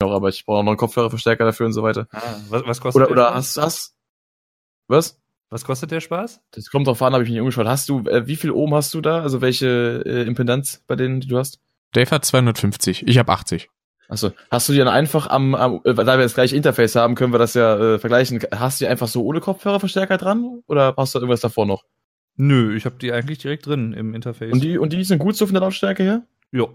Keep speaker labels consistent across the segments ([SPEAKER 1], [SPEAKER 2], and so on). [SPEAKER 1] noch, aber ich brauche noch einen Kopfhörerverstärker dafür und so weiter.
[SPEAKER 2] Ah, was, was kostet
[SPEAKER 1] Oder,
[SPEAKER 2] der
[SPEAKER 1] oder
[SPEAKER 2] Spaß?
[SPEAKER 1] hast, hast, was?
[SPEAKER 2] Was kostet der Spaß?
[SPEAKER 1] Das kommt drauf an, habe ich mich nicht umgeschaut. Hast du, äh, wie viel Ohm hast du da? Also welche äh, Impedanz bei denen, die du hast?
[SPEAKER 3] Dave hat 250, ich habe 80.
[SPEAKER 1] Achso, hast du die dann einfach am, am äh, da wir das gleiche Interface haben, können wir das ja äh, vergleichen. Hast du die einfach so ohne Kopfhörerverstärker dran oder hast du irgendwas davor noch?
[SPEAKER 2] Nö, ich habe die eigentlich direkt drin im Interface.
[SPEAKER 1] Und die, und die sind gut so von der Lautstärke her?
[SPEAKER 2] Jo,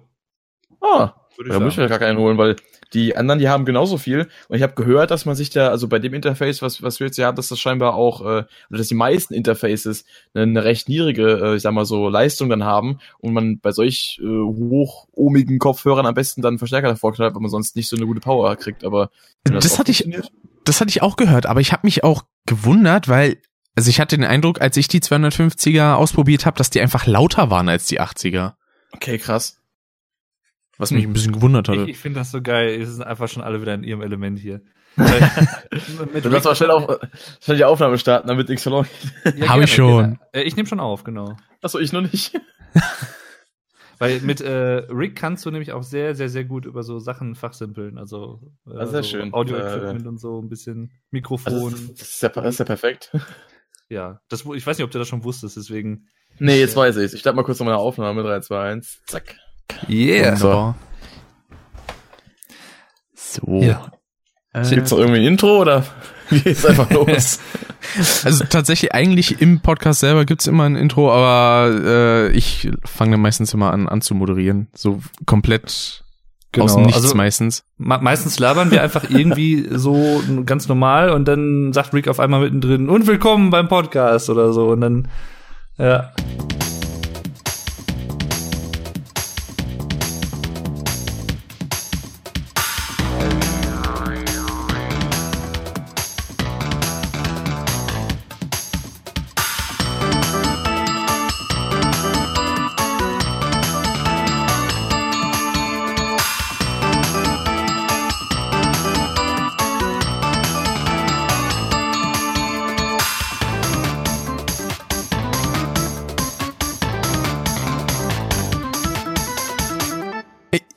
[SPEAKER 1] Ah,
[SPEAKER 2] würde
[SPEAKER 1] da muss ich mir gar keinen holen, weil die anderen, die haben genauso viel. Und ich habe gehört, dass man sich da, also bei dem Interface, was, was wir jetzt hier haben, dass das scheinbar auch, äh, oder dass die meisten Interfaces eine, eine recht niedrige, äh, ich sag mal so, Leistung dann haben und man bei solch äh, hochohmigen Kopfhörern am besten dann einen Verstärker davor knallt, weil man sonst nicht so eine gute Power kriegt. Aber wenn
[SPEAKER 3] Das
[SPEAKER 1] auch
[SPEAKER 3] hatte ich-
[SPEAKER 1] funktioniert-
[SPEAKER 3] Das hatte ich auch gehört, aber ich habe mich auch gewundert, weil, also ich hatte den Eindruck, als ich die 250er ausprobiert habe, dass die einfach lauter waren als die 80er.
[SPEAKER 1] Okay, krass.
[SPEAKER 3] Was mich ein bisschen gewundert
[SPEAKER 2] Ich,
[SPEAKER 3] hatte.
[SPEAKER 2] ich finde das so geil. Es sind einfach schon alle wieder in ihrem Element hier.
[SPEAKER 1] Du kannst aber schnell, auf, schnell die Aufnahme starten, damit nichts verloren geht.
[SPEAKER 3] Hab ich schon.
[SPEAKER 2] Äh, Ich nehme schon auf, genau.
[SPEAKER 1] Achso, ich noch nicht.
[SPEAKER 2] Weil mit äh, Rick kannst du nämlich auch sehr, sehr, sehr gut über so Sachen fachsimpeln. Also, äh,
[SPEAKER 1] Ah, sehr
[SPEAKER 2] so
[SPEAKER 1] schön.
[SPEAKER 2] Audio-Equipment und so ein bisschen
[SPEAKER 1] Also,
[SPEAKER 2] Mikrofon.
[SPEAKER 1] das, ist- das, ist ja, das ist ja perfekt.
[SPEAKER 2] ja, das, wu- ich weiß nicht, ob du das schon wusstest, deswegen.
[SPEAKER 1] Nee, jetzt weiß ich Ich starte mal kurz noch meine Aufnahme. 3, 2, 1. Zack.
[SPEAKER 2] Yeah.
[SPEAKER 3] Wunderbar. So.
[SPEAKER 2] Ja.
[SPEAKER 3] Äh,
[SPEAKER 1] Gibt's noch irgendwie ein Intro oder geht's einfach los?
[SPEAKER 3] also tatsächlich eigentlich im Podcast selber gibt's immer ein Intro, aber äh, ich fange dann meistens immer an anzumoderieren. So komplett aus
[SPEAKER 1] Genau,
[SPEAKER 3] dem Nichts
[SPEAKER 2] also,
[SPEAKER 3] meistens.
[SPEAKER 2] me meistens labern wir einfach irgendwie so n- ganz normal und dann sagt Rick auf einmal mittendrin und willkommen beim Podcast oder so und dann, ja.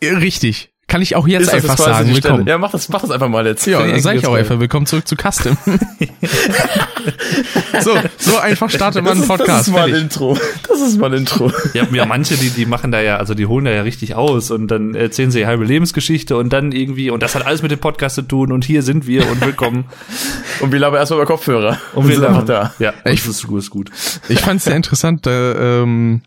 [SPEAKER 3] Äh, Richtig. Kann ich auch jetzt
[SPEAKER 1] Ist das
[SPEAKER 3] einfach
[SPEAKER 1] quasi
[SPEAKER 3] sagen,
[SPEAKER 1] die Stelle?
[SPEAKER 3] willkommen.
[SPEAKER 1] Ja, mach das, mach das einfach mal jetzt.
[SPEAKER 3] Ja,
[SPEAKER 2] Finde
[SPEAKER 3] dann
[SPEAKER 2] ich
[SPEAKER 3] sage ich auch
[SPEAKER 2] geil.
[SPEAKER 3] einfach, willkommen zurück zu Custom. so, so einfach startet man einen
[SPEAKER 1] das
[SPEAKER 3] Podcast.
[SPEAKER 1] ist mal ein
[SPEAKER 3] fertig.
[SPEAKER 1] Intro. Das ist mal ein Intro.
[SPEAKER 2] Ja, ja manche, die, die machen da ja, also die holen da ja richtig aus und dann erzählen sie ihre halbe Lebensgeschichte und dann irgendwie, und das hat alles mit dem Podcast zu tun und hier sind wir und willkommen.
[SPEAKER 1] Und wir labern erstmal über Kopfhörer.
[SPEAKER 2] und wir
[SPEAKER 1] sind einfach da.
[SPEAKER 2] Ja,
[SPEAKER 3] Ich-
[SPEAKER 2] das ist gut, ist gut.
[SPEAKER 3] Ich fand es sehr interessant, äh, ähm,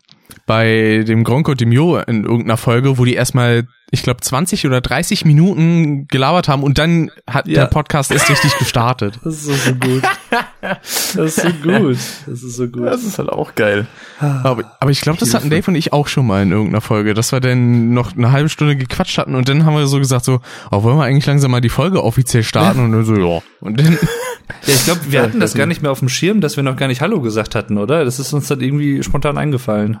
[SPEAKER 3] bei dem Gronko Demio in irgendeiner Folge, wo die erstmal, ich glaube, 20 oder 30 Minuten gelabert haben und dann hat
[SPEAKER 2] Ja.
[SPEAKER 3] der Podcast erst richtig gestartet.
[SPEAKER 2] Das ist so, so gut. Das ist so gut. Das ist so gut.
[SPEAKER 1] Das ist halt auch geil.
[SPEAKER 3] Aber, aber ich glaube, das hatten Dave und ich auch schon mal in irgendeiner Folge, dass wir dann noch eine halbe Stunde gequatscht hatten und dann haben wir so gesagt, so, oh, wollen wir eigentlich langsam mal die Folge offiziell starten? Und dann so, ja. Und dann
[SPEAKER 2] Ja, ich glaube, wir hatten das gar nicht mehr auf dem Schirm, dass wir noch gar nicht Hallo gesagt hatten, oder? Das ist uns dann irgendwie spontan eingefallen.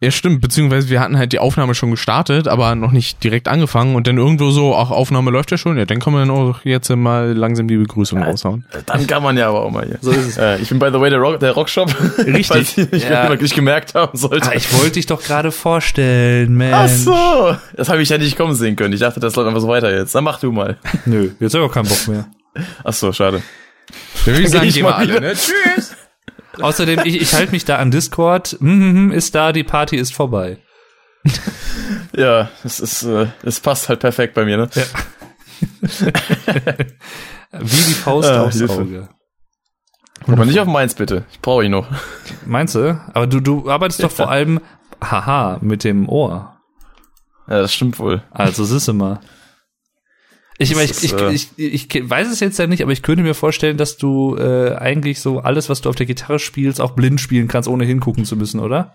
[SPEAKER 3] Ja, stimmt, beziehungsweise wir hatten halt die Aufnahme schon gestartet, aber noch nicht direkt angefangen und dann irgendwo so, ach, Aufnahme läuft ja schon, ja, dann können wir dann auch jetzt mal langsam die Begrüßung raushauen.
[SPEAKER 1] Dann kann man ja aber auch mal hier.
[SPEAKER 2] So ist es.
[SPEAKER 1] Äh, ich bin by the way der, Rock, der Rockshop.
[SPEAKER 3] Richtig.
[SPEAKER 1] Falls ihr nicht
[SPEAKER 2] Ja.
[SPEAKER 1] wirklich gemerkt haben sollte.
[SPEAKER 2] Ah, ich wollte dich doch gerade vorstellen, man.
[SPEAKER 1] Ach so. Das habe ich ja nicht kommen sehen können. Ich dachte, das läuft einfach so weiter jetzt. Dann mach du mal.
[SPEAKER 2] Nö, jetzt habe ich auch keinen Bock mehr.
[SPEAKER 1] Ach so, schade.
[SPEAKER 3] Dann würde ich sagen,
[SPEAKER 1] ich
[SPEAKER 3] gehen
[SPEAKER 1] mal
[SPEAKER 3] wir alle,
[SPEAKER 1] wieder.
[SPEAKER 3] ne? Tschüss!
[SPEAKER 2] Außerdem, ich, ich halte mich da an Discord. Mhm, mhm, ist da, die Party ist vorbei.
[SPEAKER 1] Ja, es ist, äh, es passt halt perfekt bei mir, ne?
[SPEAKER 2] Wie die Faust
[SPEAKER 1] Ah,
[SPEAKER 2] aufs
[SPEAKER 1] Hilfe.
[SPEAKER 2] Auge.
[SPEAKER 1] Aber nicht auf meins bitte. Ich brauche ihn noch.
[SPEAKER 2] Meinst du? Aber du, du arbeitest doch vor allem, haha, mit dem Ohr.
[SPEAKER 1] Ja, das stimmt wohl.
[SPEAKER 2] Also es ist immer. Ich,
[SPEAKER 1] Das
[SPEAKER 2] ich,
[SPEAKER 1] ist,
[SPEAKER 2] ich,
[SPEAKER 1] äh,
[SPEAKER 2] ich, ich, ich weiß es jetzt ja nicht, aber ich könnte mir vorstellen, dass du äh, eigentlich so alles, was du auf der Gitarre spielst, auch blind spielen kannst, ohne hingucken zu müssen, oder?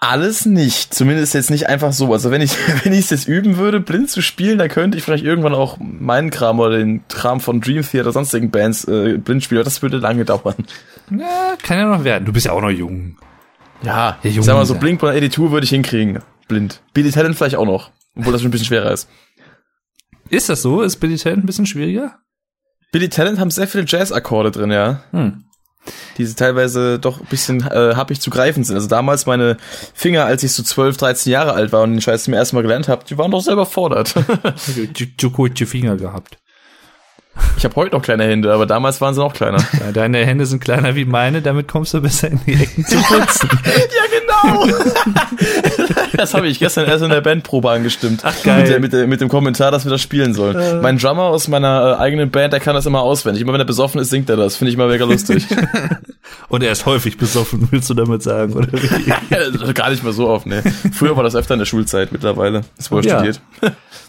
[SPEAKER 1] Alles nicht. Zumindest jetzt nicht einfach so. Also wenn ich, wenn ich es jetzt üben würde, blind zu spielen, dann könnte ich vielleicht irgendwann auch meinen Kram oder den Kram von Dream Theater, sonstigen Bands äh, blind spielen. Aber Das würde lange dauern.
[SPEAKER 2] Na, kann ja noch werden. Du bist ja auch noch jung.
[SPEAKER 1] Ja,
[SPEAKER 2] Ja,
[SPEAKER 1] ich sag mal so,
[SPEAKER 2] Junge.
[SPEAKER 1] Blink 182 würde ich hinkriegen. Blind. Billy Talent vielleicht auch noch. Obwohl das schon ein bisschen schwerer ist.
[SPEAKER 2] Ist das so? Ist Billy Talent ein bisschen schwieriger?
[SPEAKER 1] Billy Talent haben sehr viele Jazz-Akkorde drin, ja.
[SPEAKER 2] Hm.
[SPEAKER 1] die teilweise doch ein bisschen äh, happig zu greifen sind. Also damals meine Finger, als ich so 12, 13 Jahre alt war und den Scheiß zum ersten Mal gelernt habe, die waren doch selber fordert.
[SPEAKER 2] Zu zu kurze Finger gehabt.
[SPEAKER 1] Ich habe heute noch kleine Hände, aber damals waren sie noch kleiner.
[SPEAKER 2] Ja, deine Hände sind kleiner wie meine, damit kommst du besser in die Ecken zu putzen.
[SPEAKER 1] ja, genau. das habe ich gestern erst in der Bandprobe angestimmt. Ach Äh.
[SPEAKER 2] geil.
[SPEAKER 1] Mit, der, mit, der, mit dem Kommentar, dass wir das spielen sollen. Mein Drummer aus meiner äh, eigenen Band, der kann das immer auswendig. Immer wenn er besoffen ist, singt er das. Finde ich immer mega lustig.
[SPEAKER 2] Und er ist häufig besoffen, willst du damit sagen, oder wie?
[SPEAKER 1] Also Gar nicht mehr so oft, ne. Früher war das öfter in der Schulzeit mittlerweile. Ist wohl
[SPEAKER 2] Ja.
[SPEAKER 1] studiert.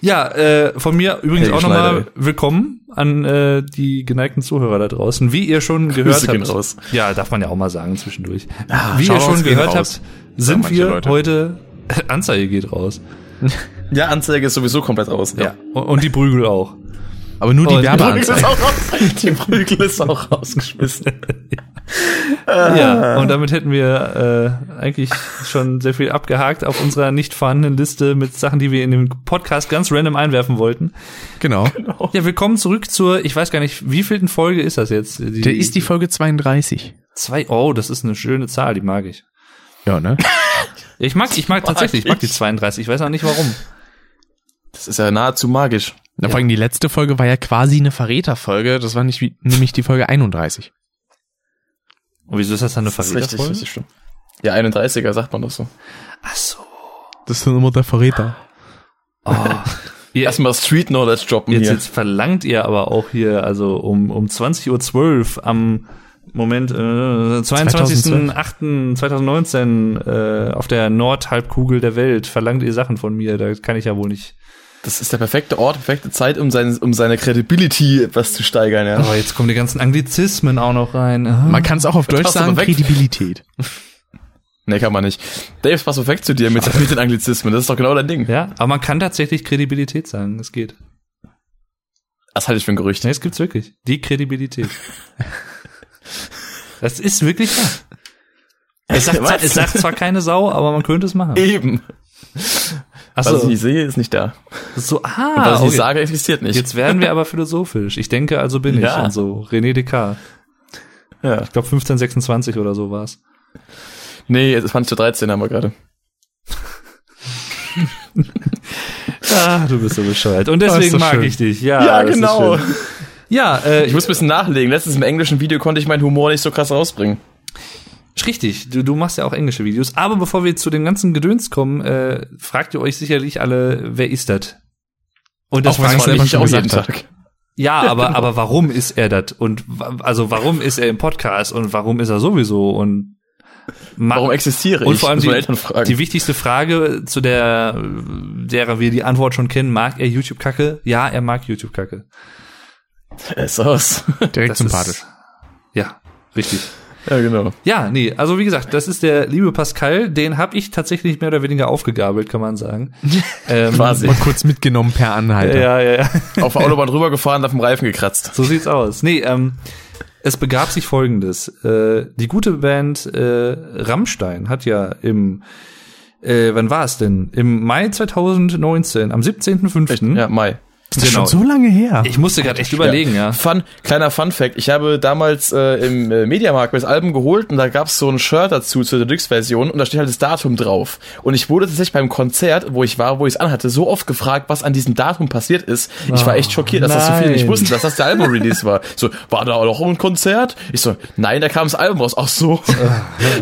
[SPEAKER 2] Ja, äh, von mir übrigens
[SPEAKER 1] Helge
[SPEAKER 2] auch nochmal
[SPEAKER 1] Schneider,
[SPEAKER 2] willkommen an äh, die geneigten Zuhörer da draußen. Wie ihr schon gehört
[SPEAKER 1] Grüße gehen
[SPEAKER 2] habt,
[SPEAKER 1] raus.
[SPEAKER 2] ja, darf man ja auch mal sagen zwischendurch. Wie ihr
[SPEAKER 4] Shoutouts
[SPEAKER 2] schon
[SPEAKER 4] gehen
[SPEAKER 2] gehört
[SPEAKER 4] raus.
[SPEAKER 2] habt, sind
[SPEAKER 4] manche
[SPEAKER 2] wir
[SPEAKER 4] Leute.
[SPEAKER 2] heute Anzeige geht raus.
[SPEAKER 1] Ja, Anzeige ist sowieso komplett raus.
[SPEAKER 2] Ja, und, und die Prügel auch.
[SPEAKER 4] Aber nur die
[SPEAKER 2] Und-
[SPEAKER 1] Prügel
[SPEAKER 4] Werbeanzeige.
[SPEAKER 1] ist auch raus. Die Prügel ist auch rausgeschmissen.
[SPEAKER 2] Ja,
[SPEAKER 1] Ah.
[SPEAKER 2] und damit hätten wir äh, eigentlich schon sehr viel abgehakt auf unserer nicht vorhandenen Liste mit Sachen, die wir in dem Podcast ganz random einwerfen wollten.
[SPEAKER 4] Genau.
[SPEAKER 1] Oh.
[SPEAKER 2] Ja, willkommen zurück zur, ich weiß gar nicht, wievielten Folge ist das jetzt? Die,
[SPEAKER 4] Der ist die Folge 32.
[SPEAKER 2] zwei. Oh, das ist eine schöne Zahl, die mag ich.
[SPEAKER 4] Ja, ne?
[SPEAKER 2] Ich mag, ich mag
[SPEAKER 1] Mag
[SPEAKER 2] tatsächlich, ich mag die
[SPEAKER 1] ich.
[SPEAKER 2] 32, ich weiß auch nicht warum.
[SPEAKER 1] Das ist ja nahezu magisch.
[SPEAKER 4] Na, Vor allem die letzte Folge war ja quasi eine Verräterfolge. Das war nicht wie, nämlich die Folge 31.
[SPEAKER 2] Und wieso ist das dann eine
[SPEAKER 1] Das ist richtig,
[SPEAKER 2] Verräterfolge?
[SPEAKER 1] richtig schlimm. Ja, 31er sagt man doch so.
[SPEAKER 2] Ach so.
[SPEAKER 4] Das ist dann immer der Verräter.
[SPEAKER 2] Oh. Ihr,
[SPEAKER 1] Erstmal Street Knowledge droppen
[SPEAKER 2] jetzt,
[SPEAKER 1] hier.
[SPEAKER 2] jetzt verlangt ihr aber auch hier, also um, um 20.12 Uhr am Moment, äh, 22.08.2019 äh, auf der Nordhalbkugel der Welt verlangt ihr Sachen von mir. Da kann ich ja wohl nicht.
[SPEAKER 1] Das ist der perfekte Ort, perfekte Zeit, um, sein, um seine Credibility etwas zu steigern, ja.
[SPEAKER 2] Aber jetzt kommen die ganzen Anglizismen auch noch rein.
[SPEAKER 4] Man kann es auch auf Deutsch
[SPEAKER 1] Passt aber
[SPEAKER 4] sagen,
[SPEAKER 1] weg.
[SPEAKER 4] Kredibilität.
[SPEAKER 1] Nee, kann man nicht. Dave, es passt perfekt zu dir mit, mit den Anglizismen. Das ist doch genau dein Ding.
[SPEAKER 2] ja, aber man kann tatsächlich Kredibilität sagen. Es geht.
[SPEAKER 1] Das halte ich für ein Gerücht.
[SPEAKER 2] Nee, es gibt's wirklich. Die Kredibilität. Das ist wirklich wahr. Es sagt, zwar,
[SPEAKER 1] Was?
[SPEAKER 2] es sagt zwar keine Sau, aber man könnte es machen.
[SPEAKER 1] Eben.
[SPEAKER 2] Ach
[SPEAKER 1] Was ich
[SPEAKER 2] so,
[SPEAKER 1] nicht sehe, ist nicht da.
[SPEAKER 2] so, ah,
[SPEAKER 1] Und was ich nicht
[SPEAKER 2] okay.
[SPEAKER 1] sage, existiert nicht.
[SPEAKER 2] Jetzt werden wir aber philosophisch. Ich denke, also bin ich
[SPEAKER 1] Ja.
[SPEAKER 2] und so. René Descartes.
[SPEAKER 1] ja.
[SPEAKER 2] Ich glaube 1526 oder so war's.
[SPEAKER 1] Nee, jetzt fand ich 13 haben wir gerade.
[SPEAKER 2] Ah, du bist so bescheuert. Und
[SPEAKER 4] Ah, ist
[SPEAKER 2] deswegen
[SPEAKER 4] doch
[SPEAKER 2] mag
[SPEAKER 4] schön.
[SPEAKER 2] ich dich. Ja, genau. das ist schön. Ja, äh,
[SPEAKER 1] Ich muss ein bisschen nachlegen. Letztens im englischen Video konnte ich meinen Humor nicht so krass rausbringen.
[SPEAKER 2] ist richtig. Du, du machst ja auch englische Videos. Aber bevor wir zu dem ganzen Gedöns kommen, äh, fragt ihr euch sicherlich alle, wer ist das? Und das
[SPEAKER 4] Auch wenn
[SPEAKER 2] frage
[SPEAKER 4] es
[SPEAKER 2] ich
[SPEAKER 4] selber
[SPEAKER 2] mich
[SPEAKER 4] schon
[SPEAKER 1] auch
[SPEAKER 4] gesagt
[SPEAKER 1] jeden
[SPEAKER 4] hat.
[SPEAKER 1] Tag.
[SPEAKER 2] Ja, genau. aber, aber warum ist er das? Und wa- also warum ist er im Podcast und warum ist er sowieso? Und ma-
[SPEAKER 1] Warum existiere
[SPEAKER 2] und
[SPEAKER 1] ich?
[SPEAKER 2] vor allem
[SPEAKER 1] Muss
[SPEAKER 2] die,
[SPEAKER 1] man Eltern fragen.
[SPEAKER 2] die wichtigste Frage, zu der derer wir die Antwort schon kennen, mag er YouTube-Kacke? Ja, er mag YouTube-Kacke.
[SPEAKER 1] ist aus.
[SPEAKER 4] Direkt
[SPEAKER 2] Das
[SPEAKER 4] sympathisch.
[SPEAKER 2] Ist, ja, richtig.
[SPEAKER 1] ja, genau.
[SPEAKER 2] Ja, nee, also wie gesagt, das ist der liebe Pascal, den habe ich tatsächlich mehr oder weniger aufgegabelt, kann man sagen. ähm,
[SPEAKER 1] Quasi.
[SPEAKER 4] Mal kurz mitgenommen per Anhalter.
[SPEAKER 2] Ja, ja, ja.
[SPEAKER 1] Auf der Autobahn rübergefahren, auf dem Reifen gekratzt.
[SPEAKER 2] So sieht's aus. Nee, ähm, es begab sich folgendes. Äh, die gute Band äh, Rammstein hat ja im äh, wann war es denn? Im Mai 2019, am 17.05.
[SPEAKER 1] Ja, Hm? Mai.
[SPEAKER 4] Das ist
[SPEAKER 2] genau.
[SPEAKER 4] schon so lange her.
[SPEAKER 2] Ich musste gerade echt überlegen, ja.
[SPEAKER 1] Fun, kleiner Fun Fact. Ich habe damals äh, im äh, Mediamarkt mir das Album geholt und da gab's so ein Shirt dazu zur Deluxe-Version und da steht halt das Datum drauf. Und ich wurde tatsächlich beim Konzert, wo ich war, wo ich es anhatte, so oft gefragt, was an diesem Datum passiert ist. Ich war echt schockiert, dass das so viele nicht
[SPEAKER 2] Ah, nein.
[SPEAKER 1] wussten, dass das der Album-Release war. So, war da auch noch ein Konzert? Ich so, nein, da kam das Album raus. Ach so.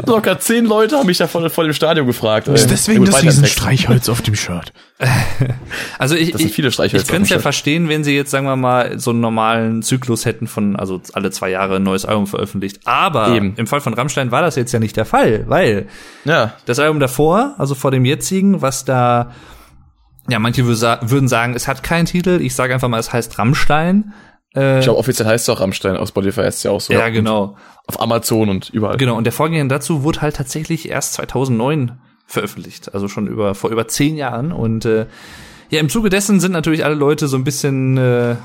[SPEAKER 1] Locker zehn Leute haben mich da voll, voll im Stadion gefragt.
[SPEAKER 4] Das ist
[SPEAKER 1] Ähm,
[SPEAKER 4] deswegen
[SPEAKER 1] gut,
[SPEAKER 4] das
[SPEAKER 1] weiter im Text.
[SPEAKER 4] Riesenstreichhölz auf dem Shirt.
[SPEAKER 2] Also ich,
[SPEAKER 1] Das sind viele
[SPEAKER 2] ich,
[SPEAKER 1] Streichhölzer
[SPEAKER 2] ich könnte
[SPEAKER 1] auf dem
[SPEAKER 2] es ja
[SPEAKER 1] Shirt.
[SPEAKER 2] verstehen, wenn sie jetzt, sagen wir mal, so einen normalen Zyklus hätten von, also alle zwei Jahre ein neues Album veröffentlicht. Aber
[SPEAKER 1] Eben.
[SPEAKER 2] im Fall von Rammstein war das jetzt ja nicht der Fall, weil
[SPEAKER 1] Ja,
[SPEAKER 2] Das Album davor, also vor dem jetzigen, was da, ja, manche wür- sa- würden sagen, es hat keinen Titel. Ich sage einfach mal, es heißt Rammstein.
[SPEAKER 1] ich glaube, offiziell heißt es auch Rammstein. Auf Spotify heißt es ja auch so.
[SPEAKER 2] Ja, genau.
[SPEAKER 1] Auf Amazon und überall.
[SPEAKER 2] Genau. Und der Vorgänger dazu wurde halt tatsächlich erst 2009 veröffentlicht. Also schon über, vor über zehn Jahren. Und, äh, ja, im Zuge dessen sind natürlich alle Leute so ein bisschen, äh,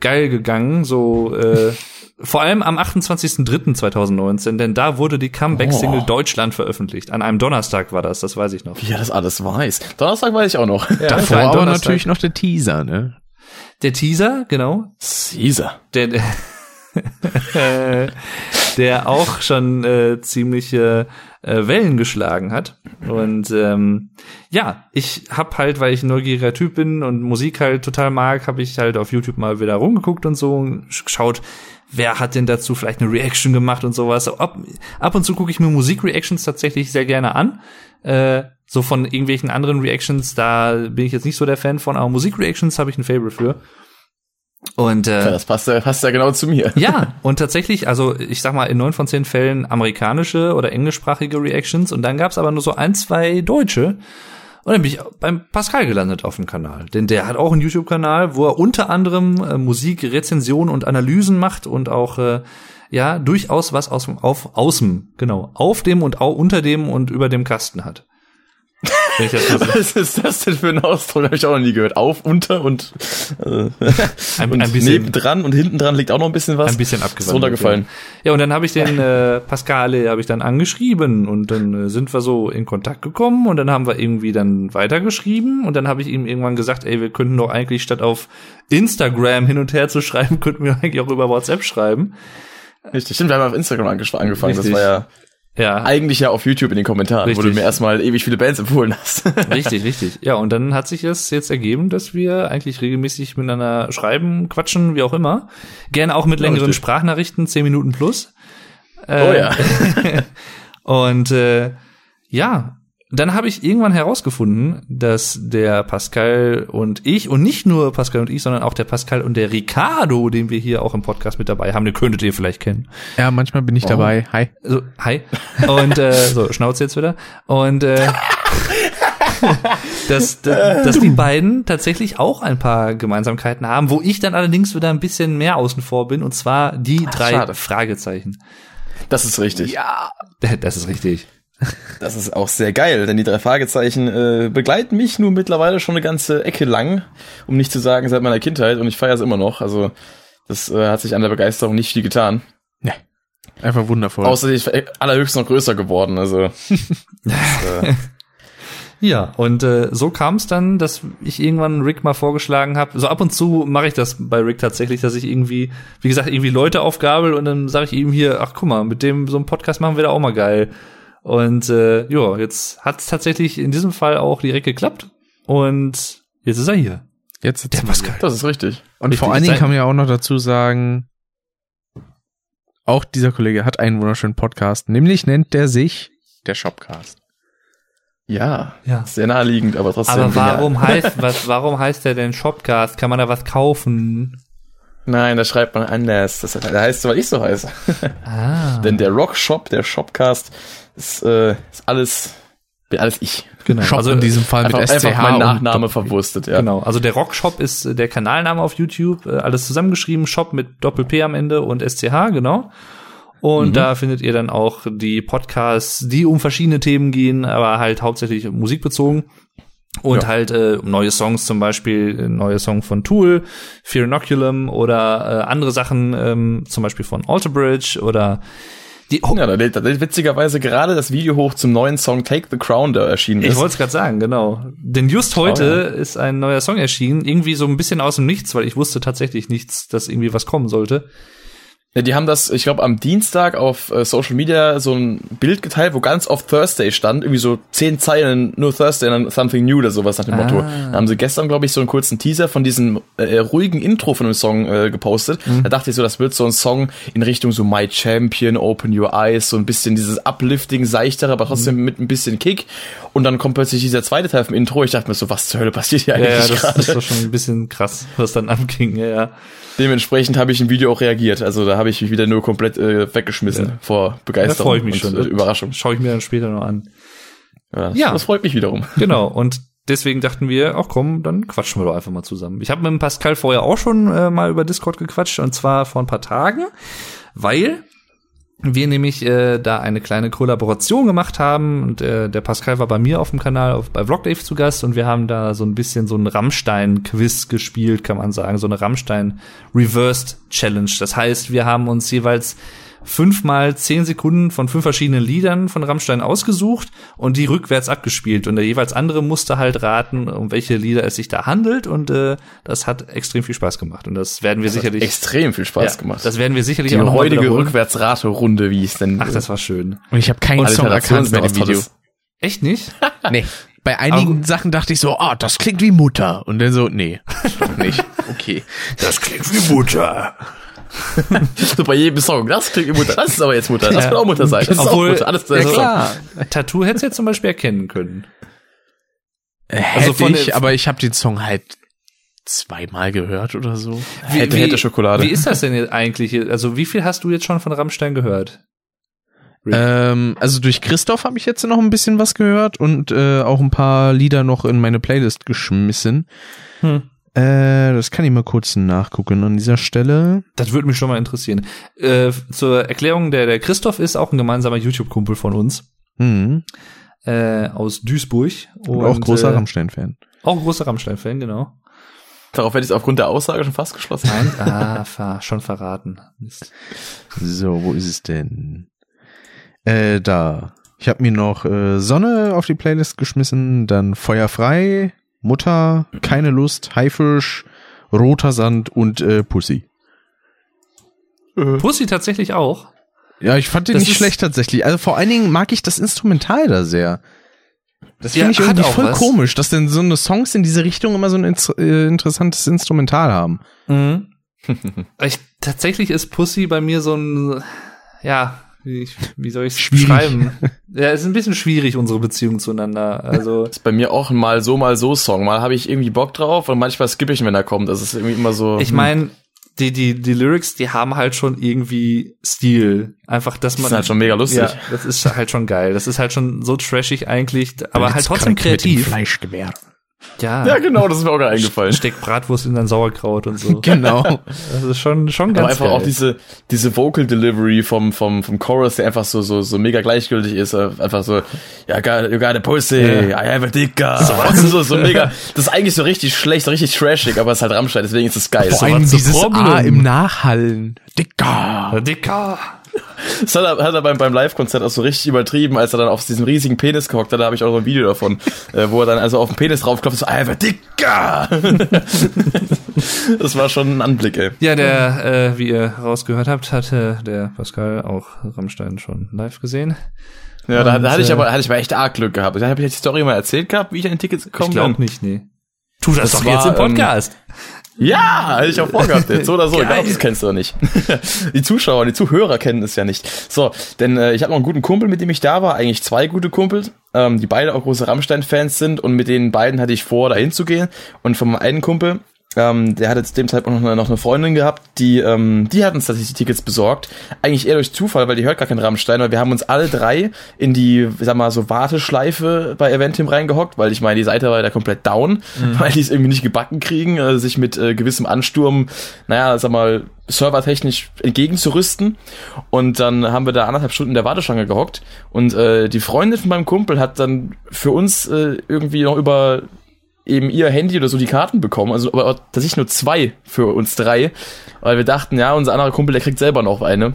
[SPEAKER 2] geil gegangen. So, äh, vor allem am 28.03.2019, denn da wurde die Comeback-Single
[SPEAKER 1] Oh.
[SPEAKER 2] Deutschland veröffentlicht. An einem Donnerstag war das, das weiß ich noch.
[SPEAKER 1] Wie er das alles weiß. Donnerstag weiß ich auch noch. Ja.
[SPEAKER 2] das
[SPEAKER 4] Davor
[SPEAKER 2] war ein
[SPEAKER 4] aber
[SPEAKER 2] Donnerstag.
[SPEAKER 4] natürlich noch der Teaser, ne?
[SPEAKER 2] Der Teaser, genau,
[SPEAKER 1] Caesar.
[SPEAKER 2] Der, der der auch schon äh, ziemliche äh, Wellen geschlagen hat. Und ähm, ja, ich hab halt, weil ich ein neugieriger Typ bin und Musik halt total mag, habe ich halt auf YouTube mal wieder rumgeguckt und so und geschaut, wer hat denn dazu vielleicht eine Reaction gemacht und sowas. Ab, ab und zu gucke ich mir Musikreactions tatsächlich sehr gerne an. Äh, so von irgendwelchen anderen Reactions, da bin ich jetzt nicht so der Fan von, aber Musikreactions habe ich ein Favorite für. Und
[SPEAKER 1] Ja,
[SPEAKER 2] äh,
[SPEAKER 1] das passt, ja- passt ja genau zu mir.
[SPEAKER 2] ja, und tatsächlich, also ich sag mal, in neun von zehn Fällen amerikanische oder englischsprachige Reactions und dann gab's aber nur so ein, zwei deutsche. Und dann bin ich beim Pascal gelandet auf dem Kanal. Denn der hat auch einen YouTube-Kanal, wo er unter anderem äh, Musik, Rezensionen und Analysen macht und auch äh, ja durchaus was aus dem auf außen, genau, auf dem und au, unter dem und über dem Kasten hat. Wenn ich das mal so-
[SPEAKER 1] Was ist das denn für ein Ausdruck? Habe ich auch noch nie gehört. Auf, unter und, äh,
[SPEAKER 2] Ein-
[SPEAKER 1] und
[SPEAKER 2] ein bisschen-
[SPEAKER 1] nebendran und hinten dran liegt auch noch ein bisschen was.
[SPEAKER 2] ein bisschen
[SPEAKER 1] Ist
[SPEAKER 2] abgewandelt.
[SPEAKER 1] runtergefallen.
[SPEAKER 2] Ja, ja und dann habe ich den äh, Pascale habe ich dann angeschrieben und dann äh, sind wir so in Kontakt gekommen und dann haben wir irgendwie dann weitergeschrieben und dann habe ich ihm irgendwann gesagt, ey, wir könnten doch eigentlich statt auf Instagram hin und her zu schreiben, könnten wir eigentlich auch über WhatsApp schreiben.
[SPEAKER 1] Richtig. Stimmt, wir haben auf Instagram angesch- angefangen.
[SPEAKER 2] Richtig.
[SPEAKER 1] Das war ja
[SPEAKER 2] Ja,
[SPEAKER 1] eigentlich ja auf YouTube in den Kommentaren, wo du
[SPEAKER 2] Richtig.
[SPEAKER 1] mir erstmal ewig viele Bands empfohlen hast.
[SPEAKER 2] richtig, richtig. Ja, und dann hat sich es jetzt ergeben, dass wir eigentlich regelmäßig miteinander schreiben, quatschen, wie auch immer. Gerne auch mit längeren
[SPEAKER 1] richtig.
[SPEAKER 2] Sprachnachrichten, 10 Minuten plus. Äh.
[SPEAKER 1] oh ja.
[SPEAKER 2] Und äh, ja, dann habe ich irgendwann herausgefunden, dass der Pascal und ich und nicht nur Pascal und ich, sondern auch der Pascal und der Ricardo, den wir hier auch im Podcast mit dabei haben, den könntet ihr vielleicht kennen.
[SPEAKER 4] Ja, manchmal bin ich
[SPEAKER 1] Oh.
[SPEAKER 4] dabei. Hi.
[SPEAKER 2] So, hi. Und äh, so, Schnauze jetzt wieder. Und äh, dass, dass, dass die beiden tatsächlich auch ein paar Gemeinsamkeiten haben, wo ich dann allerdings wieder ein bisschen mehr außen vor bin, und zwar die drei
[SPEAKER 1] schade.
[SPEAKER 2] Fragezeichen.
[SPEAKER 1] Das ist richtig.
[SPEAKER 2] Das ist richtig.
[SPEAKER 1] Das ist auch sehr geil, denn die drei Fragezeichen äh, begleiten mich nun mittlerweile schon eine ganze Ecke lang, um nicht zu sagen seit meiner Kindheit und ich feiere es immer noch. Also das äh, hat sich an der Begeisterung nicht viel getan.
[SPEAKER 4] Einfach wundervoll.
[SPEAKER 1] Außer ich äh, allerhöchstens noch größer geworden. Also
[SPEAKER 2] Ja, und äh, so kam es dann, dass ich irgendwann Rick mal vorgeschlagen habe. So ab und zu mache ich das bei Rick tatsächlich, dass ich irgendwie, wie gesagt, irgendwie Leute aufgabel und dann sage ich ihm hier, ach guck mal, mit dem so einem Podcast machen wir da auch mal geil. Und äh, ja, jetzt hat es tatsächlich in diesem Fall auch direkt geklappt. Und jetzt ist er hier.
[SPEAKER 4] Jetzt sitzt-
[SPEAKER 2] Pascal.
[SPEAKER 1] das ist richtig.
[SPEAKER 4] Und vor
[SPEAKER 2] Richtig,
[SPEAKER 4] allen Dingen
[SPEAKER 2] sein-
[SPEAKER 4] kann man ja auch noch dazu sagen, auch dieser Kollege hat einen wunderschönen Podcast, nämlich nennt der sich der Shopcast.
[SPEAKER 1] Ja,
[SPEAKER 2] Ja.
[SPEAKER 1] sehr naheliegend, aber trotzdem.
[SPEAKER 2] Aber
[SPEAKER 1] genial.
[SPEAKER 2] warum heißt, was, warum heißt der denn Shopcast? Kann man da was kaufen?
[SPEAKER 1] Nein, das schreibt man anders. Das da heißt, weil ich so heiße.
[SPEAKER 2] Ah,
[SPEAKER 1] Denn der Rock Shop, der Shopcast, ist, äh, ist alles, bin alles ich.
[SPEAKER 2] genau.
[SPEAKER 4] Shop in diesem Fall
[SPEAKER 1] Also Einfach,
[SPEAKER 4] mit SCH
[SPEAKER 1] einfach mein
[SPEAKER 4] und
[SPEAKER 1] Nachname verwurstet, ja.
[SPEAKER 2] Genau, also der Rockshop ist äh, der Kanalname auf YouTube, äh, alles zusammengeschrieben, Shop mit Doppel-P am Ende und SCH, genau.
[SPEAKER 1] Mhm.
[SPEAKER 2] Und da findet ihr dann auch die Podcasts, die um verschiedene Themen gehen, aber halt hauptsächlich musikbezogen. Und
[SPEAKER 1] Ja.
[SPEAKER 2] halt äh, neue Songs zum Beispiel, äh, neue Song von Tool, Fear Inoculum oder äh, andere Sachen, ähm, zum Beispiel von Alter Bridge oder die oh,
[SPEAKER 1] Ja, da lädt, da lädt witzigerweise gerade das Video hoch zum neuen Song Take the Crown, der erschienen
[SPEAKER 2] Ich
[SPEAKER 1] ist.
[SPEAKER 2] wollte es gerade sagen, genau. Denn just heute ist ein neuer Song erschienen, irgendwie so ein bisschen aus dem Nichts, weil ich wusste tatsächlich nichts, dass irgendwie was kommen sollte.
[SPEAKER 1] Ja, die haben das, ich glaube, am Dienstag auf äh, Social Media so ein Bild geteilt, wo ganz oft Thursday stand, irgendwie so zehn Zeilen, nur Thursday und dann something new oder sowas nach dem Motto.
[SPEAKER 2] Ah.
[SPEAKER 1] Da haben sie gestern, glaube ich, so einen kurzen Teaser von diesem äh, ruhigen Intro von dem Song äh, gepostet.
[SPEAKER 2] Mhm.
[SPEAKER 1] Da dachte ich so, das wird so ein Song in Richtung so My Champion, Open Your Eyes, so ein bisschen dieses uplifting, seichtere, aber trotzdem
[SPEAKER 2] Mhm.
[SPEAKER 1] mit ein bisschen Kick. Und dann kommt plötzlich dieser zweite Teil vom Intro. Ich dachte mir so, was zur Hölle passiert hier
[SPEAKER 2] Ja, ja
[SPEAKER 1] eigentlich
[SPEAKER 2] das,
[SPEAKER 1] gerade?
[SPEAKER 2] das war schon ein bisschen krass, was dann anging. Ja, ja.
[SPEAKER 1] Dementsprechend habe ich im Video auch reagiert. Also da habe ich mich wieder nur komplett äh, weggeschmissen vor
[SPEAKER 2] Da
[SPEAKER 1] Begeisterung
[SPEAKER 2] freue ich mich
[SPEAKER 1] und
[SPEAKER 2] schon.
[SPEAKER 1] äh, Überraschung.
[SPEAKER 2] Schaue ich mir dann später noch an.
[SPEAKER 1] Ja,
[SPEAKER 2] Ja.
[SPEAKER 1] Das freut mich wiederum.
[SPEAKER 2] Genau, und deswegen dachten wir, ach komm, dann quatschen wir doch einfach mal zusammen. Ich habe mit dem Pascal vorher auch schon äh, mal über Discord gequatscht und zwar vor ein paar Tagen, weil wir nämlich äh, da eine kleine Kollaboration gemacht haben und äh, der Pascal war bei mir auf dem Kanal auf, bei Vlogdave zu Gast und wir haben da so ein bisschen so ein Rammstein-Quiz gespielt, kann man sagen, so eine Rammstein-Reversed-Challenge. Das heißt, wir haben uns jeweils fünfmal zehn Sekunden von fünf verschiedenen Liedern von Rammstein ausgesucht und die rückwärts abgespielt. Und der jeweils andere musste halt raten, um welche Lieder es sich da handelt. Und äh, das hat extrem viel Spaß gemacht. Und das werden wir
[SPEAKER 1] Das hat
[SPEAKER 2] sicherlich.
[SPEAKER 1] extrem viel Spaß
[SPEAKER 2] ja,
[SPEAKER 1] gemacht.
[SPEAKER 2] Das werden wir sicherlich
[SPEAKER 1] die
[SPEAKER 2] noch mal
[SPEAKER 1] heutige
[SPEAKER 2] wiederholen.
[SPEAKER 1] Rückwärtsrate-Runde, wie es denn
[SPEAKER 2] Ach, das war schön.
[SPEAKER 3] Und ich habe keinen
[SPEAKER 1] Song
[SPEAKER 3] Song erkannt
[SPEAKER 1] Alliteration ist
[SPEAKER 3] bei dem
[SPEAKER 1] noch was
[SPEAKER 3] Video.
[SPEAKER 1] Tolles.
[SPEAKER 2] Echt nicht?
[SPEAKER 3] Nee. Bei einigen
[SPEAKER 2] Aber-
[SPEAKER 3] Sachen dachte ich so, ah, das klingt wie Mutter. Und dann so, nee, doch nicht. Okay.
[SPEAKER 2] Das klingt wie Mutter.
[SPEAKER 1] so bei jedem Song. Das klingt wie Mutter. Das ist aber jetzt Mutter. Das kann auch Mutter sein. Das ist
[SPEAKER 2] Obwohl-
[SPEAKER 1] auch Mutter. Alles
[SPEAKER 2] Ja,
[SPEAKER 1] das ist
[SPEAKER 2] klar.
[SPEAKER 1] auch-
[SPEAKER 2] Tattoo hättest du jetzt zum Beispiel erkennen können.
[SPEAKER 3] Hätte
[SPEAKER 2] Also von
[SPEAKER 3] ich,
[SPEAKER 2] der-
[SPEAKER 3] aber ich habe den Song halt zweimal gehört oder so.
[SPEAKER 1] Hätte, hätte Schokolade.
[SPEAKER 2] Wie ist das denn jetzt eigentlich? Also wie viel hast du jetzt schon von Rammstein gehört?
[SPEAKER 3] Ähm, also durch Christoph habe ich jetzt noch ein bisschen was gehört und äh, auch ein paar Lieder noch in meine Playlist geschmissen.
[SPEAKER 2] Hm.
[SPEAKER 3] Äh, das kann ich mal kurz nachgucken an dieser Stelle.
[SPEAKER 2] Das würde mich schon mal interessieren. Äh, zur Erklärung, der, der Christoph ist auch ein gemeinsamer YouTube-Kumpel von uns
[SPEAKER 3] Hm.
[SPEAKER 2] äh, aus Duisburg.
[SPEAKER 3] Und auch großer
[SPEAKER 2] äh,
[SPEAKER 3] Rammstein-Fan.
[SPEAKER 2] Auch großer Rammstein-Fan, genau.
[SPEAKER 1] Darauf hätte ich es aufgrund der Aussage schon fast geschlossen.
[SPEAKER 2] Nein, ah, ver schon verraten. Mist.
[SPEAKER 3] So, wo ist es denn? Äh, da. Ich habe mir noch äh, Sonne auf die Playlist geschmissen, dann Feuer frei, Mutter, keine Lust, Haifisch, roter Sand und äh, Pussy. Äh.
[SPEAKER 2] Pussy tatsächlich auch.
[SPEAKER 3] Ja, ich fand den
[SPEAKER 2] Das
[SPEAKER 3] nicht
[SPEAKER 2] ist-
[SPEAKER 3] schlecht tatsächlich. Also vor allen Dingen mag ich das Instrumental da sehr. Das
[SPEAKER 2] Ja,
[SPEAKER 3] finde ich
[SPEAKER 2] hat
[SPEAKER 3] irgendwie
[SPEAKER 2] auch
[SPEAKER 3] voll
[SPEAKER 2] was.
[SPEAKER 3] komisch, dass denn so eine Songs in diese Richtung immer so ein ins- äh, interessantes Instrumental haben.
[SPEAKER 2] Mhm. ich, tatsächlich ist Pussy bei mir so ein, ja, wie, ich- wie soll ich es
[SPEAKER 3] Schwierig.
[SPEAKER 2] schreiben? Ja, ist ein bisschen schwierig, unsere Beziehung zueinander. Also,
[SPEAKER 1] ist bei mir auch ein mal so, mal so Song. Mal habe ich irgendwie Bock drauf und manchmal skippe ich ihn, wenn er kommt. Das ist irgendwie immer so.
[SPEAKER 2] ich meine, die, die, die Lyrics, die haben halt schon irgendwie Stil. Einfach, dass
[SPEAKER 1] das
[SPEAKER 2] man.
[SPEAKER 1] ist halt schon mega lustig.
[SPEAKER 2] ja, das ist halt schon geil. Das ist halt schon so trashig eigentlich, aber halt trotzdem kreativ.
[SPEAKER 3] Fleischgewehr.
[SPEAKER 2] Ja,
[SPEAKER 1] Ja, genau, das ist mir auch gerade eingefallen.
[SPEAKER 2] steckt Bratwurst in dein Sauerkraut und so.
[SPEAKER 3] Genau.
[SPEAKER 2] Das ist schon, schon
[SPEAKER 1] Aber
[SPEAKER 2] ganz
[SPEAKER 1] einfach
[SPEAKER 2] geil.
[SPEAKER 1] auch diese, diese Vocal Delivery vom, vom, vom Chorus, der einfach so, so, so mega gleichgültig ist. äh, Einfach so, ja, got, you got a pussy, I have a dicker. So, so, so mega. Das ist eigentlich so richtig schlecht, so richtig trashig, aber es ist halt Rammstein, deswegen ist es geil.
[SPEAKER 3] Vor
[SPEAKER 1] So,
[SPEAKER 2] allem
[SPEAKER 3] allem
[SPEAKER 2] what's the
[SPEAKER 3] dieses
[SPEAKER 2] problem?
[SPEAKER 3] A im Nachhallen. Dicker.
[SPEAKER 2] Dicker.
[SPEAKER 1] Das hat er, hat er beim, beim Live-Konzert auch so richtig übertrieben, als er dann auf diesem riesigen Penis gehockt hat. Da habe ich auch so ein Video davon, äh, wo er dann also auf den Penis draufklopft und so, I have a dicker. das war schon ein Anblick, ey.
[SPEAKER 2] Ja, der, äh, wie ihr rausgehört habt, hatte der Pascal auch Rammstein schon live gesehen.
[SPEAKER 1] Ja, da, da hatte ich
[SPEAKER 2] Und, äh,
[SPEAKER 1] aber, hatte ich aber echt arg Glück gehabt. Da habe ich jetzt die Story mal erzählt gehabt, wie ich an die Tickets gekommen
[SPEAKER 2] ich glaube
[SPEAKER 1] bin.
[SPEAKER 2] nicht, nee. Tu das, ähm,
[SPEAKER 1] doch jetzt im Podcast. Ja, hätte ich auch vorgehabt jetzt, so oder so.
[SPEAKER 2] Geil.
[SPEAKER 1] Egal, ob du es kennst oder nicht. die Zuschauer, die Zuhörer kennen es ja nicht. So, denn äh, ich habe noch einen guten Kumpel, mit dem ich da war. Eigentlich zwei gute Kumpels, ähm, die beide auch große Rammstein-Fans sind. Und mit den beiden hatte ich vor, da hinzugehen. Und von meinem einen Kumpel, ähm, der hatte zu dem Zeitpunkt noch eine, noch eine Freundin gehabt, die, ähm, die hat uns tatsächlich die Tickets besorgt. Eigentlich eher durch Zufall, weil die hört gar keinen Rammstein, weil wir haben uns alle drei in die, ich sag mal, so Warteschleife bei Eventim reingehockt, weil ich meine, die Seite war ja komplett down, weil die es irgendwie nicht gebacken kriegen, äh, sich mit äh, gewissem Ansturm, naja, sag mal, servertechnisch entgegenzurüsten. Und dann haben wir da anderthalb Stunden in der Warteschlange gehockt. Und äh, die Freundin von meinem Kumpel hat dann für uns äh, irgendwie noch über eben ihr Handy oder so die Karten bekommen. Also aber tatsächlich nur zwei für uns drei, weil wir dachten, ja, unser anderer Kumpel, der kriegt selber noch eine.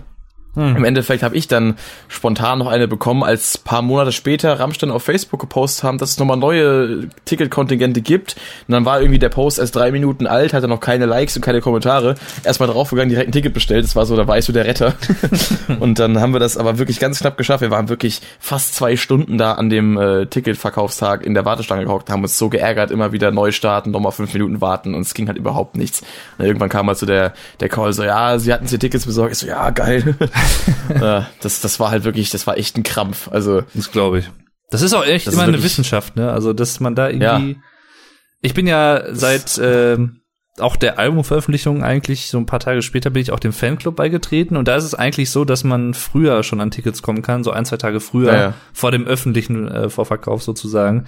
[SPEAKER 1] Im Endeffekt habe ich dann spontan noch eine bekommen, als paar Monate später Rammstein auf Facebook gepostet haben, dass es nochmal neue Ticketkontingente gibt. Und dann war irgendwie der Post erst drei Minuten alt, hatte noch keine Likes und keine Kommentare. Erstmal draufgegangen, direkt ein Ticket bestellt. Das war so, da war ich so der Retter. und dann haben wir das aber wirklich ganz knapp geschafft. Wir waren wirklich fast zwei Stunden da an dem äh, Ticketverkaufstag in der Warteschlange gehockt, haben uns so geärgert, immer wieder neu starten, nochmal fünf Minuten warten und es ging halt überhaupt nichts. Und irgendwann kam halt so der, der Call so, ja, sie hatten sich Tickets besorgt. Ich so, ja, geil. Ja, das, das war halt wirklich, das war echt ein Krampf. Also,
[SPEAKER 2] Das glaube ich. Das ist auch echt
[SPEAKER 1] Das ist
[SPEAKER 2] immer eine
[SPEAKER 1] wirklich-
[SPEAKER 2] Wissenschaft, ne? Also, dass man da irgendwie. Ich bin ja seit ähm, auch der Albumveröffentlichung eigentlich, so ein paar Tage später bin ich auch dem Fanclub beigetreten und da ist es eigentlich so, dass man früher schon an Tickets kommen kann, so ein, zwei Tage früher,
[SPEAKER 1] Ja, ja.
[SPEAKER 2] vor dem öffentlichen äh, Vorverkauf sozusagen.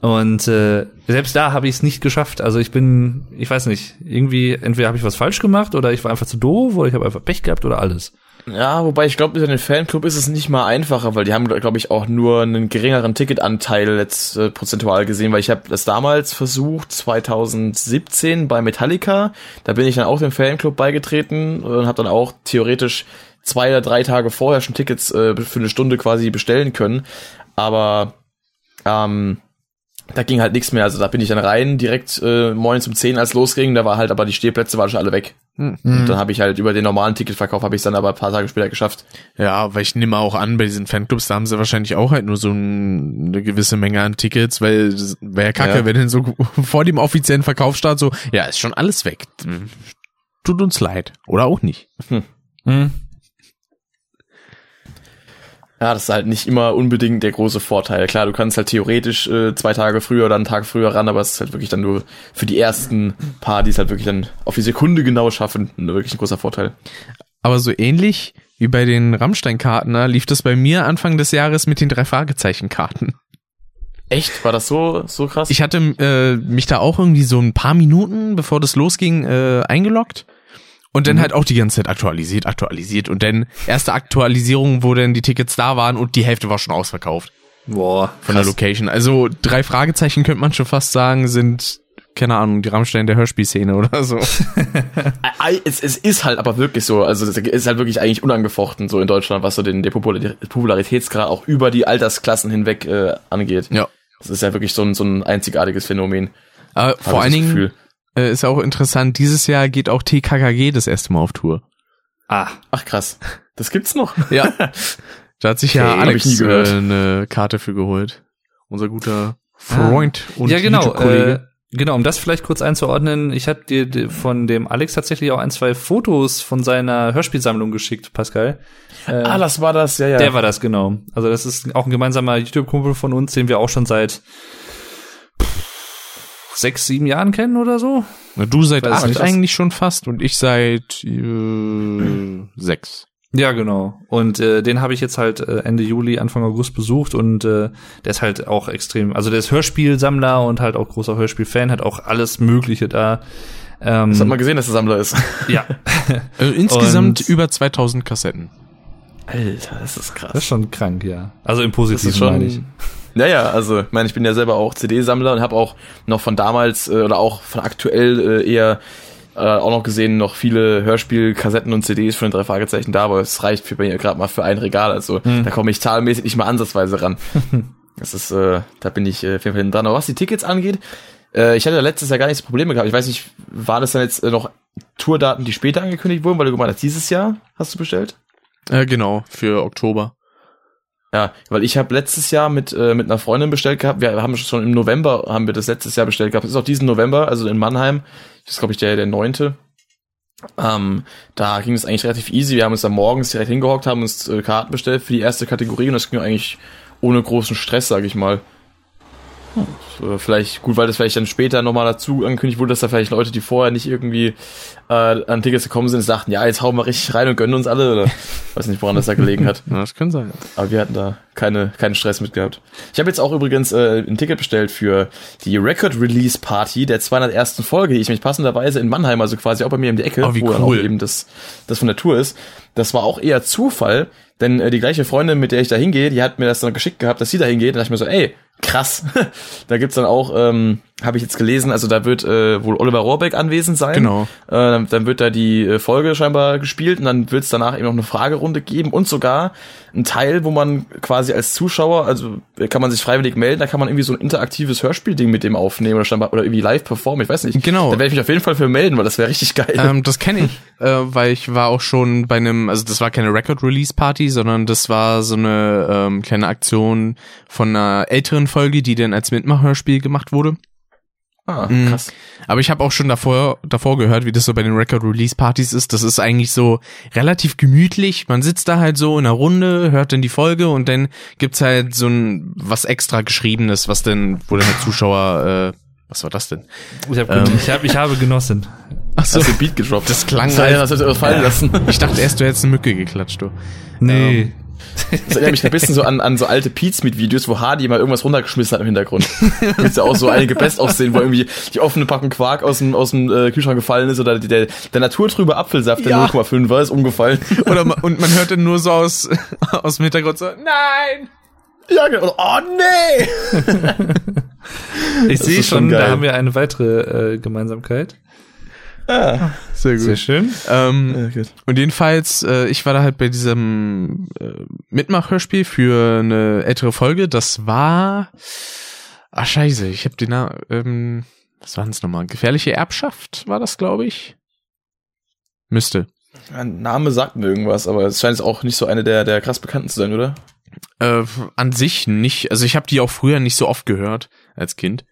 [SPEAKER 2] Und äh, selbst da habe ich es nicht geschafft. Also ich bin, ich weiß nicht, irgendwie, entweder habe ich was falsch gemacht oder ich war einfach zu doof oder ich habe einfach Pech gehabt oder alles.
[SPEAKER 1] Ja, wobei ich glaube, mit dem Fanclub ist es nicht mal einfacher, weil die haben, glaube ich, auch nur einen geringeren Ticketanteil letzt, äh, prozentual gesehen, weil ich habe das damals versucht, 2017 bei Metallica, da bin ich dann auch dem Fanclub beigetreten und habe dann auch theoretisch zwei oder drei Tage vorher schon Tickets äh, für eine Stunde quasi bestellen können, aber ähm, da ging halt nichts mehr, also da bin ich dann rein, direkt äh, morgens um 10 als losging, da war halt aber die Stehplätze waren schon alle weg. Und dann habe ich halt über den normalen Ticketverkauf habe ich dann aber ein paar Tage später geschafft.
[SPEAKER 3] Ja, weil ich nehme auch an, bei diesen Fanclubs, da haben sie wahrscheinlich auch halt nur so ein, eine gewisse Menge an Tickets, weil das wäre ja kacke,
[SPEAKER 1] Ja.
[SPEAKER 3] wenn dann so vor dem offiziellen Verkaufsstart so, ja, ist schon alles weg. Tut uns leid. Oder auch nicht.
[SPEAKER 2] Mhm.
[SPEAKER 1] Ja, das ist halt nicht immer unbedingt der große Vorteil. Klar, du kannst halt theoretisch äh, zwei Tage früher oder einen Tag früher ran, aber es ist halt wirklich dann nur für die ersten paar, die es halt wirklich dann auf die Sekunde genau schaffen, wirklich ein großer Vorteil.
[SPEAKER 3] Aber so ähnlich wie bei den Rammstein-Karten ne, lief das bei mir Anfang des Jahres mit den drei Fragezeichen-Karten.
[SPEAKER 1] Echt? War das so so krass?
[SPEAKER 3] Ich hatte äh, mich da auch irgendwie so ein paar Minuten, bevor das losging, äh, eingeloggt. Und
[SPEAKER 1] Mhm.
[SPEAKER 3] dann halt auch die ganze Zeit aktualisiert, aktualisiert. Und dann erste Aktualisierung, wo dann die Tickets da waren und die Hälfte war schon ausverkauft
[SPEAKER 2] Boah.
[SPEAKER 3] von der Location. Also drei Fragezeichen könnte man schon fast sagen, sind, keine Ahnung, die Rammstein der Hörspielszene oder so. Äh,
[SPEAKER 1] Ei, es, es ist halt aber wirklich so, also es ist halt wirklich eigentlich unangefochten so in Deutschland, was so den der Populari- Popularitätsgrad auch über die Altersklassen hinweg äh, angeht.
[SPEAKER 3] Ja.
[SPEAKER 1] Das ist ja wirklich so ein so ein einzigartiges Phänomen.
[SPEAKER 3] Aber
[SPEAKER 1] Hab
[SPEAKER 3] vor
[SPEAKER 1] ich
[SPEAKER 3] allen
[SPEAKER 1] das
[SPEAKER 3] Dingen
[SPEAKER 1] Gefühl.
[SPEAKER 3] äh, ist auch interessant, dieses Jahr geht auch TKKG das erste Mal auf Tour.
[SPEAKER 2] Ah.
[SPEAKER 1] Ach krass. Das gibt's noch.
[SPEAKER 3] Ja. Da hat sich ja
[SPEAKER 1] Okay, hab ich nie
[SPEAKER 3] Alex
[SPEAKER 1] gehört. Ah.
[SPEAKER 3] äh, eine Karte für geholt. Unser guter Freund und
[SPEAKER 2] ja, genau. Äh,
[SPEAKER 3] YouTube-Kollege.
[SPEAKER 2] genau, um das vielleicht kurz einzuordnen, ich habe dir d- von dem Alex tatsächlich auch ein, zwei Fotos von seiner Hörspielsammlung geschickt, Pascal. Äh,
[SPEAKER 1] Ah, das war das, ja, ja.
[SPEAKER 2] der war das, genau. Also das ist auch ein gemeinsamer YouTube-Kumpel von uns, den wir auch schon seit pff, sechs, sieben Jahren kennen oder so.
[SPEAKER 3] Na, du seit
[SPEAKER 2] weiß
[SPEAKER 3] acht
[SPEAKER 2] nicht, das-
[SPEAKER 3] eigentlich schon fast und ich seit äh, sechs.
[SPEAKER 2] Ja, genau. Und äh, den habe ich jetzt halt äh, Ende Juli, Anfang August besucht und äh, der ist halt auch extrem, also der ist Hörspielsammler und halt auch großer Hörspielfan, hat auch alles Mögliche da. Ähm,
[SPEAKER 1] Das hat man gesehen, dass der Sammler ist.
[SPEAKER 2] ja.
[SPEAKER 3] Äh, insgesamt
[SPEAKER 2] Und-
[SPEAKER 3] über 2000 Kassetten.
[SPEAKER 1] Alter, das ist krass.
[SPEAKER 2] Das ist schon krank, ja. Also im
[SPEAKER 1] Das ist
[SPEAKER 2] Positiven meine ich.
[SPEAKER 1] schon. Ja, ja, also, ich meine, ich bin ja selber auch CD-Sammler und habe auch noch von damals äh, oder auch von aktuell äh, eher äh, auch noch gesehen, noch viele Hörspielkassetten und CDs von den drei Fragezeichen da, aber es reicht für mir gerade mal für ein Regal, also
[SPEAKER 2] Hm.
[SPEAKER 1] da komme ich zahlmäßig nicht mal ansatzweise ran. das ist, äh, da bin ich äh, auf jeden Fall dran. Aber was die Tickets angeht, äh, ich hatte ja letztes Jahr gar nicht so Probleme gehabt. Ich weiß nicht, waren das dann jetzt äh, noch Tourdaten, die später angekündigt wurden, weil du gemeint hast, dieses Jahr hast du bestellt?
[SPEAKER 3] Äh, genau, für Oktober.
[SPEAKER 1] Ja, weil ich habe letztes Jahr mit äh, mit einer Freundin bestellt gehabt. Wir haben schon im November haben wir das letztes Jahr bestellt gehabt. Es ist auch diesen November, also in Mannheim. Das ist glaube ich der der neunte. Ähm, da ging es eigentlich relativ easy. Wir haben uns dann morgens direkt hingehockt, haben uns äh, Karten bestellt für die erste Kategorie und das ging eigentlich ohne großen Stress, sage ich mal. So, Vielleicht gut, weil das vielleicht dann später nochmal dazu angekündigt wurde, dass da vielleicht Leute, die vorher nicht irgendwie äh, an Tickets gekommen sind, sagten, ja, jetzt hauen wir richtig rein und gönnen uns alle. Oder weiß nicht, woran das da gelegen hat.
[SPEAKER 3] Na, das kann sein.
[SPEAKER 1] Aber wir hatten da keine, keinen Stress mit gehabt. Ich habe jetzt auch übrigens äh, ein Ticket bestellt für die Record Release Party der 201. Folge, die ich mich passenderweise in Mannheim, also quasi auch bei mir um die Ecke,
[SPEAKER 3] Oh, wie
[SPEAKER 1] wo dann
[SPEAKER 3] cool.
[SPEAKER 1] auch eben das, das von der Tour ist. Das war auch eher Zufall, denn äh, die gleiche Freundin, mit der ich da hingehe, die hat mir das dann geschickt gehabt, dass sie da hingeht. Da dachte ich mir so, ey, krass. da gibt's dann auch, ähm, habe ich jetzt gelesen, also da wird äh, wohl Oliver Rohrbeck anwesend sein.
[SPEAKER 3] Genau.
[SPEAKER 1] Äh, dann, dann wird da die äh, Folge scheinbar gespielt und dann wird es danach eben noch eine Fragerunde geben und sogar ein Teil, wo man quasi als Zuschauer, also äh, kann man sich freiwillig melden, da kann man irgendwie so ein interaktives Hörspielding mit dem aufnehmen oder scheinbar oder irgendwie live performen, ich weiß nicht.
[SPEAKER 3] Genau.
[SPEAKER 1] Da werde ich mich auf jeden Fall für melden, weil das wäre richtig geil.
[SPEAKER 3] Ähm, das kenne ich, äh, weil ich war auch schon bei einem, also das war keine Record-Release-Party, sondern das war so eine ähm, kleine Aktion von einer älteren Folge, die dann als Mitmachhörspiel gemacht wurde.
[SPEAKER 1] ah,
[SPEAKER 3] mh.
[SPEAKER 1] krass.
[SPEAKER 3] Aber ich habe auch schon davor, davor gehört, wie das so bei den Record-Release-Partys ist. Das ist eigentlich so relativ gemütlich. Man sitzt da halt so in einer Runde, hört dann die Folge und dann gibt's halt so ein was extra geschriebenes, was denn, wo dann der Zuschauer, äh, was war das denn?
[SPEAKER 2] Ich, hab, ich, hab, ich habe genossen.
[SPEAKER 3] Ach so,
[SPEAKER 1] Hast du den Beat gedroppt?
[SPEAKER 3] das klang
[SPEAKER 1] Sei,
[SPEAKER 3] halt-
[SPEAKER 1] das hast du fallen lassen.
[SPEAKER 3] ich dachte erst, du hättest eine Mücke geklatscht, du.
[SPEAKER 2] Nee.
[SPEAKER 1] Das erinnert mich am besten so an, an so alte Pete's mit Videos, wo Hardy mal irgendwas runtergeschmissen hat im Hintergrund. Gibt's ja auch so einige Best aussehen, wo irgendwie die offene Packung Quark aus dem, aus dem äh, Kühlschrank gefallen ist oder die, der, der naturtrübe Apfelsaft, der
[SPEAKER 3] Ja.
[SPEAKER 1] 0,5 war, ist umgefallen.
[SPEAKER 3] Oder ma- und man hört dann nur so aus, aus dem Hintergrund so, nein!
[SPEAKER 1] Ja, genau. Oh nee!
[SPEAKER 2] Ich sehe
[SPEAKER 1] ist schon
[SPEAKER 2] schon, da
[SPEAKER 1] geil.
[SPEAKER 2] haben wir eine weitere äh, Gemeinsamkeit. Ah,
[SPEAKER 3] Sehr gut.
[SPEAKER 2] schön.
[SPEAKER 3] Ähm,
[SPEAKER 1] Ja, gut.
[SPEAKER 3] Und jedenfalls, äh, ich war da halt bei diesem äh, Mitmachhörspiel für eine ältere Folge. Das war. Ah, scheiße, ich habe den Namen. Ähm, was war denn das nochmal? Gefährliche Erbschaft war das, glaube ich. Müsste.
[SPEAKER 1] Ja, Name sagt mir irgendwas, aber es scheint jetzt auch nicht so eine der, der krass bekannten zu sein, oder?
[SPEAKER 3] Äh, an sich nicht. Also ich habe die auch früher nicht so oft gehört als Kind.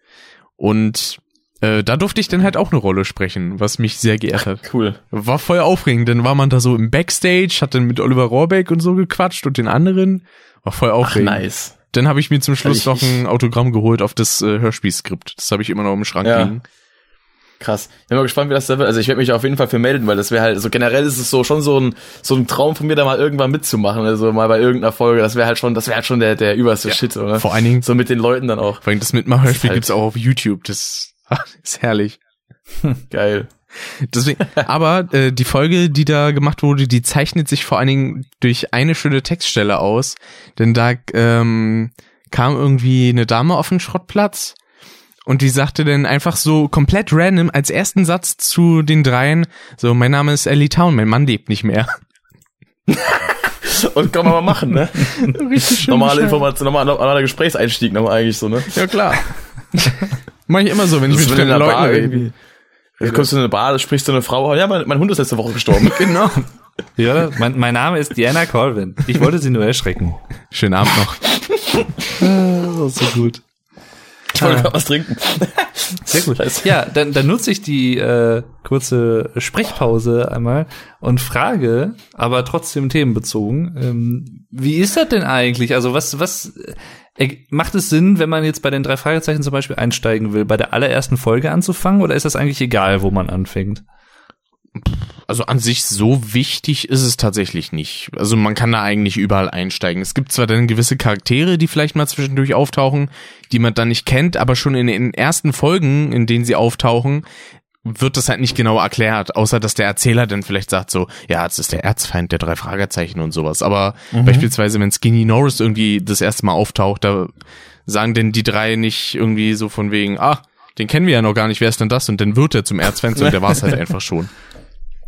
[SPEAKER 3] Und äh, da durfte ich dann halt auch eine Rolle sprechen, was mich sehr geehrt hat.
[SPEAKER 1] Cool.
[SPEAKER 3] War voll aufregend, dann war man da so im Backstage, hat dann mit Oliver Rohrbeck und so gequatscht und den anderen. War voll aufregend.
[SPEAKER 1] nice.
[SPEAKER 3] Dann habe ich mir zum Schluss
[SPEAKER 1] Ich-
[SPEAKER 3] noch ein Autogramm geholt auf das äh, Hörspielskript. Das habe ich immer noch im Schrank
[SPEAKER 1] Ja.
[SPEAKER 3] liegen.
[SPEAKER 1] Krass. Ich bin mal gespannt, wie das da wird. Also ich werde mich auf jeden Fall für melden, weil das wäre halt, so generell ist es so schon so ein, so ein Traum von mir, da mal irgendwann mitzumachen. Also mal bei irgendeiner Folge. Das wäre halt schon, das wäre halt schon der, der überste Shit, oder?
[SPEAKER 3] Vor allen Dingen,
[SPEAKER 1] So mit den Leuten dann auch.
[SPEAKER 3] vor allen Dingen das Mitmachhörspiel
[SPEAKER 1] Halt.
[SPEAKER 3] gibt's auch auf YouTube. Das ist herrlich.
[SPEAKER 1] Geil.
[SPEAKER 3] Deswegen, aber äh, die Folge, die da gemacht wurde, die zeichnet sich vor allen Dingen durch eine schöne Textstelle aus. Denn da ähm, kam irgendwie eine Dame auf den Schrottplatz und die sagte dann einfach so komplett random als ersten Satz zu den dreien so, mein Name ist Ellie Town, mein Mann lebt nicht mehr.
[SPEAKER 1] Und kann man mal machen, ne?
[SPEAKER 3] Richtig schön.
[SPEAKER 1] Normale Information, normal, normaler Gesprächseinstieg nochmal eigentlich so, ne? Also
[SPEAKER 3] Ja, klar. Mach ich immer so, wenn ich mit fremden Leuten rede.
[SPEAKER 1] Du kommst du in eine Bar, sprichst du eine Frau, ja, mein, mein Hund ist letzte Woche gestorben.
[SPEAKER 3] Genau.
[SPEAKER 2] Ja, mein, mein Name ist Diana Colvin. Ich wollte sie nur erschrecken.
[SPEAKER 3] Schönen Abend noch.
[SPEAKER 2] so gut.
[SPEAKER 1] Ich wollte gerade was trinken.
[SPEAKER 2] Sehr gut.
[SPEAKER 1] Scheiße.
[SPEAKER 2] Ja, dann, dann nutze ich die äh, kurze Sprechpause einmal und frage, aber trotzdem themenbezogen, ähm, wie ist das denn eigentlich? Also was, was äh, macht es Sinn, wenn man jetzt bei den drei Fragezeichen zum Beispiel einsteigen will, bei der allerersten Folge anzufangen oder ist das eigentlich egal, wo man anfängt?
[SPEAKER 3] Also an sich so wichtig ist es tatsächlich nicht. Also man kann da eigentlich überall einsteigen. Es gibt zwar dann gewisse Charaktere, die vielleicht mal zwischendurch auftauchen, die man dann nicht kennt, aber schon in den ersten Folgen, in denen sie auftauchen, wird das halt nicht genau erklärt, außer dass der Erzähler dann vielleicht sagt so, ja, es ist der Erzfeind der drei Fragezeichen und sowas. Aber beispielsweise, wenn Skinny Norris irgendwie das erste Mal auftaucht, da sagen denn die drei nicht irgendwie so von wegen, ah, den kennen wir ja noch gar nicht, wer ist denn das? Und dann wird er zum Erzfeind und der war es halt einfach schon.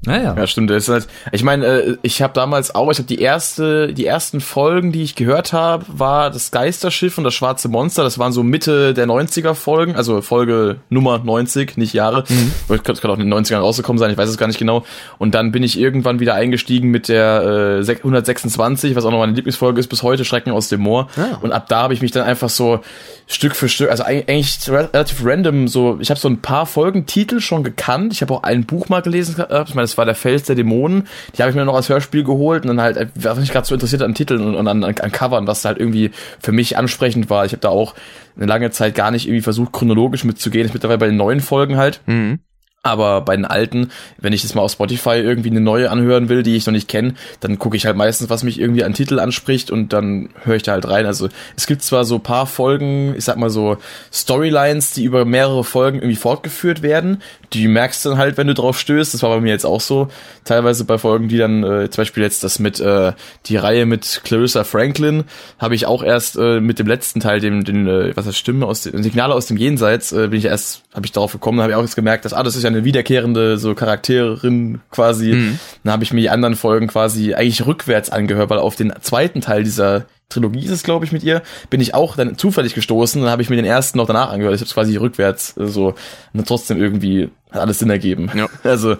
[SPEAKER 2] Naja.
[SPEAKER 1] Ja, stimmt. Das ist halt, ich meine, äh, ich habe damals auch, ich habe die erste, die ersten Folgen, die ich gehört habe, war das Geisterschiff und das schwarze Monster. Das waren so Mitte der 90er Folgen, also Folge Nummer 90, nicht Jahre. Könnte könnte auch in den 90ern rausgekommen sein, ich weiß es gar nicht genau. Und dann bin ich irgendwann wieder eingestiegen mit der äh, sech- 126, was auch noch meine Lieblingsfolge ist bis heute, Schrecken aus dem Moor. Und ab da habe ich mich dann einfach so Stück für Stück, also eig- eigentlich re- relativ random, so, ich habe so ein paar Folgentitel schon gekannt. Ich habe auch ein Buch mal gelesen gehabt. Ich meine, das war der Fels der Dämonen. Die habe ich mir noch als Hörspiel geholt und dann halt, äh, war ich gerade so interessiert an Titeln und, und an, an, an Covern, was halt irgendwie für mich ansprechend war. Ich habe da auch eine lange Zeit gar nicht irgendwie versucht, chronologisch mitzugehen. Ich bin mittlerweile bei den neuen Folgen halt.
[SPEAKER 3] Mhm.
[SPEAKER 1] Aber bei den alten, wenn ich jetzt mal auf Spotify irgendwie eine neue anhören will, die ich noch nicht kenne, dann gucke ich halt meistens, was mich irgendwie an Titel anspricht und dann höre ich da halt rein. Also es gibt zwar so paar Folgen, ich sag mal so Storylines, die über mehrere Folgen irgendwie fortgeführt werden. Die merkst du dann halt, wenn du drauf stößt. Das war bei mir jetzt auch so. Teilweise bei Folgen, die dann, äh, zum Beispiel jetzt das mit, äh, die Reihe mit Clarissa Franklin, habe ich auch erst äh, mit dem letzten Teil, dem, den, äh, was heißt Stimme aus den Signale aus dem Jenseits, äh, bin ich erst, habe ich darauf gekommen, habe ich auch jetzt gemerkt, dass, ah, das ist ja eine wiederkehrende so Charakterin quasi.
[SPEAKER 3] Mhm.
[SPEAKER 1] Dann habe ich mir die anderen Folgen quasi eigentlich rückwärts angehört, weil auf den zweiten Teil dieser Trilogie ist es, glaube ich, mit ihr, bin ich auch dann zufällig gestoßen, dann habe ich mir den ersten noch danach angehört. Ich habe es quasi rückwärts äh, so und trotzdem irgendwie hat alles Sinn ergeben.
[SPEAKER 3] Ja. Mhm.
[SPEAKER 1] Also,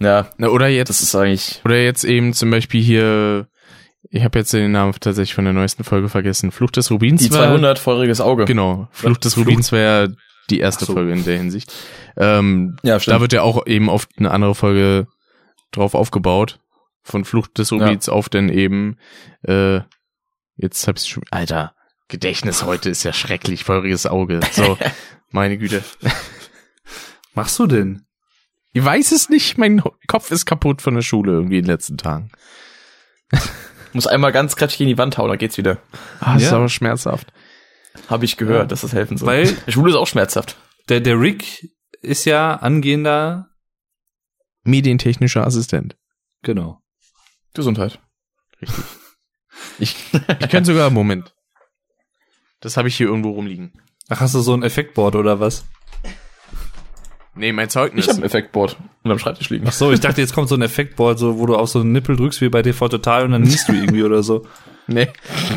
[SPEAKER 1] ja,
[SPEAKER 3] Na, Oder jetzt
[SPEAKER 1] das ist eigentlich
[SPEAKER 3] Oder jetzt eben zum Beispiel hier, ich habe jetzt den Namen tatsächlich von der neuesten Folge vergessen, Flucht des Rubins.
[SPEAKER 1] die
[SPEAKER 3] war-
[SPEAKER 1] 200 feuriges Auge.
[SPEAKER 3] Genau, Flucht des
[SPEAKER 2] Flucht.
[SPEAKER 3] Rubins wäre ja die erste
[SPEAKER 2] Ach so.
[SPEAKER 3] Folge in der Hinsicht. Ähm,
[SPEAKER 1] Ja,
[SPEAKER 3] da wird ja auch eben auf eine andere Folge drauf aufgebaut. Von Flucht des Rubins auf denn eben, äh, jetzt hab ich schon, Alter, Gedächtnis heute ist ja schrecklich, feuriges Auge. So, meine Güte.
[SPEAKER 2] Machst du denn?
[SPEAKER 3] Ich weiß es nicht, mein Kopf ist kaputt von der Schule irgendwie in den letzten Tagen.
[SPEAKER 1] Muss einmal ganz kräftig in die Wand hauen, dann geht's wieder.
[SPEAKER 3] Ah, das ist
[SPEAKER 2] Ja.
[SPEAKER 3] aber schmerzhaft.
[SPEAKER 1] Habe ich gehört, dass das helfen soll.
[SPEAKER 2] Weil-
[SPEAKER 1] der Schwule ist auch schmerzhaft.
[SPEAKER 2] Der, der Rick ist ja angehender,
[SPEAKER 3] Medientechnischer Assistent.
[SPEAKER 2] genau.
[SPEAKER 1] Gesundheit.
[SPEAKER 3] Ich, ich kann sogar, Moment. Das habe ich hier irgendwo rumliegen.
[SPEAKER 2] Ach, hast du so ein Effektboard oder was?
[SPEAKER 3] Nee, mein Zeugnis.
[SPEAKER 1] Ich habe ein Effektboard unterm Schreibtisch liegen.
[SPEAKER 2] Ach so, ich dachte, jetzt kommt so ein Effektboard, so, wo du auf so einen Nippel drückst wie bei TV Total und dann niest du irgendwie oder so.
[SPEAKER 3] nee.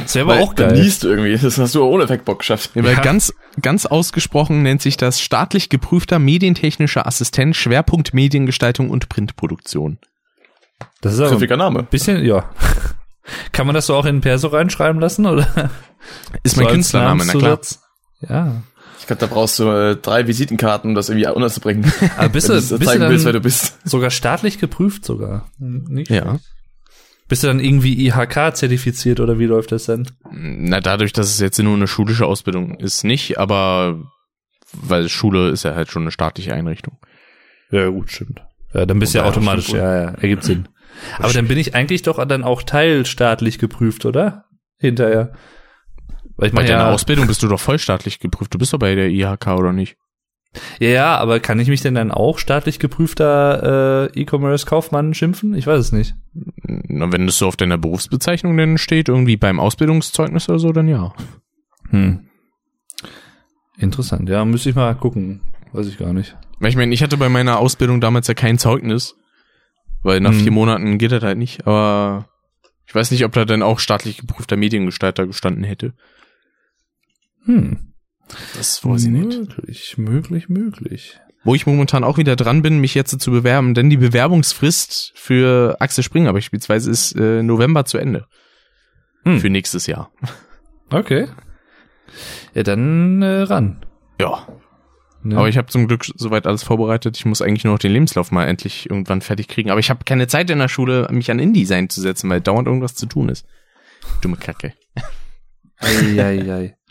[SPEAKER 2] Das wäre aber
[SPEAKER 1] Weil
[SPEAKER 2] auch
[SPEAKER 1] dann
[SPEAKER 2] geil.
[SPEAKER 1] niest du irgendwie. Das hast du auch ohne Effektboard geschafft.
[SPEAKER 3] Ja, weil
[SPEAKER 2] Ja.
[SPEAKER 3] ganz, ganz ausgesprochen nennt sich das staatlich geprüfter medientechnischer Assistent Schwerpunkt Mediengestaltung und Printproduktion.
[SPEAKER 2] Das ist aber
[SPEAKER 1] Griffiger Name.
[SPEAKER 2] bisschen, ja. Kann man das so auch in Perso reinschreiben lassen, oder?
[SPEAKER 3] Ist
[SPEAKER 2] So
[SPEAKER 3] mein
[SPEAKER 2] als
[SPEAKER 3] Künstlername, na klar.
[SPEAKER 2] Namenszusatz? Ja.
[SPEAKER 1] Ich glaube, da brauchst du äh, drei Visitenkarten, um das irgendwie unterzubringen.
[SPEAKER 2] Aber Also, bist
[SPEAKER 1] Wenn du
[SPEAKER 2] du, bist du
[SPEAKER 1] zeigen willst, wer
[SPEAKER 2] dann
[SPEAKER 1] du bist.
[SPEAKER 2] sogar staatlich geprüft sogar? Nicht?
[SPEAKER 3] Ja.
[SPEAKER 2] Bist du dann irgendwie IHK-zertifiziert oder wie läuft das denn?
[SPEAKER 3] Na, dadurch, dass es jetzt nur eine schulische Ausbildung ist, nicht, aber weil Schule ist ja halt schon eine staatliche Einrichtung.
[SPEAKER 2] Ja, gut, stimmt. Ja, dann bist du ja
[SPEAKER 3] Ja,
[SPEAKER 2] automatisch,
[SPEAKER 3] stimmt.
[SPEAKER 2] ja, ja, ergibt Sinn. Aber dann bin ich eigentlich doch dann auch teilstaatlich geprüft, oder? Hinterher. Weil ich
[SPEAKER 3] Bei
[SPEAKER 2] meine,
[SPEAKER 3] deiner
[SPEAKER 2] ja,
[SPEAKER 3] Ausbildung bist du doch vollstaatlich geprüft. Du bist doch bei der IHK oder nicht?
[SPEAKER 2] ja, ja, aber kann ich mich denn dann auch staatlich geprüfter äh, E-Commerce-Kaufmann schimpfen? Ich weiß es nicht.
[SPEAKER 3] Na, wenn das so auf deiner Berufsbezeichnung denn steht, irgendwie beim Ausbildungszeugnis oder so, dann ja.
[SPEAKER 2] Hm. Interessant, ja, müsste ich mal gucken. Weiß ich gar nicht.
[SPEAKER 3] Weil ich meine, ich hatte bei meiner Ausbildung damals ja kein Zeugnis, weil nach
[SPEAKER 2] Mhm.
[SPEAKER 3] vier Monaten geht das halt nicht, aber ich weiß nicht, ob da dann auch staatlich geprüfter Mediengestalter gestanden hätte.
[SPEAKER 2] Hm.
[SPEAKER 3] Das
[SPEAKER 2] Möglich, möglich, möglich.
[SPEAKER 3] Wo ich momentan auch wieder dran bin, mich jetzt zu bewerben, denn die Bewerbungsfrist für Axel Springer beispielsweise ist äh, November zu Ende.
[SPEAKER 2] Hm.
[SPEAKER 3] Für nächstes Jahr.
[SPEAKER 2] Okay. Ja, dann äh, ran.
[SPEAKER 3] Ja.
[SPEAKER 2] Ne?
[SPEAKER 3] Aber ich habe zum Glück soweit alles vorbereitet. Ich muss eigentlich nur noch den Lebenslauf mal endlich irgendwann fertig kriegen. Aber ich habe keine Zeit in der Schule, mich an InDesign zu setzen, weil dauernd irgendwas zu tun ist. Dumme Kacke.
[SPEAKER 2] Eieiei.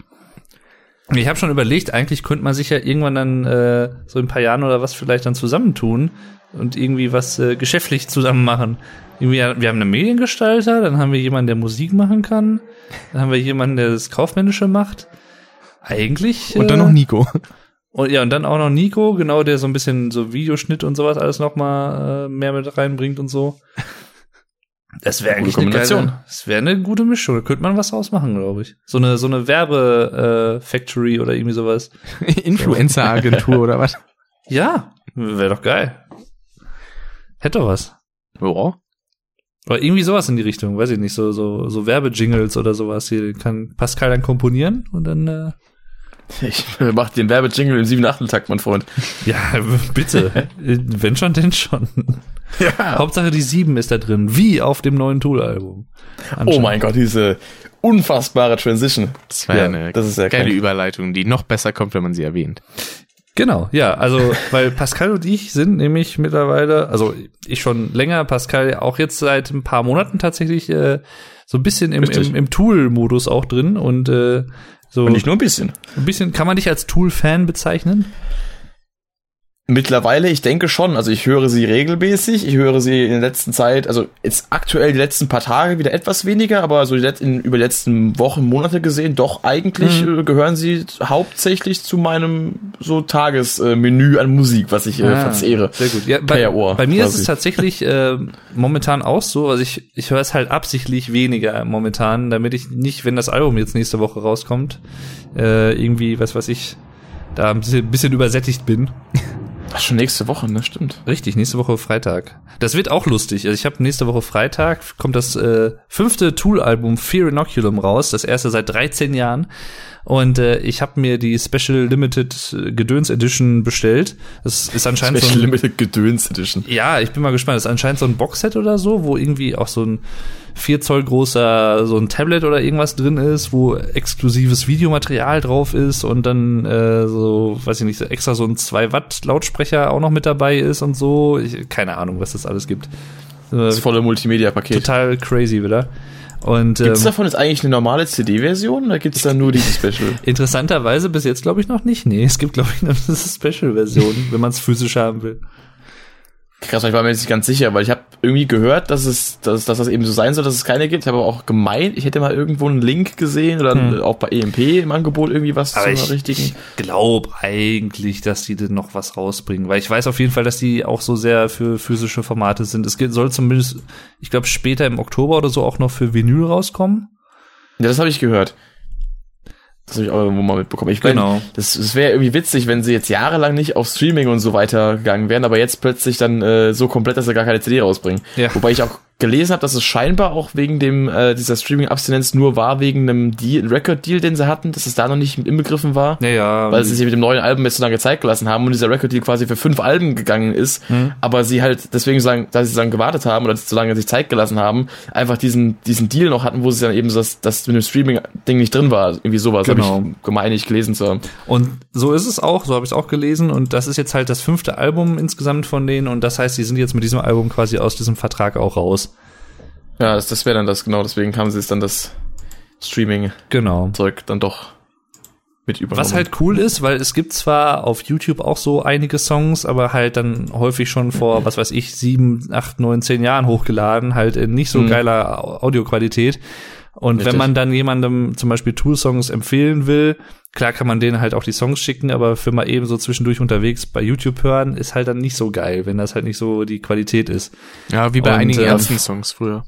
[SPEAKER 2] Ich habe schon überlegt, eigentlich könnte man sich ja irgendwann dann äh, so in ein paar Jahren oder was vielleicht dann zusammentun und irgendwie was äh, geschäftlich zusammen machen. Irgendwie, ja, wir haben einen Mediengestalter, dann haben wir jemanden, der Musik machen kann, dann haben wir jemanden, der das Kaufmännische macht. Eigentlich.
[SPEAKER 3] Und dann
[SPEAKER 2] äh,
[SPEAKER 3] noch Nico.
[SPEAKER 2] Und ja, und dann auch noch Nico, genau, der so ein bisschen so Videoschnitt und sowas alles nochmal äh, mehr mit reinbringt und so. Das wäre
[SPEAKER 1] Gute
[SPEAKER 2] eigentlich eine
[SPEAKER 1] Kombination.
[SPEAKER 2] geile, Das wäre eine gute Mischung. Da könnte man was ausmachen, glaube ich. So eine, so eine Werbe-Factory oder irgendwie sowas.
[SPEAKER 3] Influencer-Agentur oder was?
[SPEAKER 2] Ja, wäre doch geil. Hätte doch was.
[SPEAKER 3] Ja.
[SPEAKER 2] Oder irgendwie sowas in die Richtung, weiß ich nicht, so, so, so Werbejingles oder sowas. Hier kann Pascal dann komponieren und dann, äh,
[SPEAKER 1] Ich mach den Werbejingle im 7-8-Takt, mein Freund.
[SPEAKER 2] ja, bitte. Wenn schon, denn schon.
[SPEAKER 1] Ja.
[SPEAKER 2] Hauptsache die 7 ist da drin, wie auf dem neuen Tool-Album.
[SPEAKER 1] Oh mein Gott, diese unfassbare Transition.
[SPEAKER 3] Das war ja, eine
[SPEAKER 1] das ist ja
[SPEAKER 3] geile
[SPEAKER 1] krank.
[SPEAKER 3] Überleitung, die noch besser kommt, wenn man sie erwähnt.
[SPEAKER 2] Genau, ja, also weil Pascal und ich sind nämlich mittlerweile, also ich schon länger, Pascal auch jetzt seit ein paar Monaten tatsächlich äh, so ein bisschen im,
[SPEAKER 1] Richtig.
[SPEAKER 2] im, im Tool-Modus auch drin und äh, so
[SPEAKER 1] Und nicht nur ein bisschen.
[SPEAKER 2] ein bisschen, kann man dich als Tool-Fan bezeichnen?
[SPEAKER 1] Mittlerweile, ich denke schon. Also ich höre sie regelmäßig. Ich höre sie in der letzten Zeit, also jetzt aktuell die letzten paar Tage wieder etwas weniger, aber so die let- in, über die letzten Wochen, Monate gesehen, doch eigentlich äh, gehören sie hauptsächlich zu meinem so Tagesmenü an Musik, was ich äh,
[SPEAKER 2] Ah,
[SPEAKER 1] verzehre.
[SPEAKER 2] Sehr gut. Ja, bei,
[SPEAKER 1] Per Ohr
[SPEAKER 2] bei mir ist
[SPEAKER 1] quasi.
[SPEAKER 2] es tatsächlich äh, momentan auch so. Also ich, ich höre es halt absichtlich weniger momentan, damit ich nicht, wenn das Album jetzt nächste Woche rauskommt, äh, irgendwie, was weiß ich, da ein bisschen, bisschen übersättigt bin.
[SPEAKER 1] Ach, schon nächste Woche, ne? Stimmt.
[SPEAKER 2] Richtig, nächste Woche Freitag. Das wird auch lustig. Also ich habe nächste Woche Freitag kommt das äh, fünfte Tool-Album Fear Inoculum raus, das erste seit 13 Jahren. Und äh, ich habe mir die Special Limited äh, Gedöns Edition bestellt. Das ist anscheinend so
[SPEAKER 1] Special
[SPEAKER 2] ein,
[SPEAKER 1] Limited Gedöns Edition.
[SPEAKER 2] ja, ich bin mal gespannt. Das ist anscheinend so ein Boxset oder so, wo irgendwie auch so ein 4 Zoll großer, so ein Tablet oder irgendwas drin ist, wo exklusives Videomaterial drauf ist und dann äh, so, weiß ich nicht, so extra so ein 2 Watt Lautsprecher auch noch mit dabei ist und so. Ich, keine Ahnung, was das alles gibt. Äh,
[SPEAKER 1] Das volle Multimedia-Paket.
[SPEAKER 2] total crazy wieder. Und ähm,
[SPEAKER 1] Gibt's davon jetzt eigentlich eine normale CD-Version oder gibt's da nur diese Special?
[SPEAKER 2] interessanterweise bis jetzt glaube ich noch nicht. Nee, es gibt glaube ich noch eine Special-Version, wenn man es physisch haben will.
[SPEAKER 1] Krass, ich war mir jetzt nicht ganz sicher, weil ich habe irgendwie gehört, dass es, dass, dass das eben so sein soll, dass es keine gibt. Ich habe aber auch gemeint, ich hätte mal irgendwo einen Link gesehen oder
[SPEAKER 2] Hm.
[SPEAKER 1] auch bei EMP im Angebot irgendwie was
[SPEAKER 2] Aber
[SPEAKER 1] zu einer
[SPEAKER 2] ich,
[SPEAKER 1] richtigen.
[SPEAKER 2] ich glaube eigentlich, dass die denn noch was rausbringen, weil ich weiß auf jeden Fall, dass die auch so sehr für physische Formate sind. Es geht, soll zumindest, ich glaube, später im Oktober oder so auch noch für Vinyl rauskommen.
[SPEAKER 1] Ja, das habe ich gehört. Das habe ich auch irgendwo mal mitbekommen. Ich meine,
[SPEAKER 2] Genau.
[SPEAKER 1] das, das wäre irgendwie witzig, wenn sie jetzt jahrelang nicht auf Streaming und so weiter gegangen wären, aber jetzt plötzlich dann äh, so komplett, dass sie gar keine CD rausbringen.
[SPEAKER 2] Ja.
[SPEAKER 1] Wobei ich auch gelesen habe, dass es scheinbar auch wegen dem äh, dieser Streaming-Abstinenz nur war wegen einem Deal, Record-Deal, den sie hatten, dass es da noch nicht mit inbegriffen war.
[SPEAKER 2] Ja, ja.
[SPEAKER 1] Weil sie sich mit dem neuen Album jetzt so lange Zeit gelassen haben und dieser Record-Deal quasi für fünf Alben gegangen ist,
[SPEAKER 2] Mhm.
[SPEAKER 1] aber sie halt deswegen so lange, dass sie so lange gewartet haben oder so lange sich Zeit gelassen haben, einfach diesen, diesen Deal noch hatten, wo sie dann eben so das, das mit dem Streaming-Ding nicht drin war. Irgendwie sowas
[SPEAKER 2] Genau.
[SPEAKER 1] habe ich gemeint, ich gelesen zu haben.
[SPEAKER 2] Und so ist es auch, so habe ich es auch gelesen. Und das ist jetzt halt das fünfte Album insgesamt von denen. Und das heißt, die sind jetzt mit diesem Album quasi aus diesem Vertrag auch raus.
[SPEAKER 1] Ja, das, das wäre dann das, genau, deswegen haben sie es dann das Streaming-Zeug
[SPEAKER 2] Genau.
[SPEAKER 1] dann doch mit übernommen.
[SPEAKER 2] Was halt cool ist, weil es gibt zwar auf YouTube auch so einige Songs, aber halt dann häufig schon vor, was weiß ich, sieben, acht, neun, zehn Jahren hochgeladen, halt in nicht so
[SPEAKER 1] Mhm.
[SPEAKER 2] geiler Au- Audioqualität. Und wenn
[SPEAKER 1] Richtig.
[SPEAKER 2] man dann jemandem zum Beispiel Tool-Songs empfehlen will, klar kann man denen halt auch die Songs schicken, aber für mal eben so zwischendurch unterwegs bei YouTube hören, ist halt dann nicht so geil, wenn das halt nicht so die Qualität ist.
[SPEAKER 3] Ja, wie bei
[SPEAKER 2] Und,
[SPEAKER 3] einigen
[SPEAKER 2] ähm,
[SPEAKER 3] Ärzten-Songs früher.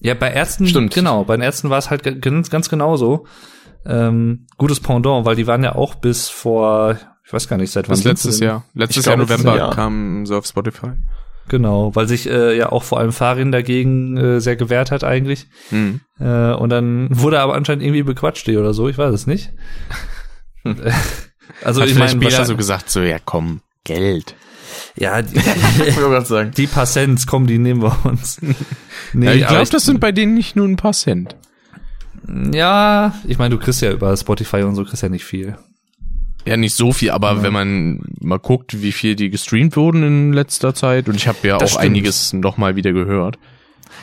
[SPEAKER 2] Ja, bei Ärzten,
[SPEAKER 1] Stimmt.
[SPEAKER 2] genau, bei den Ärzten war es halt ge- ganz, ganz genauso. Ähm, gutes Pendant, weil die waren ja auch bis vor, ich weiß gar nicht, seit wann.
[SPEAKER 3] Das
[SPEAKER 2] sind
[SPEAKER 3] letztes
[SPEAKER 2] sie denn?
[SPEAKER 3] Jahr. Letztes
[SPEAKER 1] Ich
[SPEAKER 3] Jahr
[SPEAKER 1] glaub, letztes
[SPEAKER 3] November
[SPEAKER 1] Jahr.
[SPEAKER 3] kam so auf Spotify.
[SPEAKER 2] Genau, weil sich äh, ja auch vor allem Farin dagegen äh, sehr gewehrt hat eigentlich.
[SPEAKER 3] Hm.
[SPEAKER 2] Äh, und dann wurde er aber anscheinend irgendwie bequatscht die oder so, ich weiß es nicht. also
[SPEAKER 3] Hat
[SPEAKER 2] ich
[SPEAKER 3] vielleicht
[SPEAKER 2] meine,
[SPEAKER 3] Bela so
[SPEAKER 2] wahrscheinlich-
[SPEAKER 3] gesagt, so, ja komm, Geld.
[SPEAKER 2] ja, die,
[SPEAKER 1] ich wollte gerade sagen.
[SPEAKER 2] die paar Cents, komm, die nehmen wir uns. Nee,
[SPEAKER 3] Ja, ich
[SPEAKER 2] aber
[SPEAKER 3] glaube, das sind bei denen nicht nur ein paar Cent.
[SPEAKER 2] ja, ich meine, du kriegst ja über Spotify und so kriegst ja nicht viel.
[SPEAKER 3] Ja, nicht so viel, aber wenn man mal guckt, wie viel die gestreamt wurden in letzter Zeit, und ich habe ja
[SPEAKER 2] Das
[SPEAKER 3] auch
[SPEAKER 2] stimmt.
[SPEAKER 3] einiges nochmal wieder gehört.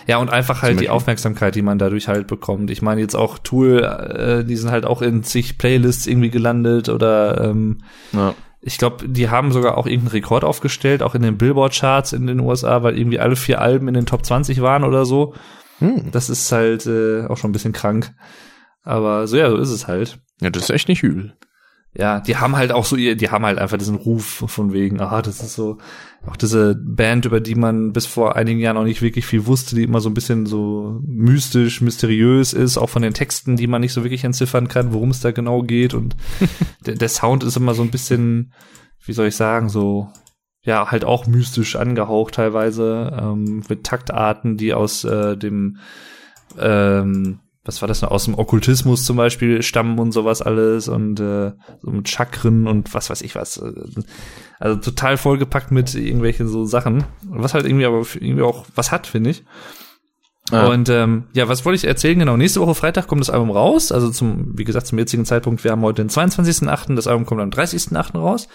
[SPEAKER 2] Ja, und einfach halt die
[SPEAKER 3] Beispiel.
[SPEAKER 2] Aufmerksamkeit, die man dadurch halt bekommt. Ich meine, jetzt auch Tool, äh, die sind halt auch in zig Playlists irgendwie gelandet oder ähm,
[SPEAKER 1] Ja.
[SPEAKER 2] ich glaube, die haben sogar auch irgendeinen Rekord aufgestellt, auch in den Billboard-Charts in den USA, weil irgendwie alle vier Alben in den Top 20 waren oder so.
[SPEAKER 3] Hm.
[SPEAKER 2] Das ist halt äh, auch schon ein bisschen krank. Aber so ja, so ist es halt.
[SPEAKER 3] Ja, das ist echt nicht übel.
[SPEAKER 2] Ja, die haben halt auch so ihr, die haben halt einfach diesen Ruf von wegen, ah, das ist so, auch diese Band, über die man bis vor einigen Jahren noch nicht wirklich viel wusste, die immer so ein bisschen so mystisch, mysteriös ist, auch von den Texten, die man nicht so wirklich entziffern kann, worum es da genau geht und der, der Sound ist immer so ein bisschen, wie soll ich sagen, so, ja, halt auch mystisch angehaucht teilweise, ähm, mit Taktarten, die aus äh, dem, ähm, was war das noch, aus dem Okkultismus zum Beispiel stammen und sowas alles und äh, so mit Chakren und was weiß ich was. Also total vollgepackt mit irgendwelchen so Sachen, was halt irgendwie aber f- irgendwie auch was hat, finde ich.
[SPEAKER 3] Ah.
[SPEAKER 1] Ja.
[SPEAKER 2] Und ähm, ja, was wollte ich erzählen? Genau, nächste Woche Freitag kommt das Album raus. Also zum, wie gesagt, zum jetzigen Zeitpunkt, wir haben heute den 22.8., das Album kommt am 30.8. raus.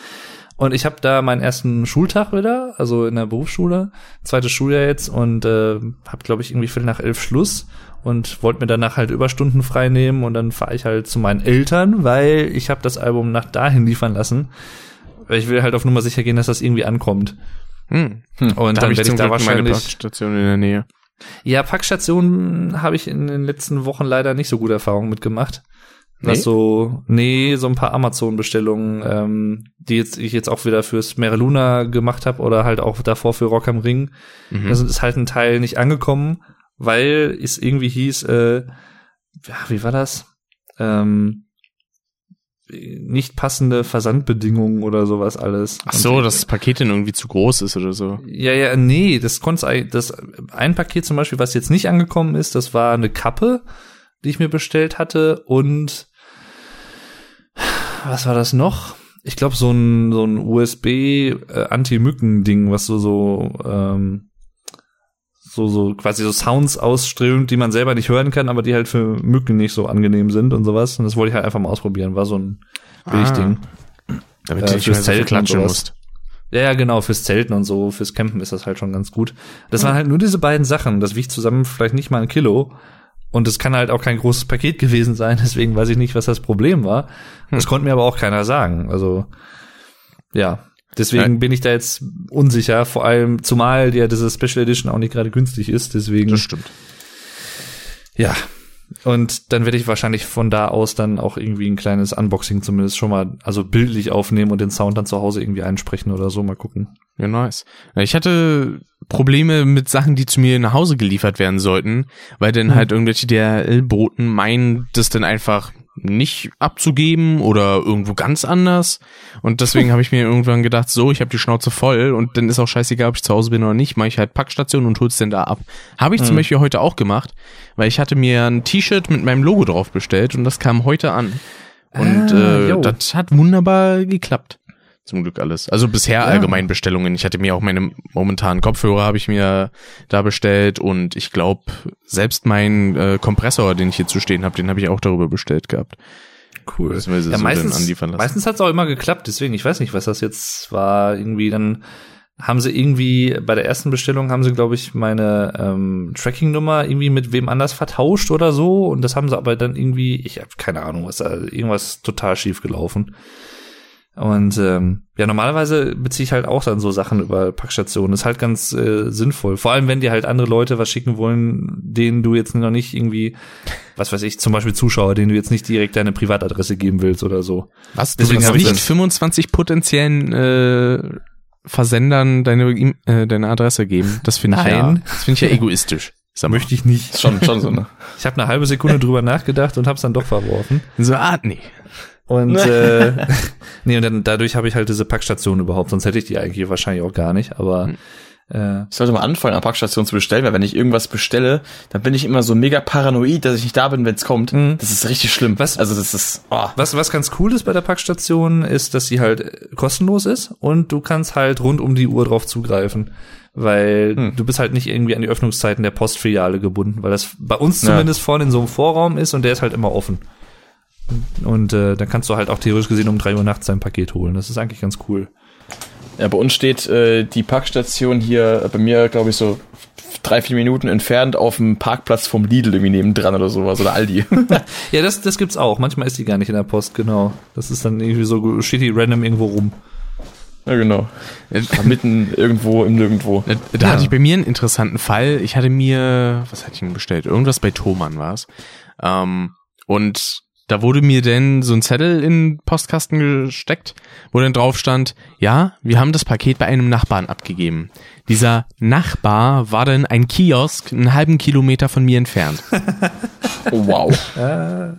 [SPEAKER 2] Und ich habe da meinen ersten Schultag wieder, also in der Berufsschule, zweites Schuljahr jetzt und äh, habe, glaube ich, irgendwie viel nach elf Schluss und wollte mir danach halt Überstunden frei nehmen und dann fahre ich halt zu meinen Eltern, weil ich habe das Album nach dahin liefern lassen. Weil ich will halt auf Nummer sicher gehen, dass das irgendwie ankommt.
[SPEAKER 3] Hm.
[SPEAKER 2] Und
[SPEAKER 3] Da
[SPEAKER 2] dann
[SPEAKER 3] habe ich
[SPEAKER 2] werde
[SPEAKER 3] zum
[SPEAKER 2] ich da
[SPEAKER 3] Glück meine
[SPEAKER 2] wahrscheinlich
[SPEAKER 3] Packstation in der Nähe.
[SPEAKER 2] ja, Packstationen habe ich in den letzten Wochen leider nicht so gute Erfahrungen mitgemacht. Was
[SPEAKER 3] Nee?
[SPEAKER 2] so, nee, so ein paar Amazon-Bestellungen, ähm, die jetzt ich jetzt auch wieder fürs Mereluna gemacht habe oder halt auch davor für Rock am Ring.
[SPEAKER 3] Hm. Mhm.
[SPEAKER 2] Da sind- ist halt ein Teil nicht angekommen, weil es irgendwie hieß, äh, ja, wie war das? Ähm, nicht passende Versandbedingungen oder sowas alles.
[SPEAKER 3] Ach
[SPEAKER 2] Und-
[SPEAKER 3] so, dass das Paket dann irgendwie zu groß ist oder so.
[SPEAKER 2] ja, ja, nee, das konnte das ein Paket zum Beispiel, was jetzt nicht angekommen ist, das war eine Kappe, die ich mir bestellt hatte und was war das noch? Ich glaube so ein so ein USB äh, Anti-Mücken-Ding, was so so ähm, so so quasi so Sounds ausströmt, die man selber nicht hören kann, aber die halt für Mücken nicht so angenehm sind und sowas. Und das wollte ich halt einfach mal ausprobieren. War so ein Billigding.
[SPEAKER 3] Damit
[SPEAKER 2] Äh,
[SPEAKER 3] du nicht
[SPEAKER 2] fürs
[SPEAKER 3] mehr so viel
[SPEAKER 2] Zelten
[SPEAKER 3] klatschen
[SPEAKER 2] und
[SPEAKER 3] musst.
[SPEAKER 2] sowas. Ja, ja, genau, fürs Zelten und so, fürs Campen ist das halt schon ganz gut. Das waren halt nur diese beiden Sachen. Das wiegt zusammen vielleicht nicht mal ein Kilo. Und es kann halt auch kein großes Paket gewesen sein, deswegen Hm. weiß ich nicht, was das Problem war. Das konnte mir aber auch keiner sagen. Also, ja. Deswegen bin ich da jetzt unsicher, vor allem zumal ja diese Special Edition auch nicht gerade günstig ist, deswegen
[SPEAKER 3] Das stimmt.
[SPEAKER 2] ja. Und dann werde ich wahrscheinlich von da aus dann auch irgendwie ein kleines Unboxing zumindest schon mal, also bildlich aufnehmen und den Sound dann zu Hause irgendwie einsprechen oder so, mal gucken.
[SPEAKER 3] Ja, nice. Ja, Ich hatte Probleme mit Sachen, die zu mir nach Hause geliefert werden sollten, weil dann halt irgendwelche DRL-Boten meinen, das dann einfach nicht abzugeben oder irgendwo ganz anders. Und deswegen habe ich mir irgendwann gedacht, so, ich habe die Schnauze voll und dann ist auch scheißegal, ob ich zu Hause bin oder nicht, mache ich halt Packstation und hol's denn da ab. Habe ich zum Beispiel heute auch gemacht, weil ich hatte mir ein T-Shirt mit meinem Logo drauf bestellt und das kam heute an. Und
[SPEAKER 2] Ah,
[SPEAKER 3] äh,
[SPEAKER 2] jo.
[SPEAKER 3] das hat wunderbar geklappt. Zum Glück alles. Also bisher allgemein Bestellungen. Ich hatte mir auch meine momentanen Kopfhörer habe ich mir da bestellt und ich glaube selbst meinen äh, Kompressor, den ich hier zu stehen habe, den habe ich auch darüber bestellt gehabt.
[SPEAKER 2] Cool.
[SPEAKER 3] Beziehungsweise
[SPEAKER 2] Ja,
[SPEAKER 3] so dann
[SPEAKER 2] meistens,
[SPEAKER 3] anliefern lassen.
[SPEAKER 2] meistens hat's auch immer geklappt, deswegen, ich weiß nicht, was das jetzt war. Irgendwie dann haben sie irgendwie, bei der ersten Bestellung haben sie, glaube ich, meine ähm, Tracking-Nummer irgendwie mit wem anders vertauscht oder so. Und das haben sie aber dann irgendwie, ich habe keine Ahnung, was da, irgendwas total schief gelaufen. Und ähm, ja, normalerweise beziehe ich halt auch dann so Sachen über Packstationen. Ist halt ganz äh, sinnvoll. Vor allem, wenn dir halt andere Leute was schicken wollen, denen du jetzt noch nicht irgendwie was weiß ich, zum Beispiel Zuschauer, denen du jetzt nicht direkt deine Privatadresse geben willst oder so.
[SPEAKER 3] Was?
[SPEAKER 2] Deswegen
[SPEAKER 3] Deswegen du
[SPEAKER 2] hab
[SPEAKER 3] willst
[SPEAKER 2] ich
[SPEAKER 3] nicht
[SPEAKER 2] das-
[SPEAKER 3] 25 potenziellen äh, Versendern deine E- äh, deine Adresse geben. Das finde ich ja,
[SPEAKER 2] Nein.
[SPEAKER 3] das finde ich ja egoistisch. Sag mal.
[SPEAKER 2] Möchte ich nicht.
[SPEAKER 1] Schon, schon so, ne?
[SPEAKER 2] Ich habe eine halbe Sekunde drüber nachgedacht und habe es dann doch verworfen.
[SPEAKER 3] So ah, nee.
[SPEAKER 2] Und äh, nee, und dann dadurch habe ich halt diese Packstation überhaupt, sonst hätte ich die eigentlich wahrscheinlich auch gar nicht, aber äh,
[SPEAKER 1] Ich sollte mal anfangen, an Parkstationen zu bestellen, weil wenn ich irgendwas bestelle, dann bin ich immer so mega paranoid, dass ich nicht da bin, wenn es kommt.
[SPEAKER 2] Mhm.
[SPEAKER 1] Das ist richtig schlimm.
[SPEAKER 2] Was-
[SPEAKER 1] Also das ist. Oh.
[SPEAKER 2] was, was ganz cool ist bei der Packstation, ist, dass sie halt äh, kostenlos ist und du kannst halt rund um die Uhr drauf zugreifen. Weil du bist halt nicht irgendwie an die Öffnungszeiten der Postfiliale gebunden, weil das bei uns
[SPEAKER 1] Ja.
[SPEAKER 2] zumindest vorne in so einem Vorraum ist und der ist halt immer offen. Und äh, dann kannst du halt auch theoretisch gesehen um 3 Uhr nachts dein Paket holen. Das ist eigentlich ganz cool.
[SPEAKER 1] Ja, bei uns steht äh, die Parkstation hier äh, bei mir, glaube ich, so f- drei, vier Minuten entfernt auf dem Parkplatz vom Lidl irgendwie nebendran oder sowas oder Aldi.
[SPEAKER 2] Ja, das, das gibt's auch. Manchmal ist die gar nicht in der Post, genau. Das ist dann irgendwie so, steht die random irgendwo rum.
[SPEAKER 1] ja, genau. Mitten irgendwo im Nirgendwo.
[SPEAKER 3] Da, da
[SPEAKER 2] Ja.
[SPEAKER 3] hatte ich bei mir einen interessanten Fall. Ich hatte mir, was hatte ich denn bestellt? Irgendwas bei Thomann war es. Ähm, und da wurde mir denn so ein Zettel in den Postkasten gesteckt, wo dann drauf stand, ja, wir haben das Paket bei einem Nachbarn abgegeben. Dieser Nachbar war dann ein Kiosk einen halben Kilometer von mir entfernt.
[SPEAKER 1] Oh, wow.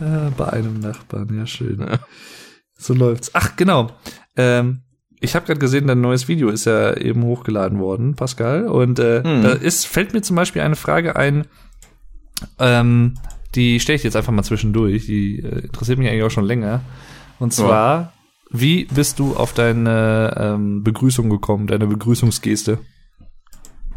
[SPEAKER 2] Äh, bei einem Nachbarn, ja schön. So läuft's. Ach, genau. Ähm, ich habe gerade gesehen, dein neues Video ist ja eben hochgeladen worden, Pascal. Und äh, da ist, fällt mir zum Beispiel eine Frage ein, ähm, die stelle ich jetzt einfach mal zwischendurch, die äh, interessiert mich eigentlich auch schon länger. Und zwar, wie bist du auf deine ähm, Begrüßung gekommen, deine Begrüßungsgeste?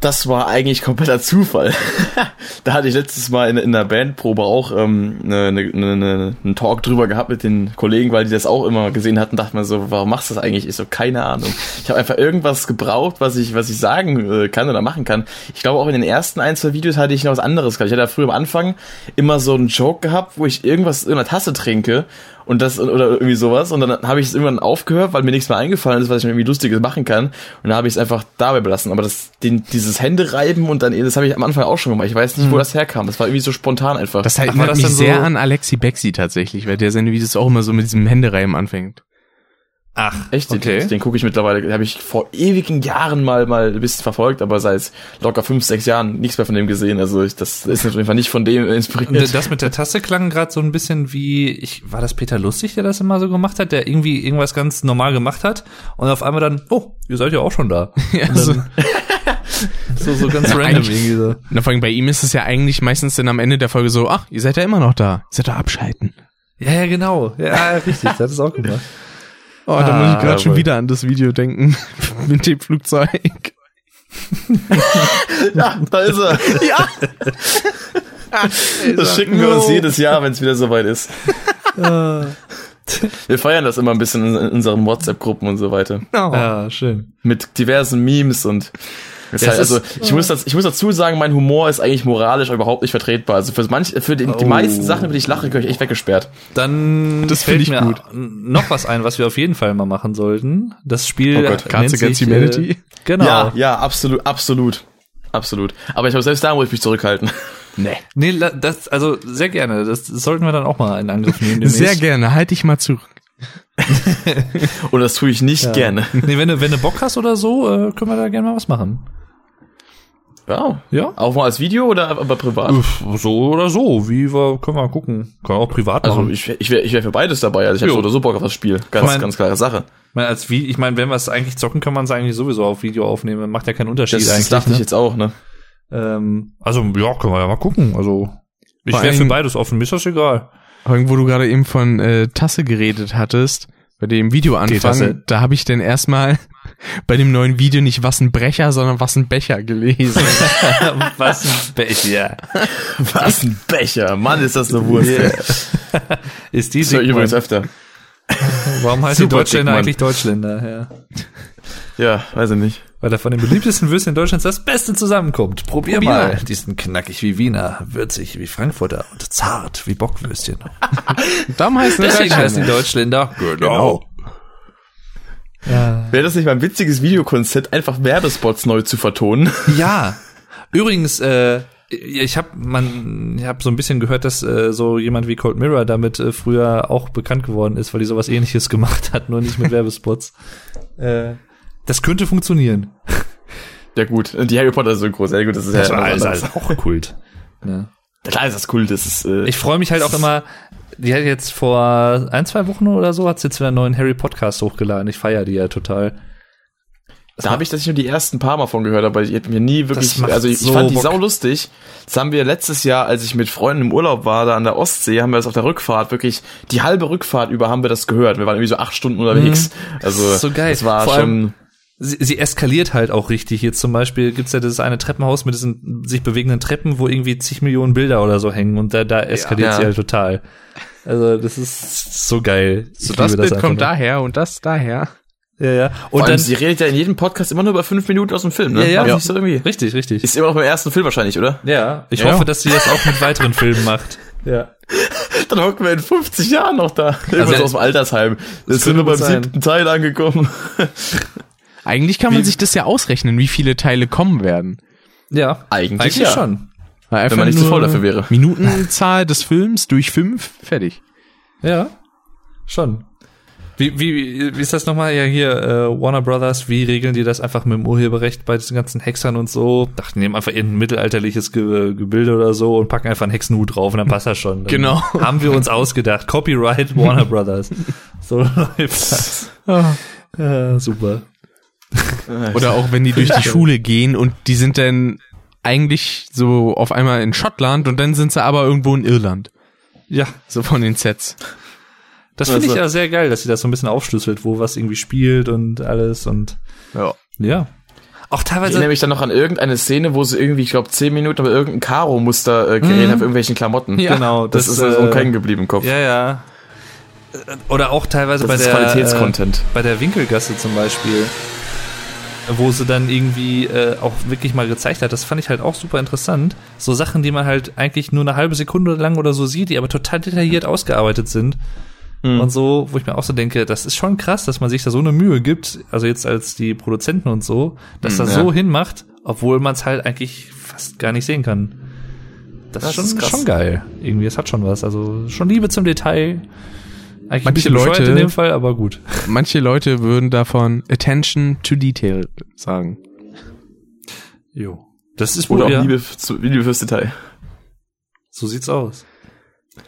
[SPEAKER 1] Das war eigentlich kompletter Zufall. da hatte ich letztes Mal in, in der Bandprobe auch ähm, ne, ne, ne, ne, einen Talk drüber gehabt mit den Kollegen, weil die das auch immer gesehen hatten, dachte man so, warum machst du das eigentlich? Ich so, keine Ahnung. Ich habe einfach irgendwas gebraucht, was ich, was ich sagen äh, kann oder machen kann. Ich glaube auch in den ersten ein, zwei Videos hatte ich noch was anderes gehabt. Ich hatte ja früher am Anfang immer so einen Joke gehabt, wo ich irgendwas in einer Tasse trinke und das oder irgendwie sowas und dann habe ich es irgendwann aufgehört, weil mir nichts mehr eingefallen ist, was ich mir irgendwie lustiges machen kann und dann habe ich es einfach dabei belassen, aber das den dieses Hände reiben und dann das habe ich am Anfang auch schon gemacht. Ich weiß nicht, wo das herkam. Das war irgendwie so spontan einfach.
[SPEAKER 3] Das
[SPEAKER 2] war
[SPEAKER 3] erinnert
[SPEAKER 2] das
[SPEAKER 3] mich
[SPEAKER 2] dann so-
[SPEAKER 3] sehr an Alexi Bexi tatsächlich, weil der seine Videos auch immer so mit diesem Händereim anfängt.
[SPEAKER 2] Ach,
[SPEAKER 1] Echt,
[SPEAKER 2] okay.
[SPEAKER 1] den, den gucke ich mittlerweile, den habe ich vor ewigen Jahren mal mal ein bisschen verfolgt, aber seit locker fünf, sechs Jahren nichts mehr von dem gesehen. Also ich, das ist auf jeden Fall nicht von dem
[SPEAKER 2] Und
[SPEAKER 1] inspiriert.
[SPEAKER 2] das mit der Tasse klang gerade so ein bisschen wie, ich, war das Peter Lustig, der das immer so gemacht hat, der irgendwie irgendwas ganz normal gemacht hat und auf einmal dann, oh, ihr seid ja auch schon da.
[SPEAKER 3] Ja, so.
[SPEAKER 2] So, so ganz random
[SPEAKER 3] eigentlich-
[SPEAKER 2] irgendwie so.
[SPEAKER 3] Na, vor allem bei ihm ist es ja eigentlich meistens dann am Ende der Folge so, ach, ihr seid ja immer noch da. Ihr seid da abschalten.
[SPEAKER 2] Ja, ja, genau. Ja, richtig, das ist auch gemacht.
[SPEAKER 3] Oh, da muss ich
[SPEAKER 2] Ah,
[SPEAKER 3] gerade schon
[SPEAKER 2] jawohl.
[SPEAKER 3] wieder an das Video denken mit dem Flugzeug.
[SPEAKER 1] ja, da ist er.
[SPEAKER 3] Ja.
[SPEAKER 1] Das schicken wir uns
[SPEAKER 3] No.
[SPEAKER 1] jedes Jahr, wenn es wieder soweit ist.
[SPEAKER 3] Ah.
[SPEAKER 1] Wir feiern das immer ein
[SPEAKER 3] Oh.
[SPEAKER 1] bisschen in in unseren WhatsApp-Gruppen und so weiter.
[SPEAKER 3] Genau.
[SPEAKER 2] Ja, schön.
[SPEAKER 1] Mit diversen Memes und Das
[SPEAKER 2] Ja,
[SPEAKER 1] heißt,
[SPEAKER 2] es
[SPEAKER 1] also,
[SPEAKER 2] ist-
[SPEAKER 1] ich, muss das, ich muss dazu sagen, mein Humor ist eigentlich moralisch überhaupt nicht vertretbar. Also für, manch, für den, die
[SPEAKER 2] Oh.
[SPEAKER 1] meisten Sachen, über die ich lache, gehöre ich echt weggesperrt.
[SPEAKER 2] Dann
[SPEAKER 3] Das
[SPEAKER 2] fällt
[SPEAKER 3] find ich
[SPEAKER 2] mir
[SPEAKER 3] gut.
[SPEAKER 2] noch was ein, was wir auf jeden Fall mal machen sollten. Das Spiel
[SPEAKER 3] Oh Gott,
[SPEAKER 2] nennt
[SPEAKER 3] Cards Against
[SPEAKER 2] sich,
[SPEAKER 3] Humanity?
[SPEAKER 2] Äh, genau.
[SPEAKER 1] Ja, ja, absolut, absolut. Absolut. Aber ich glaube, selbst da muss ich mich zurückhalten.
[SPEAKER 2] Nee. Nee, la- das, also sehr gerne. Das sollten wir dann auch mal in Angriff nehmen. demnächst.
[SPEAKER 3] Sehr gerne, halte ich mal zurück.
[SPEAKER 1] Und das tue ich nicht gerne.
[SPEAKER 2] Nee, wenn du, wenn du Bock hast oder so, äh, können wir da gerne mal was machen.
[SPEAKER 1] Wow.
[SPEAKER 2] Ja?
[SPEAKER 1] Auch mal als Video oder aber privat?
[SPEAKER 2] Uff, So oder so, wie wir, können wir gucken. Können wir auch privat
[SPEAKER 1] Also
[SPEAKER 2] machen.
[SPEAKER 1] ich wäre ich wär, ich wär für beides dabei. Also ich habe
[SPEAKER 2] Jo.
[SPEAKER 1] so oder so Bock auf das Spiel. Ganz,
[SPEAKER 2] Ich mein-
[SPEAKER 1] ganz klare Sache.
[SPEAKER 2] Ich meine, als wie, ich meine, wenn wir es eigentlich zocken, kann man es eigentlich sowieso auf Video aufnehmen. Macht ja keinen Unterschied
[SPEAKER 1] Das, das
[SPEAKER 2] eigentlich.
[SPEAKER 1] dachte ich
[SPEAKER 2] ne?
[SPEAKER 1] jetzt auch, ne?
[SPEAKER 2] ähm, also, ja, können wir ja mal gucken. Also, ich
[SPEAKER 3] Vor
[SPEAKER 2] wäre für
[SPEAKER 3] allem-
[SPEAKER 2] beides offen, mir ist das egal.
[SPEAKER 3] Irgendwo du gerade eben von äh, Tasse geredet hattest, bei dem Videoanfang,
[SPEAKER 2] Tasse.
[SPEAKER 3] da habe ich denn erstmal bei dem neuen Video nicht was ein Brecher, sondern was ein Becher gelesen.
[SPEAKER 2] was ein Becher.
[SPEAKER 1] Was ein Becher. Mann, ist das eine Wurst.
[SPEAKER 2] Ist die
[SPEAKER 1] Das höre ich übrigens öfter.
[SPEAKER 2] Dickmann. Warum heißt die
[SPEAKER 1] Super
[SPEAKER 2] Deutschländer
[SPEAKER 1] Dickmann.
[SPEAKER 2] eigentlich Deutschländer? Ja.
[SPEAKER 1] Ja, weiß ich nicht.
[SPEAKER 2] Weil da von den beliebtesten Würstchen Deutschlands das Beste zusammenkommt. Probier,
[SPEAKER 3] Probier
[SPEAKER 2] mal.
[SPEAKER 3] mal.
[SPEAKER 2] Die sind knackig wie Wiener, würzig wie Frankfurter und zart wie Bockwürstchen.
[SPEAKER 3] Darum heißt es
[SPEAKER 2] Deswegen heißen die
[SPEAKER 3] Deutschland.
[SPEAKER 2] Deutschländer.
[SPEAKER 3] Genau.
[SPEAKER 1] Wäre das nicht mal ein witziges Videokonzept, einfach Werbespots neu zu vertonen?
[SPEAKER 2] Ja. Übrigens, äh, ich habe man, ich habe so ein bisschen gehört, dass äh, so jemand wie Cold Mirror damit äh, früher auch bekannt geworden ist, weil die sowas Ähnliches gemacht hat, nur nicht mit Werbespots. äh, das könnte funktionieren.
[SPEAKER 1] Ja gut, die Harry Potter Synchro, sehr gut, das ist ja was anderes.
[SPEAKER 2] also auch Kult. Ja.
[SPEAKER 1] Klar ist das cool, das ist äh,
[SPEAKER 2] Ich freue mich halt auch immer, die hat jetzt vor ein, zwei Wochen oder so, hat sie jetzt wieder einen neuen Harry Podcast hochgeladen. Ich feiere die ja total.
[SPEAKER 1] da habe ich tatsächlich nur die ersten paar Mal von gehört, aber ich hätte mir nie wirklich
[SPEAKER 2] macht
[SPEAKER 1] also ich,
[SPEAKER 2] so
[SPEAKER 1] ich fand die
[SPEAKER 2] Bock.
[SPEAKER 1] sau lustig. Das haben wir letztes Jahr, als ich mit Freunden im Urlaub war, da an der Ostsee, haben wir das auf der Rückfahrt wirklich die halbe Rückfahrt über haben wir das gehört. Wir waren irgendwie so acht Stunden unterwegs. Also
[SPEAKER 2] Das ist so geil.
[SPEAKER 1] Das war
[SPEAKER 2] Vor allem-
[SPEAKER 1] schon
[SPEAKER 2] Sie, sie eskaliert halt auch richtig. Jetzt zum Beispiel gibt's ja dieses eine Treppenhaus mit diesen sich bewegenden Treppen, wo irgendwie zig Millionen Bilder oder so hängen und da, da eskaliert
[SPEAKER 1] Ja.
[SPEAKER 2] sie halt total. Also das ist so geil.
[SPEAKER 3] So, das Bild kommt
[SPEAKER 1] ne?
[SPEAKER 2] da.
[SPEAKER 3] daher und das daher.
[SPEAKER 2] Ja, ja.
[SPEAKER 1] vor
[SPEAKER 2] Und
[SPEAKER 1] allem,
[SPEAKER 2] dann,
[SPEAKER 1] sie ne? redet ja in jedem Podcast immer nur über fünf Minuten aus dem Film,
[SPEAKER 2] ja,
[SPEAKER 1] ne?
[SPEAKER 2] ja,
[SPEAKER 1] Aber das Ist, irgendwie,
[SPEAKER 2] richtig, richtig.
[SPEAKER 1] ist immer noch beim ersten Film wahrscheinlich, oder?
[SPEAKER 2] ja, ich
[SPEAKER 3] Ja.
[SPEAKER 2] hoffe, dass sie das auch mit weiteren Filmen macht. Ja.
[SPEAKER 1] Dann hocken wir in 50 Jahren noch da. Irgendwas
[SPEAKER 2] ja,
[SPEAKER 1] aus dem Altersheim. Jetzt sind
[SPEAKER 2] könnte
[SPEAKER 1] wir beim
[SPEAKER 2] gut sein.
[SPEAKER 1] siebten Teil angekommen.
[SPEAKER 3] Eigentlich kann man
[SPEAKER 1] Wie-
[SPEAKER 3] sich das ja ausrechnen, wie viele Teile kommen werden.
[SPEAKER 2] Ja.
[SPEAKER 1] Eigentlich
[SPEAKER 2] Eigentlich
[SPEAKER 1] ja.
[SPEAKER 2] schon.
[SPEAKER 3] Weil einfach
[SPEAKER 1] man nicht zu
[SPEAKER 3] nur
[SPEAKER 1] faul dafür wäre.
[SPEAKER 3] Minutenzahl des Films durch fünf, fertig.
[SPEAKER 2] Ja, schon. Wie, wie, wie ist das nochmal? Ja, hier, äh, Warner Brothers, wie regeln die das einfach mit dem Urheberrecht bei diesen ganzen Hexern und so? Ach, die nehmen einfach irgendein mittelalterliches Ge Gebilde oder so und packen einfach einen Hexenhut drauf und dann passt das schon. Dann
[SPEAKER 3] Genau.
[SPEAKER 2] Haben wir uns ausgedacht. Copyright Warner Brothers. So läuft das. Ja, super.
[SPEAKER 3] Oder auch wenn die durch die Schule gehen und die sind dann eigentlich so auf einmal in Schottland und dann sind sie aber irgendwo in Irland.
[SPEAKER 2] Ja,
[SPEAKER 3] So von den Sets.
[SPEAKER 2] das finde
[SPEAKER 1] Also-
[SPEAKER 2] ich ja sehr geil, dass sie das so ein bisschen aufschlüsselt, wo was irgendwie spielt und alles und
[SPEAKER 3] Ja.
[SPEAKER 2] ja. Auch
[SPEAKER 1] Ich
[SPEAKER 2] teilweise
[SPEAKER 1] erinnere mich dann noch an irgendeine Szene, wo sie irgendwie, ich glaube, 10 Minuten über irgendein Karo-Muster äh, geredet haben, auf irgendwelchen Klamotten.
[SPEAKER 3] Ja.
[SPEAKER 2] Genau,
[SPEAKER 1] Das,
[SPEAKER 2] das,
[SPEAKER 1] ist mir so
[SPEAKER 2] äh,
[SPEAKER 1] äh, hängen geblieben im Kopf.
[SPEAKER 2] Ja, ja. Äh, Oder auch
[SPEAKER 1] Das
[SPEAKER 2] teilweise bei
[SPEAKER 1] ist
[SPEAKER 2] der
[SPEAKER 1] Qualitätscontent.
[SPEAKER 2] Äh, bei der Winkelgasse zum Beispiel, wo sie dann irgendwie äh, auch wirklich mal gezeigt hat. Das fand ich halt auch super interessant. So Sachen, die man halt eigentlich nur eine halbe Sekunde lang oder so sieht, die aber total detailliert ausgearbeitet sind. Und so, wo ich mir auch so denke, das ist schon krass, dass man sich da so eine Mühe gibt, also jetzt als die Produzenten und so, dass das
[SPEAKER 1] ja.
[SPEAKER 2] so hinmacht, obwohl man es halt eigentlich fast gar nicht sehen kann. Das,
[SPEAKER 1] Das
[SPEAKER 2] ist schon,
[SPEAKER 1] ist krass.
[SPEAKER 2] schon geil. Irgendwie, es hat schon was. Also schon Liebe zum Detail. Eigentlich ein
[SPEAKER 3] Manche
[SPEAKER 2] bisschen bescheuert
[SPEAKER 3] Leute-
[SPEAKER 2] in dem Fall, aber gut.
[SPEAKER 3] Manche Leute würden davon Attention to Detail sagen.
[SPEAKER 2] Jo. Das ist
[SPEAKER 1] Oder
[SPEAKER 2] wohl
[SPEAKER 1] auch
[SPEAKER 2] äh, oh, ja.
[SPEAKER 1] Liebe, f- zu, Liebe fürs Detail.
[SPEAKER 2] So sieht's aus.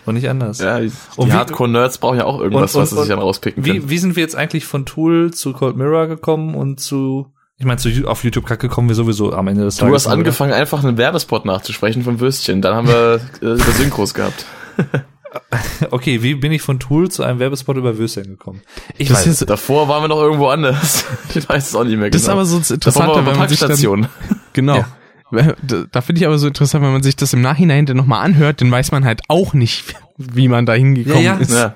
[SPEAKER 2] Und nicht anders.
[SPEAKER 1] Ja, die
[SPEAKER 2] Und
[SPEAKER 1] die
[SPEAKER 2] wie-
[SPEAKER 1] Hardcore-Nerds brauchen ja auch irgendwas,
[SPEAKER 2] Und- und-
[SPEAKER 1] was sie sich dann rauspicken können.
[SPEAKER 2] Wie, wie sind wir jetzt eigentlich von Tool zu Cold Mirror gekommen und zu, ich meine, zu, Ju- auf YouTube Kacke kommen wir sowieso am Ende des
[SPEAKER 1] Du
[SPEAKER 2] Tages.
[SPEAKER 1] hast angefangen, einfach einen Werbespot nachzusprechen vom Würstchen. Dann haben wir äh, über Synchros gehabt.
[SPEAKER 2] oder? Okay, wie bin ich von Tool zu einem Werbespot über Würstchen gekommen? Ich
[SPEAKER 3] Das
[SPEAKER 2] weiß.
[SPEAKER 3] ist,
[SPEAKER 1] Davor waren wir noch irgendwo anders. Ich weiß es auch nicht mehr genau.
[SPEAKER 3] das ist aber so das
[SPEAKER 1] Davor
[SPEAKER 3] Interessante,
[SPEAKER 1] waren wir
[SPEAKER 3] wenn
[SPEAKER 1] bei
[SPEAKER 3] man sich dann,
[SPEAKER 1] Packstation.
[SPEAKER 3] Genau. Da, da finde ich aber so interessant, wenn man sich das im Nachhinein dann nochmal anhört, dann weiß man halt auch nicht, wie man da hingekommen
[SPEAKER 2] Ja, ja.
[SPEAKER 3] ist.
[SPEAKER 1] Ja.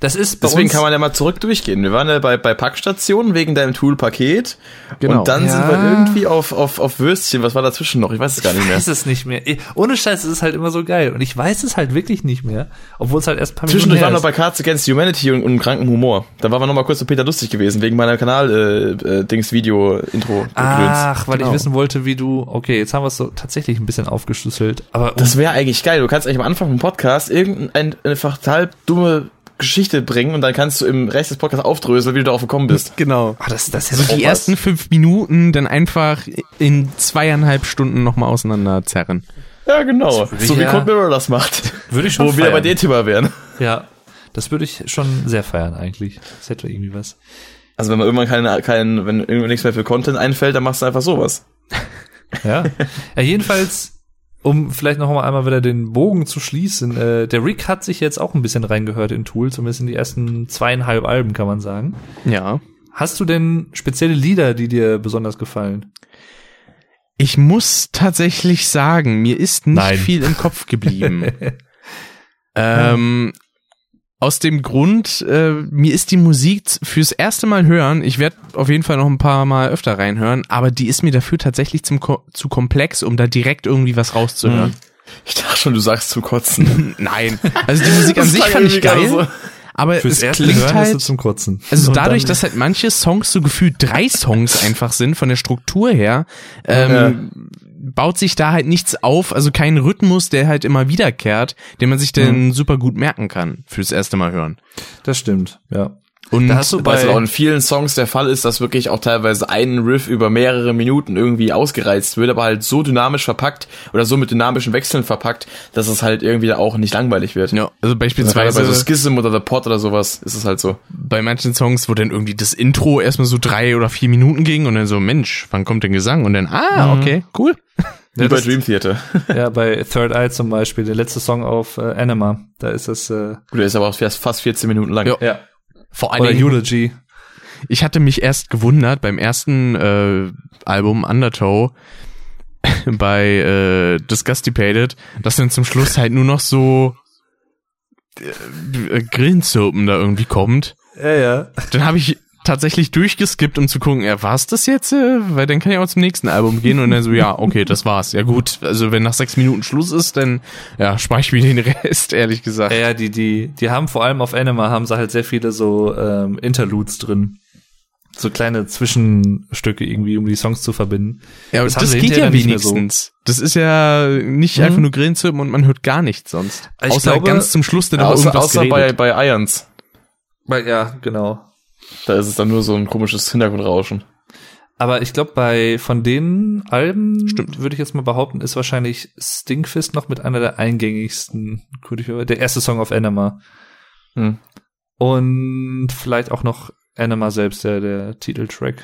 [SPEAKER 2] Das ist bei
[SPEAKER 1] Deswegen
[SPEAKER 2] uns,
[SPEAKER 1] kann man ja mal zurück durchgehen. Wir waren ja bei, bei Packstationen wegen deinem Tool-Paket.
[SPEAKER 4] Genau.
[SPEAKER 1] Und dann sind wir
[SPEAKER 2] Ja.
[SPEAKER 1] irgendwie auf, auf, auf Würstchen. Was war dazwischen noch? Ich weiß es gar nicht
[SPEAKER 2] ich
[SPEAKER 1] mehr.
[SPEAKER 2] weiß es nicht mehr. Ich- Ohne Scheiß, es ist halt immer so geil. Und ich weiß es halt wirklich nicht mehr, obwohl es halt erst ein paar
[SPEAKER 1] Zwischendurch waren
[SPEAKER 2] Minuten
[SPEAKER 1] wir
[SPEAKER 2] her
[SPEAKER 1] bei Cards Against Humanity und, und kranken Humor. Da waren wir nochmal kurz zu Peter lustig gewesen, wegen meiner äh, Kanal-Dings-Video-Intro.
[SPEAKER 2] ist. Ach, weil
[SPEAKER 1] Genau.
[SPEAKER 2] ich wissen wollte, wie du. Okay, jetzt haben wir es so tatsächlich ein bisschen aufgeschlüsselt. Aber
[SPEAKER 1] Das wäre eigentlich geil. Du kannst eigentlich am Anfang vom Podcast irgendeine einfach halb dumme Geschichte bringen und dann kannst du im Rest des Podcasts aufdröseln, wie du darauf gekommen bist.
[SPEAKER 3] Genau.
[SPEAKER 2] Ah, das, das
[SPEAKER 3] Also
[SPEAKER 2] hätte auch
[SPEAKER 3] die
[SPEAKER 2] was.
[SPEAKER 3] ersten fünf Minuten dann einfach in zweieinhalb Stunden nochmal auseinanderzerren.
[SPEAKER 1] Ja, genau. So wie
[SPEAKER 2] Ja.
[SPEAKER 1] Cold Mirror das macht.
[SPEAKER 2] Würde ich schon
[SPEAKER 1] Wo wir bei
[SPEAKER 2] feiern.
[SPEAKER 1] dem Thema wären.
[SPEAKER 2] Ja, das würde ich schon sehr feiern eigentlich. Das hätte irgendwie was.
[SPEAKER 1] Also wenn man irgendwann keinen, keinen, wenn irgendwann nichts mehr für Content einfällt, dann machst du einfach sowas.
[SPEAKER 2] Ja, ja jedenfalls, um vielleicht noch mal einmal wieder den Bogen zu schließen, äh, der Rick hat sich jetzt auch ein bisschen reingehört in Tool, zumindest in die ersten zweieinhalb Alben, kann man sagen.
[SPEAKER 3] Ja.
[SPEAKER 2] Hast du denn spezielle Lieder, die dir besonders gefallen?
[SPEAKER 3] Ich muss tatsächlich sagen, mir ist nicht
[SPEAKER 2] Nein.
[SPEAKER 3] viel im Kopf geblieben. ähm, aus dem Grund, äh, mir ist die Musik z- fürs erste Mal hören, ich werde auf jeden Fall noch ein paar Mal öfter reinhören, aber die ist mir dafür tatsächlich zum Ko zu komplex, um da direkt irgendwie was rauszuhören.
[SPEAKER 1] Ich dachte schon, du sagst zu kotzen.
[SPEAKER 3] Nein. Also die Musik an
[SPEAKER 1] Mhm. Das
[SPEAKER 3] sich
[SPEAKER 1] klang
[SPEAKER 3] fand ich
[SPEAKER 1] irgendwie gerade
[SPEAKER 3] geil,
[SPEAKER 1] so.
[SPEAKER 3] aber Äh, es klingt
[SPEAKER 2] ist
[SPEAKER 3] halt
[SPEAKER 2] es zum Kotzen.
[SPEAKER 3] Also
[SPEAKER 2] Und
[SPEAKER 3] dadurch,
[SPEAKER 2] dann-
[SPEAKER 3] dass halt manche Songs so gefühlt drei Songs einfach sind von der Struktur her, ähm, baut sich da halt nichts auf, also kein Rhythmus, der halt immer wiederkehrt, den man sich dann
[SPEAKER 2] Mhm.
[SPEAKER 3] super gut merken kann fürs erste Mal hören.
[SPEAKER 2] Das stimmt, ja.
[SPEAKER 3] Und
[SPEAKER 2] Da hast du
[SPEAKER 1] Weil es auch
[SPEAKER 2] bei...
[SPEAKER 1] in vielen Songs der Fall ist, dass wirklich auch teilweise ein Riff über mehrere Minuten irgendwie ausgereizt wird, aber halt so dynamisch verpackt oder so mit dynamischen Wechseln verpackt, dass es halt irgendwie auch nicht langweilig wird.
[SPEAKER 3] ja, also
[SPEAKER 1] Gerade
[SPEAKER 3] beispielsweise
[SPEAKER 1] bei so Schism oder The Pot oder sowas ist es halt so.
[SPEAKER 3] bei manchen Songs, wo dann irgendwie das Intro erstmal so drei oder vier Minuten ging und dann so, Mensch, wann kommt denn Gesang? Und dann, ah,
[SPEAKER 2] Mhm.
[SPEAKER 3] okay, cool.
[SPEAKER 1] Wie bei Dream Theater.
[SPEAKER 2] Ja, bei Third Eye zum Beispiel, der letzte Song auf äh, Anima, da ist das... Äh,
[SPEAKER 1] Gut, der ist aber auch fast fast 14 Minuten lang.
[SPEAKER 3] Ja.
[SPEAKER 2] ja.
[SPEAKER 3] Vor
[SPEAKER 2] Oder Eulogy.
[SPEAKER 3] Ich hatte mich erst gewundert beim ersten äh, Album Undertow bei äh, Disgustipated, dass dann zum Schluss halt nur noch so äh, Grillenzirpen da irgendwie kommt.
[SPEAKER 2] Ja, ja.
[SPEAKER 3] Dann habe ich tatsächlich durchgeskippt, um zu gucken, ja, war's das jetzt? Äh, Weil dann kann ich auch zum nächsten Album gehen und dann so, ja, okay, das war's. Ja gut, also wenn nach sechs Minuten Schluss ist, dann ja, spare ich mir den Rest, ehrlich gesagt.
[SPEAKER 2] Ja, ja, die, die, die haben vor allem auf Anima haben sie halt sehr viele so ähm, Interludes drin. So kleine Zwischenstücke irgendwie, um die Songs zu verbinden.
[SPEAKER 3] Ja, aber
[SPEAKER 2] Das
[SPEAKER 3] das,
[SPEAKER 2] haben sie
[SPEAKER 3] geht
[SPEAKER 2] hinterher
[SPEAKER 3] ja
[SPEAKER 2] dann nicht mehr so.
[SPEAKER 3] wenigstens. Das ist ja nicht
[SPEAKER 2] Mhm.
[SPEAKER 3] einfach nur Grillenzirpen und man hört gar nichts sonst.
[SPEAKER 2] Also ich
[SPEAKER 3] außer
[SPEAKER 2] glaube-
[SPEAKER 3] ganz zum Schluss dann noch
[SPEAKER 1] Außer,
[SPEAKER 3] irgendwas
[SPEAKER 1] außer bei,
[SPEAKER 3] geredet.
[SPEAKER 1] bei Irons.
[SPEAKER 2] Weil, ja, genau.
[SPEAKER 1] Da ist es dann nur so ein komisches Hintergrundrauschen.
[SPEAKER 2] Aber ich glaube, bei von den Alben, würde ich jetzt mal behaupten, ist wahrscheinlich Stinkfist noch mit einer der eingängigsten, könnte ich mir- der erste Song auf Anima.
[SPEAKER 1] Hm.
[SPEAKER 2] Und vielleicht auch noch Anima selbst, der, der Titeltrack.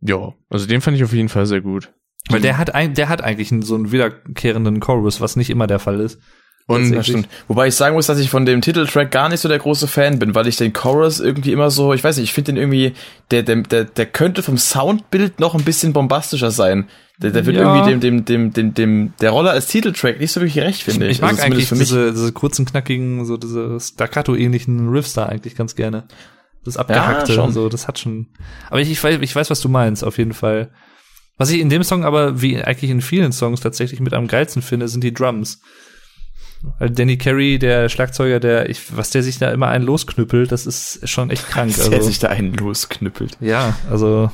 [SPEAKER 3] ja, also den fand ich auf jeden Fall sehr gut.
[SPEAKER 2] Weil der hat, ein, der hat eigentlich einen, so einen wiederkehrenden Chorus, was nicht immer der Fall ist.
[SPEAKER 3] Und
[SPEAKER 1] Ja, stimmt. Wobei ich sagen muss, dass ich von dem Titeltrack gar nicht so der große Fan bin, weil ich den Chorus irgendwie immer so, ich weiß nicht, ich finde den irgendwie, der, der, der, der könnte vom Soundbild noch ein bisschen bombastischer sein. Der, der wird
[SPEAKER 2] Ja.
[SPEAKER 1] irgendwie dem, dem, dem, dem, dem, der Rolle als Titeltrack nicht so wirklich recht, finde ich.
[SPEAKER 2] Ich mag
[SPEAKER 1] Also
[SPEAKER 2] eigentlich
[SPEAKER 1] zumindest
[SPEAKER 2] diese, diese kurzen, knackigen, so diese Staccato-ähnlichen Riffs da eigentlich ganz gerne. Das Abgehackte
[SPEAKER 1] schon.
[SPEAKER 2] und so, das hat schon. Aber ich, ich, weiß, ich weiß, was du meinst, auf jeden Fall. Was ich in dem Song aber, wie eigentlich in vielen Songs tatsächlich mit am geilsten finde, sind die Drums. Weil Danny Carey, der Schlagzeuger, der, ich, was der sich da immer einen losknüppelt, das ist schon echt krank.
[SPEAKER 1] Dass der
[SPEAKER 2] also.
[SPEAKER 1] sich da einen losknüppelt.
[SPEAKER 2] Ja, also.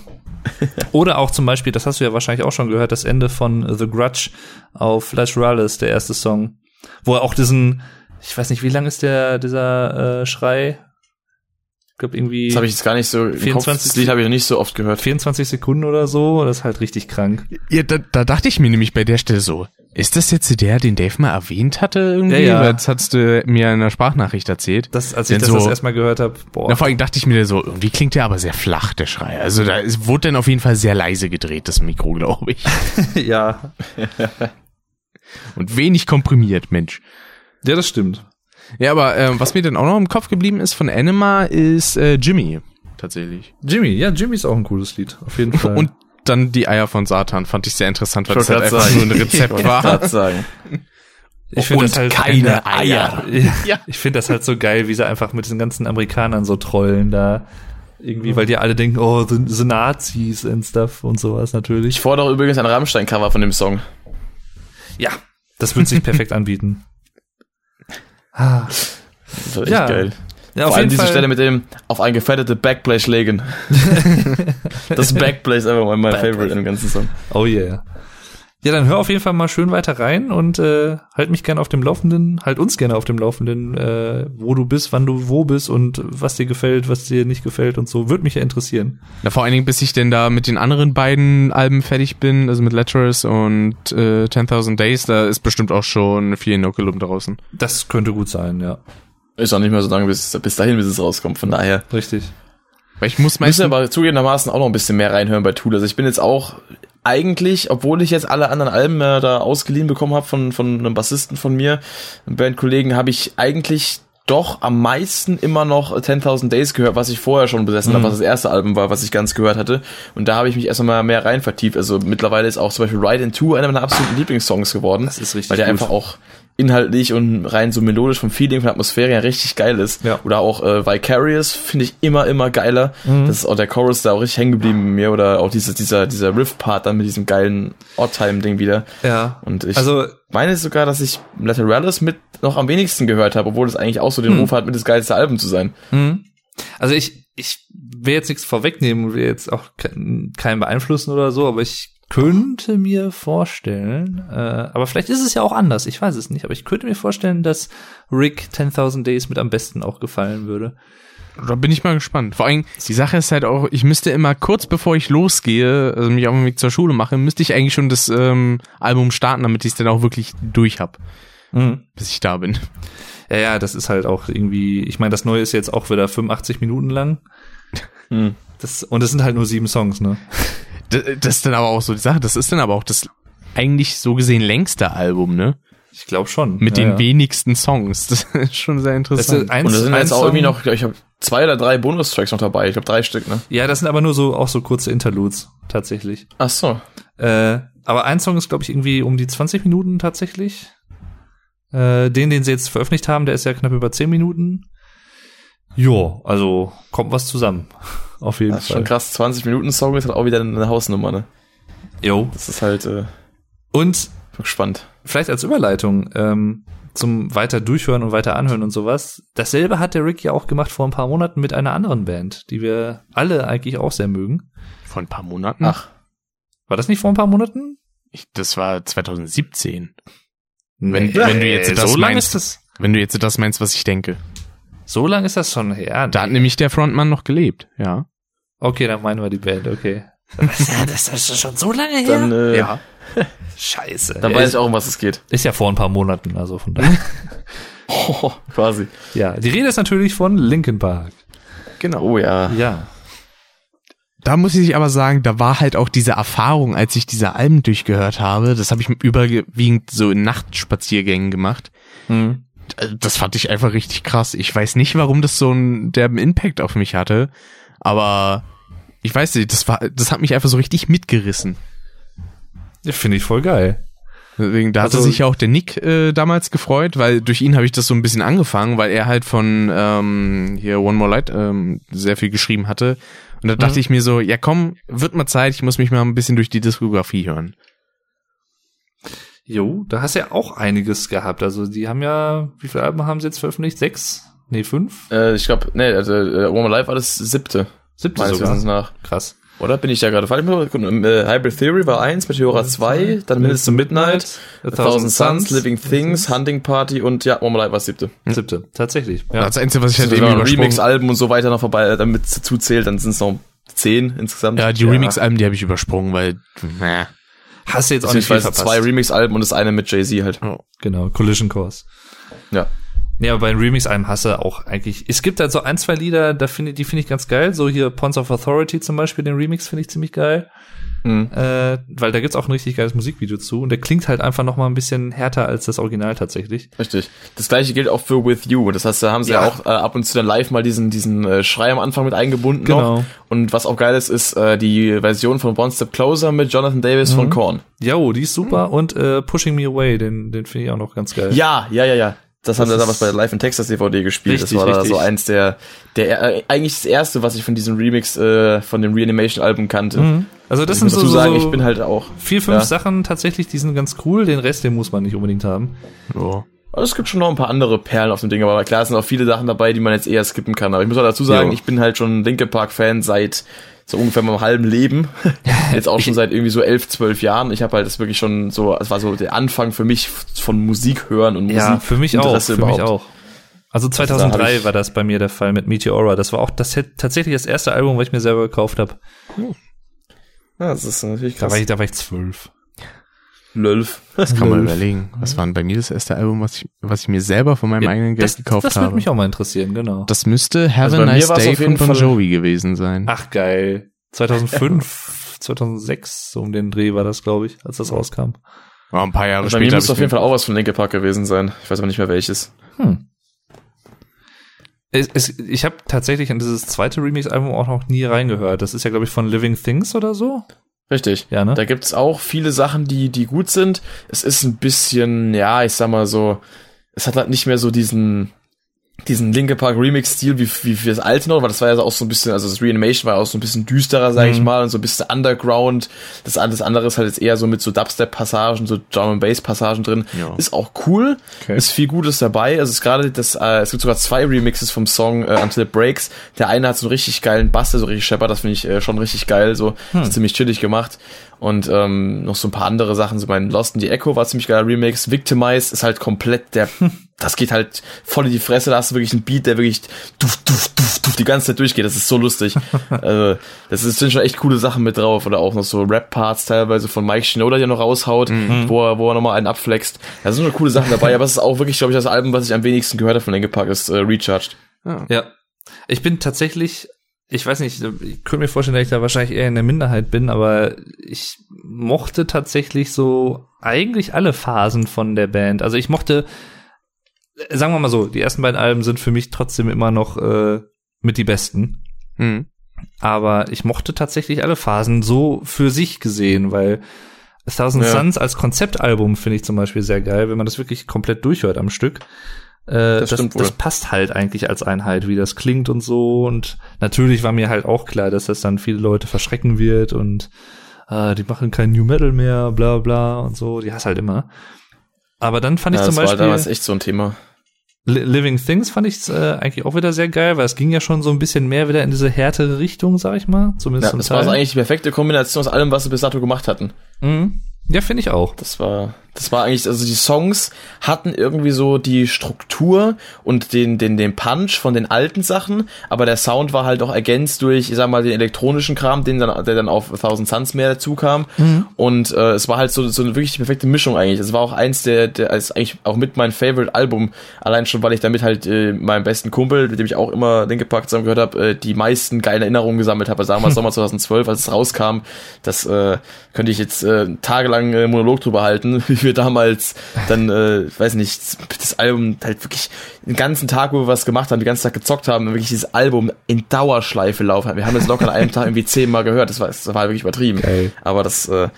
[SPEAKER 2] Oder auch zum Beispiel, das hast du ja wahrscheinlich auch schon gehört, das Ende von The Grudge auf Flash Rallis, der erste Song. Wo er auch diesen, ich weiß nicht, wie lang ist der, dieser äh, Schrei? Ich glaube irgendwie
[SPEAKER 1] Das habe ich jetzt gar nicht so, im Kopf.
[SPEAKER 2] 24
[SPEAKER 1] das Lied habe ich noch nicht so oft gehört.
[SPEAKER 2] 24 Sekunden oder so. Das ist halt richtig krank.
[SPEAKER 3] ja, da, da dachte ich mir nämlich bei der Stelle so, ist das jetzt der, den Dave mal erwähnt hatte irgendwie?
[SPEAKER 2] Ja, ja.
[SPEAKER 3] Weil Das hast du mir in einer Sprachnachricht erzählt.
[SPEAKER 2] Das, als ich
[SPEAKER 3] Denn
[SPEAKER 2] das,
[SPEAKER 3] so-
[SPEAKER 2] das erstmal gehört habe, boah.
[SPEAKER 3] Na, vor allem dachte ich mir so, irgendwie klingt der aber sehr flach, der Schrei. Also da ist, wurde dann auf jeden Fall sehr leise gedreht, das Mikro, glaube ich.
[SPEAKER 2] ja.
[SPEAKER 3] Und wenig komprimiert, Mensch.
[SPEAKER 2] Ja, das stimmt.
[SPEAKER 3] Ja, aber ähm, was mir dann auch noch im Kopf geblieben ist von Anima ist äh, Jimmy. Tatsächlich.
[SPEAKER 2] Jimmy, ja, Jimmy ist auch ein cooles Lied, auf jeden Fall.
[SPEAKER 3] Und dann die Eier von Satan fand ich sehr interessant, weil
[SPEAKER 1] Ich
[SPEAKER 3] das halt
[SPEAKER 1] wollte
[SPEAKER 3] einfach
[SPEAKER 1] grad
[SPEAKER 3] nur ein
[SPEAKER 1] sagen.
[SPEAKER 3] Rezept war.
[SPEAKER 1] Grad sagen.
[SPEAKER 2] Ich finde
[SPEAKER 3] Und
[SPEAKER 2] das halt
[SPEAKER 3] keine Eier.
[SPEAKER 2] Ja. Ich finde das halt so geil, wie sie einfach mit diesen ganzen Amerikanern so trollen da. Irgendwie, weil die alle denken, oh, the, the Nazis and stuff und sowas natürlich.
[SPEAKER 1] Ich fordere übrigens ein Rammstein-Cover von dem Song.
[SPEAKER 2] Ja, das wird sich perfekt anbieten. Ah.
[SPEAKER 1] Das war echt
[SPEAKER 2] Ja,
[SPEAKER 1] geil.
[SPEAKER 2] Ja,
[SPEAKER 1] Vor allem diese Stelle mit dem auf ein gefettete Backblech legen. das Backblech ist einfach mein, mein
[SPEAKER 2] Backblech.
[SPEAKER 1] Favorite im ganzen Song.
[SPEAKER 2] Oh yeah. Ja, dann hör auf jeden Fall mal schön weiter rein und äh, halt mich gerne auf dem Laufenden, halt uns gerne auf dem Laufenden, äh, wo du bist, wann du wo bist und was dir gefällt, was dir nicht gefällt und so. Würde mich ja interessieren.
[SPEAKER 3] Na, vor allen Dingen, bis ich denn da mit den anderen beiden Alben fertig bin, also mit Letters und äh, 10.000 Days, da ist bestimmt auch schon viel Inoculum draußen.
[SPEAKER 2] Das könnte gut sein, ja.
[SPEAKER 1] Ist auch nicht mehr so lange, bis, bis dahin, bis es rauskommt. Von daher
[SPEAKER 2] Richtig.
[SPEAKER 3] Weil ich
[SPEAKER 1] müssen
[SPEAKER 3] muss
[SPEAKER 1] wir
[SPEAKER 3] meistens...
[SPEAKER 1] aber zugegebenermaßen auch noch ein bisschen mehr reinhören bei Tool. Also ich bin jetzt auch eigentlich, obwohl ich jetzt alle anderen Alben äh, da ausgeliehen bekommen habe von, von einem Bassisten von mir, einem Bandkollegen, habe ich eigentlich doch am meisten immer noch 10.000 Days gehört, was ich vorher schon besessen
[SPEAKER 2] Mhm.
[SPEAKER 1] habe, was das erste Album war, was ich ganz gehört hatte. Und da habe ich mich erst mal mehr rein vertieft. Also mittlerweile ist auch zum Beispiel Ride in Two einer meiner absoluten Lieblingssongs geworden.
[SPEAKER 2] Das ist richtig
[SPEAKER 1] Weil der
[SPEAKER 2] gut.
[SPEAKER 1] einfach auch inhaltlich und rein so melodisch vom Feeling, von der Atmosphäre her richtig geil ist.
[SPEAKER 2] Ja.
[SPEAKER 1] Oder auch äh, Vicarious finde ich immer, immer geiler.
[SPEAKER 2] Mhm.
[SPEAKER 1] Das ist auch der Chorus da auch richtig hängen geblieben bei mir. Oder auch dieses, dieser, dieser Riff-Part dann mit diesem geilen Odd-Time-Ding wieder.
[SPEAKER 2] Ja.
[SPEAKER 1] Und ich
[SPEAKER 2] also
[SPEAKER 1] meine sogar, dass ich Lateralis mit noch am wenigsten gehört habe, obwohl es eigentlich auch so
[SPEAKER 2] Hm.
[SPEAKER 1] den Ruf hat, mit das geilste Album zu sein.
[SPEAKER 2] Mhm. Also ich, ich will jetzt nichts vorwegnehmen und will jetzt auch ke- keinen beeinflussen oder so, aber ich könnte mir vorstellen, äh, aber vielleicht ist es ja auch anders, ich weiß es nicht, aber ich könnte mir vorstellen, dass Rick 10.000 Days mit am besten auch gefallen würde.
[SPEAKER 3] Da bin ich mal gespannt. Vor allem, die Sache ist halt auch, ich müsste immer kurz bevor ich losgehe, also mich auf den Weg zur Schule mache, müsste ich eigentlich schon das ähm, Album starten, damit ich es dann auch wirklich durch hab,
[SPEAKER 2] Mhm.
[SPEAKER 3] bis ich da bin.
[SPEAKER 2] Ja, ja, das ist halt auch irgendwie, ich meine, das Neue ist jetzt auch wieder 85 Minuten lang.
[SPEAKER 1] Mhm.
[SPEAKER 2] Das, und es sind halt nur sieben Songs, ne?
[SPEAKER 3] D das ist dann aber auch so die Sache, das ist dann aber auch das eigentlich so gesehen längste Album, ne?
[SPEAKER 2] Ich glaube schon.
[SPEAKER 3] Mit
[SPEAKER 2] ja,
[SPEAKER 3] den
[SPEAKER 2] ja.
[SPEAKER 3] wenigsten Songs. Das ist schon sehr
[SPEAKER 2] Das
[SPEAKER 3] interessant.
[SPEAKER 2] ist eins,
[SPEAKER 1] und da sind
[SPEAKER 2] ein
[SPEAKER 1] jetzt auch
[SPEAKER 2] Song-
[SPEAKER 1] irgendwie noch, ich habe zwei oder drei Bonustracks noch dabei. Ich glaube drei Stück, ne?
[SPEAKER 2] Ja, das sind aber nur so, auch so kurze Interludes, tatsächlich.
[SPEAKER 1] Ach so.
[SPEAKER 2] Äh, aber ein Song ist, glaube ich, irgendwie um die 20 Minuten tatsächlich. Äh, den, den sie jetzt veröffentlicht haben, der ist ja knapp über 10 Minuten. Jo, also kommt was zusammen. Auf jeden
[SPEAKER 1] Das ist schon
[SPEAKER 2] Fall.
[SPEAKER 1] krass. 20 Minuten Song ist halt auch wieder eine Hausnummer, ne?
[SPEAKER 2] Jo.
[SPEAKER 1] Das ist halt äh,
[SPEAKER 2] Und
[SPEAKER 1] spannend.
[SPEAKER 2] vielleicht als Überleitung ähm, zum weiter durchhören und weiter anhören und sowas. Dasselbe hat der Rick ja auch gemacht vor ein paar Monaten mit einer anderen Band, die wir alle eigentlich auch sehr mögen.
[SPEAKER 3] Vor ein paar
[SPEAKER 2] Hm.
[SPEAKER 3] Monaten.
[SPEAKER 1] Ach.
[SPEAKER 2] War das nicht vor ein paar Monaten?
[SPEAKER 3] Ich, das war 2017.
[SPEAKER 2] Wenn,
[SPEAKER 3] wenn du jetzt das
[SPEAKER 2] Äh, so lang
[SPEAKER 3] meinst.
[SPEAKER 2] ist das.
[SPEAKER 3] Wenn du jetzt das meinst, was ich denke.
[SPEAKER 2] So lang ist das schon her.
[SPEAKER 3] Da hat nämlich der Frontmann noch gelebt, ja.
[SPEAKER 2] Okay, dann meinen wir die Band, okay. Das, ist schon so lange her.
[SPEAKER 1] Dann, äh,
[SPEAKER 2] Scheiße. also
[SPEAKER 1] dann weiß ich auch, um was es geht.
[SPEAKER 2] ist ja vor ein paar Monaten, also von daher.
[SPEAKER 1] Oh, quasi.
[SPEAKER 2] ja, die Rede ist natürlich von Linkin Park.
[SPEAKER 1] Genau. Oh ja.
[SPEAKER 2] Ja.
[SPEAKER 3] Da muss ich aber sagen, da war halt auch diese Erfahrung, als ich diese Alben durchgehört habe, das habe ich überwiegend so in Nachtspaziergängen gemacht.
[SPEAKER 2] Mhm.
[SPEAKER 3] Also Das fand ich einfach richtig krass. Ich weiß nicht, warum das so einen derben Impact auf mich hatte, aber ich weiß nicht, das war, das hat mich einfach so richtig mitgerissen.
[SPEAKER 2] Finde ich voll geil.
[SPEAKER 3] Deswegen, da hatte
[SPEAKER 2] Also-
[SPEAKER 3] sich ja auch der Nick äh, damals gefreut, weil durch ihn habe ich das so ein bisschen angefangen, weil er halt von ähm, hier One More Light ähm, sehr viel geschrieben hatte. Und da dachte ich mir so, ja komm, wird mal Zeit, ich muss mich mal ein bisschen durch die Diskografie hören.
[SPEAKER 2] Jo, da hast du ja auch einiges gehabt. Also die haben ja, wie viele Alben haben sie jetzt veröffentlicht? Sechs? Nee, fünf?
[SPEAKER 1] Äh, ich glaube, nee, also, äh, Warm Alive war das siebte.
[SPEAKER 2] Siebte
[SPEAKER 1] Meines
[SPEAKER 2] sogar.
[SPEAKER 1] Wissens nach.
[SPEAKER 2] Krass.
[SPEAKER 1] Oder bin ich da gerade falsch? Äh, Hybrid Theory war eins, Meteora 2, dann Minutes to Midnight,
[SPEAKER 2] A
[SPEAKER 1] A Thousand Suns, Living Things, Hunting Party und ja, Warm Alive war das siebte.
[SPEAKER 2] Siebte, tatsächlich. Ja.
[SPEAKER 1] Also,
[SPEAKER 3] Das Einzige, was ich
[SPEAKER 1] Wenn
[SPEAKER 3] halt
[SPEAKER 1] wir
[SPEAKER 3] eben
[SPEAKER 1] noch
[SPEAKER 3] übersprungen
[SPEAKER 1] Remix-Alben und so weiter noch vorbei, äh, damit dazu zählt, dann sind es noch zehn insgesamt.
[SPEAKER 3] Ja, die Remix-Alben, die habe ich übersprungen, weil, naja.
[SPEAKER 2] Hast du jetzt auch nicht viel
[SPEAKER 1] Beziehungsweise
[SPEAKER 2] verpasst.
[SPEAKER 1] zwei Remix-Alben und das eine mit Jay-Z halt.
[SPEAKER 2] genau, Collision Course.
[SPEAKER 1] Ja.
[SPEAKER 2] Ja, aber bei den Remix-Alben hasse auch eigentlich. Es gibt halt so ein, zwei Lieder, da finde die finde ich ganz geil. So hier Pawns of Authority zum Beispiel, den Remix finde ich ziemlich geil. Mhm. Äh, weil da gibt's auch ein richtig geiles Musikvideo zu und der klingt halt einfach noch mal ein bisschen härter als das Original tatsächlich.
[SPEAKER 1] Richtig. Das gleiche gilt auch für With You. Das heißt, da haben sie ja,
[SPEAKER 2] Ja.
[SPEAKER 1] auch äh, ab und zu dann live mal diesen, diesen äh, Schrei am Anfang mit eingebunden. Noch.
[SPEAKER 2] Genau.
[SPEAKER 1] Und was auch geil ist, ist äh, die Version von One Step Closer mit Jonathan Davis
[SPEAKER 2] Mhm.
[SPEAKER 1] von Korn.
[SPEAKER 2] Jo, oh, die ist super und äh, Pushing Me Away, den, den finde ich auch noch ganz geil.
[SPEAKER 1] Mhm. Ja, ja, ja, ja. Das, haben wir
[SPEAKER 2] ist-
[SPEAKER 1] damals bei Live in Texas DVD gespielt.
[SPEAKER 2] Richtig,
[SPEAKER 1] das war da
[SPEAKER 2] richtig.
[SPEAKER 1] so eins der, der äh, eigentlich das erste, was ich von diesem Remix äh, von dem Reanimation-Album kannte.
[SPEAKER 2] Mhm. Also das
[SPEAKER 1] Ich
[SPEAKER 2] sind
[SPEAKER 1] muss
[SPEAKER 2] so,
[SPEAKER 1] dazu sagen, ich
[SPEAKER 2] so
[SPEAKER 1] bin halt auch.
[SPEAKER 2] vier, fünf
[SPEAKER 1] Ja.
[SPEAKER 2] Sachen tatsächlich, die sind ganz cool, den Rest, den muss man nicht unbedingt haben.
[SPEAKER 3] Ja.
[SPEAKER 1] Also es gibt schon noch ein paar andere Perlen auf dem Ding, aber klar es sind auch viele Sachen dabei, die man jetzt eher skippen kann. Aber ich muss auch dazu sagen,
[SPEAKER 3] Jo.
[SPEAKER 1] ich bin halt schon Linke Park-Fan seit so ungefähr meinem halben Leben. Jetzt auch schon seit irgendwie so elf, zwölf Jahren. Ich habe halt das wirklich schon so, es war so der Anfang für mich von Musik hören und Musik.
[SPEAKER 2] Ja, für mich auch,
[SPEAKER 1] Interesse
[SPEAKER 2] für mich
[SPEAKER 1] überhaupt.
[SPEAKER 2] auch. Also
[SPEAKER 1] Da hab ich-
[SPEAKER 2] 2003 war das bei mir der Fall mit Meteora. Das war auch das tatsächlich das erste Album, was ich mir selber gekauft habe.
[SPEAKER 1] Ja, das ist natürlich
[SPEAKER 2] Da
[SPEAKER 1] krass.
[SPEAKER 2] war ich, da war ich zwölf.
[SPEAKER 1] Lölf.
[SPEAKER 3] Das kann man überlegen. Was war denn bei mir das erste Album, was ich, was ich mir selber von meinem eigenen Geld
[SPEAKER 2] das,
[SPEAKER 3] gekauft
[SPEAKER 2] das
[SPEAKER 3] habe?
[SPEAKER 2] würde mich auch mal interessieren, genau.
[SPEAKER 3] das müsste
[SPEAKER 1] Also
[SPEAKER 3] Have a
[SPEAKER 1] bei mir
[SPEAKER 3] Nice
[SPEAKER 1] war's
[SPEAKER 3] Day
[SPEAKER 1] auf jeden
[SPEAKER 3] von Bon
[SPEAKER 1] Fall- Ah.
[SPEAKER 3] Jovi gewesen sein.
[SPEAKER 2] Ach geil. 2005, 2006 so um den Dreh war das, glaube ich, als das rauskam.
[SPEAKER 3] Ja, ein paar Jahre
[SPEAKER 2] Also
[SPEAKER 1] Also Bei mir
[SPEAKER 3] später. hab
[SPEAKER 1] müsste auf
[SPEAKER 3] ich
[SPEAKER 1] jeden Fall
[SPEAKER 3] mir-
[SPEAKER 1] auch was von Linke Park gewesen sein. Ich weiß aber nicht mehr welches.
[SPEAKER 2] Hm. Es, es, ich habe tatsächlich in dieses zweite Remix-Album auch noch nie reingehört. Das ist ja, glaube ich, von Living Things oder so.
[SPEAKER 1] Richtig.
[SPEAKER 2] Ja, ne?
[SPEAKER 1] Da gibt's auch viele Sachen, die, die gut sind. Es ist ein bisschen, ja, ich sag mal so, es hat halt nicht mehr so diesen, diesen Linke Park Remix-Stil wie, wie, wie das alte noch, weil das war ja auch so ein bisschen, also das Reanimation war ja auch so ein bisschen düsterer, sag ich
[SPEAKER 2] Mhm.
[SPEAKER 1] mal, und so ein bisschen Underground. Das, an- das andere ist halt jetzt eher so mit so Dubstep-Passagen, so Drum-and-Bass-Passagen drin.
[SPEAKER 3] Ja.
[SPEAKER 1] Ist auch cool.
[SPEAKER 3] Okay.
[SPEAKER 1] Ist viel Gutes dabei. Also es ist gerade das, äh, es gibt sogar zwei Remixes vom Song äh, Until It Breaks. Der eine hat so einen richtig geilen Bass, der so richtig scheppert, das finde ich äh, schon richtig geil. So
[SPEAKER 3] Hm.
[SPEAKER 1] ist ziemlich chillig gemacht. Und ähm, noch so ein paar andere Sachen. So mein Lost in the Echo war ziemlich geiler Remix. Victimized ist halt komplett der. Das geht halt voll in die Fresse, da hast du wirklich einen Beat, der wirklich duf, duf, duf, duf, die ganze Zeit durchgeht. Das ist so lustig. also, das ist, sind schon echt coole Sachen mit drauf. Oder auch noch so Rap-Parts teilweise von Mike Shinoda, der noch raushaut,
[SPEAKER 2] Mhm.
[SPEAKER 1] wo er, wo er nochmal einen abflext. Da sind schon coole Sachen dabei, aber es ist auch wirklich, glaube ich, das Album, was ich am wenigsten gehört habe von Linkin Park, ist äh, Recharged.
[SPEAKER 3] Ja.
[SPEAKER 2] Ja. Ich bin tatsächlich, ich weiß nicht, ich könnte mir vorstellen, dass ich da wahrscheinlich eher in der Minderheit bin, aber ich mochte tatsächlich so eigentlich alle Phasen von der Band. Also ich mochte, sagen wir mal so, die ersten beiden Alben sind für mich trotzdem immer noch äh, mit die besten.
[SPEAKER 3] Mhm.
[SPEAKER 2] aber ich mochte tatsächlich alle Phasen so für sich gesehen, weil A Thousand
[SPEAKER 1] Ja.
[SPEAKER 2] Suns als Konzeptalbum finde ich zum Beispiel sehr geil, wenn man das wirklich komplett durchhört am Stück. Äh,
[SPEAKER 1] Das
[SPEAKER 2] das, das,
[SPEAKER 1] stimmt wohl.
[SPEAKER 2] passt halt eigentlich als Einheit, wie das klingt und so. Und natürlich war mir halt auch klar, dass das dann viele Leute verschrecken wird und äh, die machen kein New Metal mehr, bla bla und so. Die hast halt immer. Aber dann fand ich
[SPEAKER 1] das
[SPEAKER 2] zum Beispiel.
[SPEAKER 1] war damals echt so ein Thema.
[SPEAKER 2] Li- Living Things fand ich äh, eigentlich auch wieder sehr geil, weil es ging ja schon so ein bisschen mehr wieder in diese härtere Richtung, sag ich mal. Zumindest
[SPEAKER 1] Ja,
[SPEAKER 2] zum
[SPEAKER 1] das
[SPEAKER 2] Teil.
[SPEAKER 1] war so eigentlich die perfekte Kombination aus allem, was sie bis dato gemacht hatten.
[SPEAKER 2] mhm. Ja, finde ich auch.
[SPEAKER 1] Das war, das war eigentlich, also die Songs hatten irgendwie so die Struktur und den, den, den Punch von den alten Sachen, aber der Sound war halt auch ergänzt durch, ich sag mal, den elektronischen Kram, den dann, der dann auf A Thousand Suns mehr dazu kam. Und äh, es war halt so, so eine wirklich die perfekte Mischung eigentlich. Es war auch eins der, der ist eigentlich auch mit mein Favorite Album, allein schon, weil ich damit halt äh, meinem besten Kumpel, mit dem ich auch immer Linke Park zusammen gehört habe, äh, die meisten geilen Erinnerungen gesammelt habe. Also damals Sommer 2012, als es rauskam, das äh, könnte ich jetzt äh, tagelang äh, Monolog drüber halten, wie wir damals dann, äh, weiß nicht, das Album halt wirklich den ganzen Tag, wo wir was gemacht haben, den ganzen Tag gezockt haben, wirklich dieses Album in Dauerschleife laufen. haben. Wir haben es locker an einem Tag irgendwie zehnmal gehört. Das war, das war wirklich übertrieben. Aber das, äh,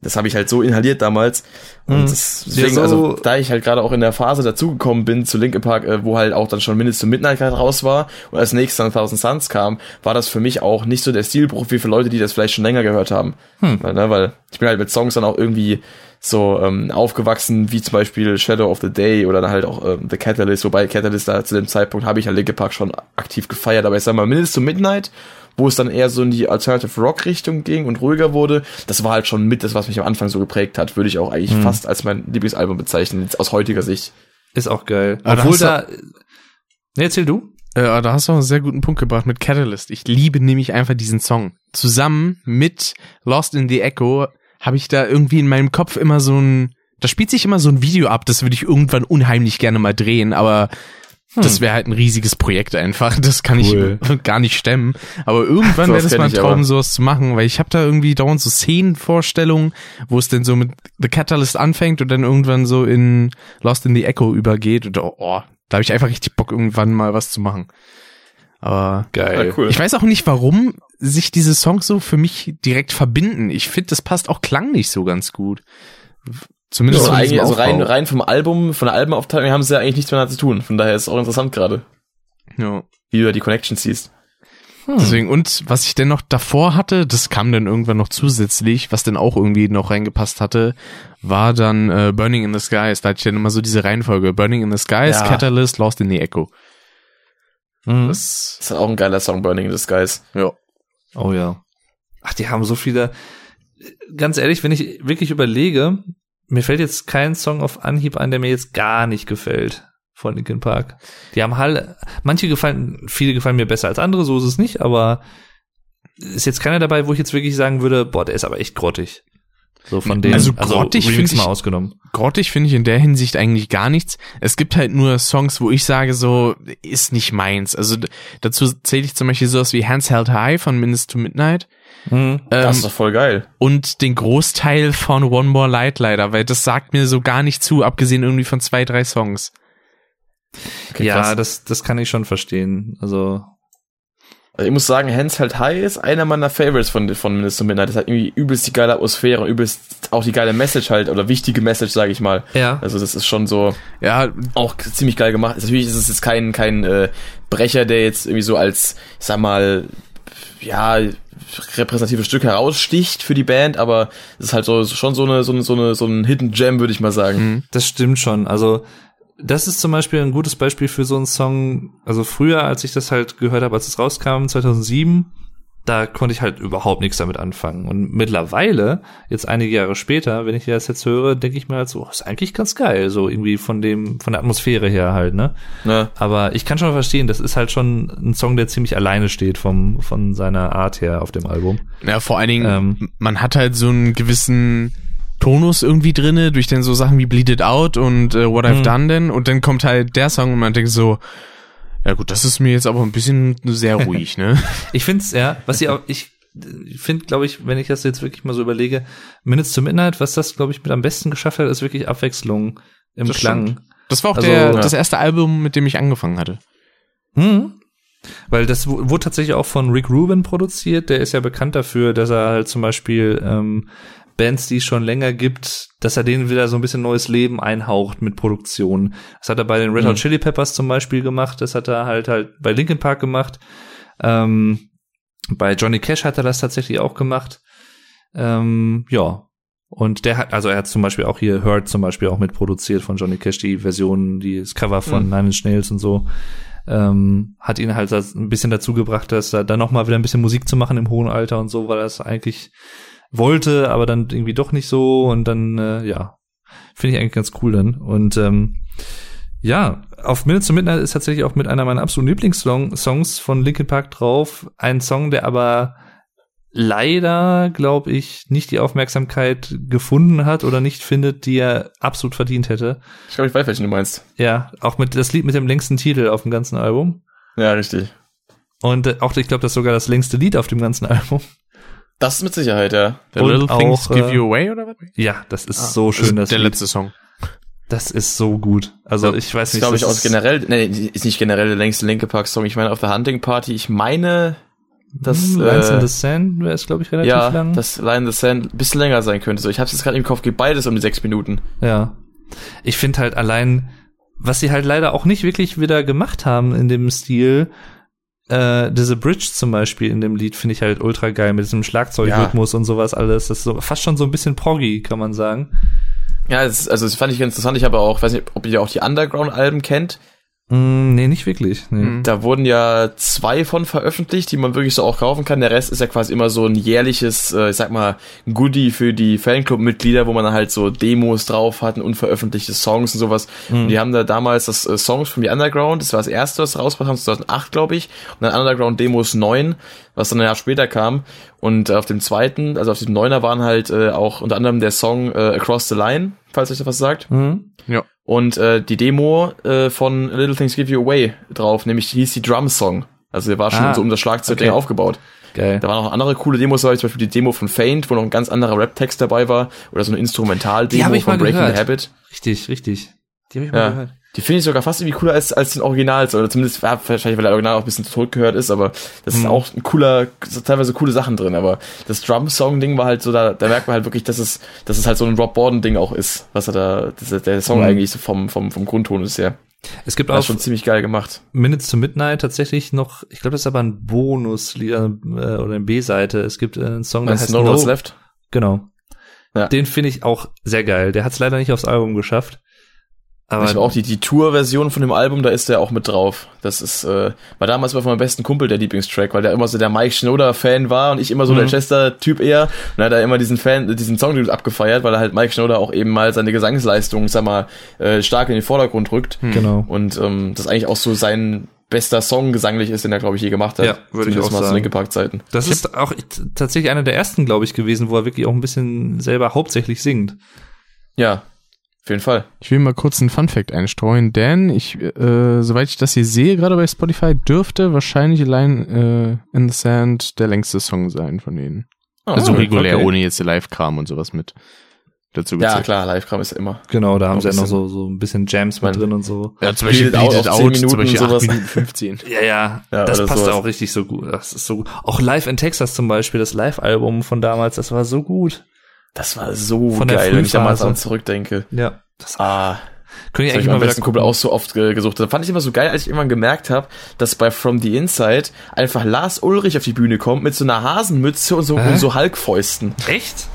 [SPEAKER 1] das habe ich halt so inhaliert damals. Und
[SPEAKER 2] Mhm.
[SPEAKER 1] das, deswegen,
[SPEAKER 2] so-
[SPEAKER 1] also, da ich halt gerade auch in der Phase dazugekommen bin zu Linkin Park, äh, wo halt auch dann schon mindestens Midnight gerade raus war und als nächstes dann Thousand Suns kam, war das für mich auch nicht so der Stilbruch wie für Leute, die das vielleicht schon länger gehört haben.
[SPEAKER 2] Hm.
[SPEAKER 1] Weil, ne, weil ich bin halt mit Songs dann auch irgendwie so ähm, aufgewachsen, wie zum Beispiel Shadow of the Day oder dann halt auch ähm, The Catalyst, wobei Catalyst da zu dem Zeitpunkt habe ich ja Linkin Park schon aktiv gefeiert, aber ich sag mal, mindestens zu Midnight, wo es dann eher so in die Alternative Rock Richtung ging und ruhiger wurde, das war halt schon mit das, was mich am Anfang so geprägt hat, würde ich auch eigentlich fast als mein Lieblingsalbum bezeichnen, jetzt aus heutiger Sicht.
[SPEAKER 2] Ist auch geil.
[SPEAKER 3] Aber da
[SPEAKER 2] Obwohl
[SPEAKER 3] hast du-
[SPEAKER 2] da. Nee, erzähl du.
[SPEAKER 3] Äh, da hast du auch einen sehr guten Punkt gebracht mit Catalyst. Ich liebe nämlich einfach diesen Song. Zusammen mit Lost in the Echo habe ich da irgendwie in meinem Kopf immer so ein, da spielt sich immer so ein Video ab, das würde ich irgendwann unheimlich gerne mal drehen, aber Das wäre halt ein riesiges Projekt einfach. Das kann
[SPEAKER 1] Hm. Cool.
[SPEAKER 3] ich gar nicht stemmen. Aber irgendwann wäre
[SPEAKER 1] Sowas
[SPEAKER 3] das
[SPEAKER 1] kenn
[SPEAKER 3] mal ein
[SPEAKER 1] ich
[SPEAKER 3] Traum,
[SPEAKER 1] aber.
[SPEAKER 3] sowas zu machen, weil ich habe da irgendwie dauernd so Szenenvorstellungen, wo es denn so mit The Catalyst anfängt und dann irgendwann so in Lost in the Echo übergeht. Und oh, oh da habe ich einfach richtig Bock, irgendwann mal was zu machen. Aber
[SPEAKER 2] Geil.
[SPEAKER 1] Ah, cool.
[SPEAKER 3] ich weiß auch nicht, warum sich diese Songs so für mich direkt verbinden. Ich finde, das passt auch klanglich so ganz gut. Zumindest
[SPEAKER 1] Also,
[SPEAKER 3] von diesem
[SPEAKER 1] eigentlich, also rein,
[SPEAKER 3] Aufbau.
[SPEAKER 1] rein vom Album, von der Albumaufteilung haben sie ja eigentlich nichts mehr zu tun. Von daher ist es auch interessant gerade,
[SPEAKER 3] Ja.
[SPEAKER 1] wie du da die Connections siehst.
[SPEAKER 2] Hm.
[SPEAKER 3] Deswegen, und was Also ich denn noch davor hatte, das kam dann irgendwann noch zusätzlich, was dann auch irgendwie noch reingepasst hatte, war dann äh, Burning in the Skies. Da hatte ich dann immer so diese Reihenfolge. Burning in the Skies,
[SPEAKER 1] Ja.
[SPEAKER 3] Catalyst, Lost in the Echo.
[SPEAKER 2] Mhm.
[SPEAKER 3] Das,
[SPEAKER 1] Das ist auch ein geiler Song, Burning in the Skies.
[SPEAKER 3] ja.
[SPEAKER 2] Oh ja. Ach, die haben so viele. Ganz ehrlich, wenn ich wirklich überlege, mir fällt jetzt kein Song auf Anhieb ein, der mir jetzt gar nicht gefällt von Linkin Park. Die haben halt, manche gefallen, viele gefallen mir besser als andere, so ist es nicht, aber ist jetzt keiner dabei, wo ich jetzt wirklich sagen würde, boah, der ist aber echt grottig. So von dem,
[SPEAKER 3] Also grottig
[SPEAKER 2] Remix
[SPEAKER 3] find ich-
[SPEAKER 2] mal ausgenommen.
[SPEAKER 3] Grottig finde ich in der Hinsicht eigentlich gar nichts. Es gibt halt nur Songs, wo ich sage, so, ist nicht meins. Also d- dazu zähle ich zum Beispiel sowas wie Hands Held High von Minutes to Midnight.
[SPEAKER 2] Hm.
[SPEAKER 3] Ähm,
[SPEAKER 1] das ist doch voll geil.
[SPEAKER 3] und den Großteil von One More Light leider, weil das sagt mir so gar nicht zu, abgesehen irgendwie von zwei, drei Songs.
[SPEAKER 1] Okay,
[SPEAKER 2] ja,
[SPEAKER 1] krass.
[SPEAKER 2] das, das kann ich schon verstehen. Also,
[SPEAKER 1] Also ich muss sagen, Hands Held High ist einer meiner Favorites von, von Minister Midnight. Das hat irgendwie übelst die geile Atmosphäre und übelst auch die geile Message halt, oder wichtige Message, sage ich mal.
[SPEAKER 2] ja.
[SPEAKER 1] Also das ist schon so
[SPEAKER 3] Ja,
[SPEAKER 1] auch ziemlich geil gemacht. Also Natürlich ist es jetzt kein, kein äh, Brecher, der jetzt irgendwie so als, ich sag mal, ja, repräsentatives Stück heraussticht für die Band, aber es ist halt so schon so eine, so eine, so eine, so ein Hidden Gem, würde ich mal sagen.
[SPEAKER 2] Das stimmt schon. Also das ist zum Beispiel ein gutes Beispiel für so einen Song. Also früher, als ich das halt gehört habe, als es rauskam, 2007, da konnte ich halt überhaupt nichts damit anfangen. Und mittlerweile, jetzt einige Jahre später, wenn ich das jetzt höre, denke ich mir halt so, oh, ist eigentlich ganz geil. So irgendwie von dem, von der Atmosphäre her halt, ne?
[SPEAKER 1] Ne?
[SPEAKER 2] Aber ich kann schon verstehen, das ist halt schon ein Song, der ziemlich alleine steht vom, von seiner Art her auf dem Album.
[SPEAKER 3] ja vor allen Dingen,
[SPEAKER 2] Ähm.
[SPEAKER 3] man hat halt so einen gewissen Tonus irgendwie drinne, durch dann so Sachen wie Bleed It Out und äh, What I've
[SPEAKER 2] Mhm.
[SPEAKER 3] Done Then und dann kommt halt der Song und man denkt so, ja gut, das ist mir jetzt aber ein bisschen sehr ruhig, ne?
[SPEAKER 2] Ich find's, ja, was ich auch, ich finde, glaube ich, wenn ich das jetzt wirklich mal so überlege, Minutes to Midnight, was das, glaube ich, mit am besten geschafft hat, ist wirklich Abwechslung im
[SPEAKER 3] Das
[SPEAKER 2] Klang.
[SPEAKER 3] Das war auch
[SPEAKER 2] Also, ja.
[SPEAKER 3] der, das erste Album, mit dem ich angefangen hatte.
[SPEAKER 2] Hm. Weil das wu- wurde tatsächlich auch von Rick Rubin produziert, der ist ja bekannt dafür, dass er halt zum Beispiel ähm, Bands, die es schon länger gibt, dass er denen wieder so ein bisschen neues Leben einhaucht mit Produktionen. Das hat er bei den Red Hot
[SPEAKER 1] Mhm.
[SPEAKER 2] Chili Peppers zum Beispiel gemacht, das hat er halt halt bei Linkin Park gemacht. Ähm, bei Johnny Cash hat er das tatsächlich auch gemacht. Ähm, ja. Und der hat, also er hat zum Beispiel auch hier Hurt zum Beispiel auch mitproduziert von Johnny Cash, die Version, die das Cover von Nine Inch Nails und so. Ähm, hat ihn halt das ein bisschen dazu gebracht, dass er dann nochmal wieder ein bisschen Musik zu machen im hohen Alter und so, weil er es eigentlich wollte, aber dann irgendwie doch nicht so und dann, äh, ja, finde ich eigentlich ganz cool dann. Und ähm, ja, auf Minutes to Midnight ist tatsächlich auch mit einer meiner absoluten Lieblingssongs von Linkin Park drauf. Ein Song, der aber leider, glaube ich, nicht die Aufmerksamkeit gefunden hat oder nicht findet, die er absolut verdient hätte.
[SPEAKER 1] Ich glaube, ich weiß, welchen du meinst.
[SPEAKER 2] Ja, auch mit das Lied mit dem längsten Titel auf dem ganzen Album.
[SPEAKER 1] Ja, richtig.
[SPEAKER 2] Und äh, auch, ich glaube, das ist sogar das längste Lied auf dem ganzen Album.
[SPEAKER 1] Das mit Sicherheit, ja.
[SPEAKER 3] The
[SPEAKER 2] Und
[SPEAKER 3] Little Things
[SPEAKER 2] auch, äh,
[SPEAKER 3] Give You Away oder was?
[SPEAKER 2] Ja, das
[SPEAKER 3] Ah.
[SPEAKER 2] ist so schön,
[SPEAKER 3] das
[SPEAKER 2] das
[SPEAKER 3] ist der
[SPEAKER 2] Lied.
[SPEAKER 3] letzte Song.
[SPEAKER 2] Das ist so gut. Also
[SPEAKER 1] Ja,
[SPEAKER 2] ich
[SPEAKER 1] Das
[SPEAKER 2] weiß
[SPEAKER 1] ist,
[SPEAKER 2] nicht.
[SPEAKER 1] glaube ich,
[SPEAKER 2] das
[SPEAKER 1] aus
[SPEAKER 2] ist-
[SPEAKER 1] generell, nee, ist nicht generell der längste Linke Park Song. Ich meine, auf der Hunting Party, ich meine, das,
[SPEAKER 2] Hm, Lines in
[SPEAKER 1] äh,
[SPEAKER 2] the Sand wäre es, glaube ich, relativ
[SPEAKER 1] ja,
[SPEAKER 2] lang.
[SPEAKER 1] das Line in the Sand ein bisschen länger sein könnte. So, ich hab's jetzt gerade im Kopf, geht beides um die sechs Minuten.
[SPEAKER 2] Ja. Ich finde halt allein, was sie halt leider auch nicht wirklich wieder gemacht haben in dem Stil, äh, diese Bridge zum Beispiel in dem Lied finde ich halt ultra geil mit diesem Schlagzeugrhythmus und sowas alles. Das ist so, fast schon so ein bisschen proggy, kann man sagen.
[SPEAKER 1] Ja, das, ist- also das fand ich ganz interessant. Ich habe auch, weiß nicht, ob ihr auch die Underground-Alben kennt.
[SPEAKER 2] Mm, nee, nicht wirklich. Nee.
[SPEAKER 3] Mhm.
[SPEAKER 1] Da wurden ja zwei von veröffentlicht, die man wirklich so auch kaufen kann. Der Rest ist ja quasi immer so ein jährliches, äh, ich sag mal, Goodie für die Fanclub-Mitglieder, wo man dann halt so Demos drauf hat und unveröffentlichte Songs und sowas. Und die haben da damals das äh, Songs from the Underground, das war das erste, was sie rausgebracht haben, 2008, glaube ich. Und dann Underground Demos 9, was dann ein Jahr später kam. Und auf dem zweiten, also auf dem Neuner waren halt äh, auch unter anderem der Song äh, Across the Line, falls euch das was sagt.
[SPEAKER 2] Mhm.
[SPEAKER 3] Ja.
[SPEAKER 1] Und äh, die Demo äh, von Little Things Give You Away drauf, nämlich hieß die Drum Song. Also der war schon
[SPEAKER 2] Ah,
[SPEAKER 1] so um das Schlagzeug
[SPEAKER 2] okay.
[SPEAKER 1] aufgebaut.
[SPEAKER 2] Geil.
[SPEAKER 1] Da waren noch andere coole Demos, dabei, zum Beispiel die Demo von Faint, wo noch ein ganz anderer Rap-Text dabei war, oder so eine
[SPEAKER 2] Die hab
[SPEAKER 1] Instrumental-Demo
[SPEAKER 2] ich
[SPEAKER 1] von
[SPEAKER 2] mal
[SPEAKER 1] Breaking
[SPEAKER 2] gehört.
[SPEAKER 1] the Habit.
[SPEAKER 2] Richtig, richtig. Die habe ich
[SPEAKER 1] Ja. Die finde ich sogar fast irgendwie cooler als, als den Original, oder zumindest, ja, wahrscheinlich, weil der Original auch ein bisschen zurückgehört ist, aber das ist
[SPEAKER 2] Mhm.
[SPEAKER 1] auch ein cooler, sind teilweise coole Sachen drin, aber das Drum-Song-Ding war halt so, da, da merkt man halt wirklich, dass es, dass es halt so ein Rob Borden-Ding auch ist, was er da, dass er- der Song
[SPEAKER 2] Mhm.
[SPEAKER 1] eigentlich so vom, vom, vom Grundton ist, ja.
[SPEAKER 2] Es gibt
[SPEAKER 1] Das
[SPEAKER 2] auch
[SPEAKER 1] ist schon ziemlich geil gemacht.
[SPEAKER 2] Minutes to Midnight tatsächlich noch, ich glaube, das ist aber ein Bonus äh, oder eine B-Seite. Es gibt äh, einen Song, der
[SPEAKER 1] Meinst
[SPEAKER 2] heißt
[SPEAKER 1] du No Roads Left?
[SPEAKER 2] Genau.
[SPEAKER 1] Ja.
[SPEAKER 2] Den finde ich auch sehr geil. Der hat es leider nicht aufs Album geschafft. Aber
[SPEAKER 1] ich habe auch die, die Tour-Version von dem Album, da ist der auch mit drauf. Das ist, äh, war damals mal von meinem besten Kumpel der Lieblingstrack, weil der immer so der Mike Schnoder-Fan war und ich immer so der
[SPEAKER 2] Mhm.
[SPEAKER 1] Chester-Typ eher. Und hat er immer diesen Fan, diesen Song abgefeiert, weil er halt Mike Schnoder auch eben mal seine Gesangsleistung, sag mal, äh, stark in den Vordergrund rückt.
[SPEAKER 2] genau.
[SPEAKER 1] Und ähm, das eigentlich auch so sein bester Song gesanglich ist, den er, glaube ich, je gemacht hat.
[SPEAKER 2] Ja, würde ich
[SPEAKER 1] Zumindest
[SPEAKER 2] auch
[SPEAKER 1] mal Zu
[SPEAKER 2] sagen.
[SPEAKER 1] den Geparkzeiten.
[SPEAKER 2] Das ist auch t- tatsächlich einer der ersten, glaube ich, gewesen, wo er wirklich auch ein bisschen selber hauptsächlich singt.
[SPEAKER 1] Ja, auf jeden Fall.
[SPEAKER 3] Ich will mal kurz einen Funfact einstreuen, denn ich, äh, soweit ich das hier sehe, gerade bei Spotify, dürfte wahrscheinlich allein äh, in the Sand der längste Song sein von denen.
[SPEAKER 1] Ah,
[SPEAKER 3] also
[SPEAKER 1] okay.
[SPEAKER 3] regulär, ohne jetzt Live-Kram und sowas mit dazu
[SPEAKER 1] Ja,
[SPEAKER 3] gezählt.
[SPEAKER 1] klar, Live-Kram ist ja immer.
[SPEAKER 2] Genau, da haben
[SPEAKER 1] Auch
[SPEAKER 2] sie ja
[SPEAKER 1] ein
[SPEAKER 2] noch so, so ein bisschen Jams mit
[SPEAKER 1] Mein-
[SPEAKER 2] drin und so.
[SPEAKER 3] Ja, zum Beispiel
[SPEAKER 1] Beat It Out
[SPEAKER 3] Beat It
[SPEAKER 1] auf
[SPEAKER 3] Out,
[SPEAKER 1] 10
[SPEAKER 3] zum Beispiel
[SPEAKER 1] Minuten
[SPEAKER 3] 8
[SPEAKER 1] sowas.
[SPEAKER 3] Minuten 15.
[SPEAKER 2] Ja, ja,
[SPEAKER 1] Ja,
[SPEAKER 2] das
[SPEAKER 1] oder
[SPEAKER 2] passt
[SPEAKER 1] sowas.
[SPEAKER 2] auch richtig so gut. Das ist so gut. Auch Live in Texas zum Beispiel, das Live-Album von damals, das war so gut.
[SPEAKER 1] Das war so
[SPEAKER 2] Von der
[SPEAKER 1] geil, wenn ich da mal
[SPEAKER 2] Frühphase.
[SPEAKER 1] dran zurückdenke.
[SPEAKER 2] Ja. Das
[SPEAKER 1] Ah,
[SPEAKER 2] können
[SPEAKER 1] Das
[SPEAKER 2] ich
[SPEAKER 1] hab
[SPEAKER 2] eigentlich
[SPEAKER 1] ich
[SPEAKER 2] mal
[SPEAKER 1] meinem
[SPEAKER 2] wieder
[SPEAKER 1] besten Kumpel auch so oft ge- gesucht. Das fand ich immer so geil, als ich irgendwann gemerkt habe, dass bei From the Inside einfach Lars Ulrich auf die Bühne kommt mit so einer Hasenmütze und so,
[SPEAKER 2] Hä?
[SPEAKER 1] und so Hulkfäusten.
[SPEAKER 2] Echt?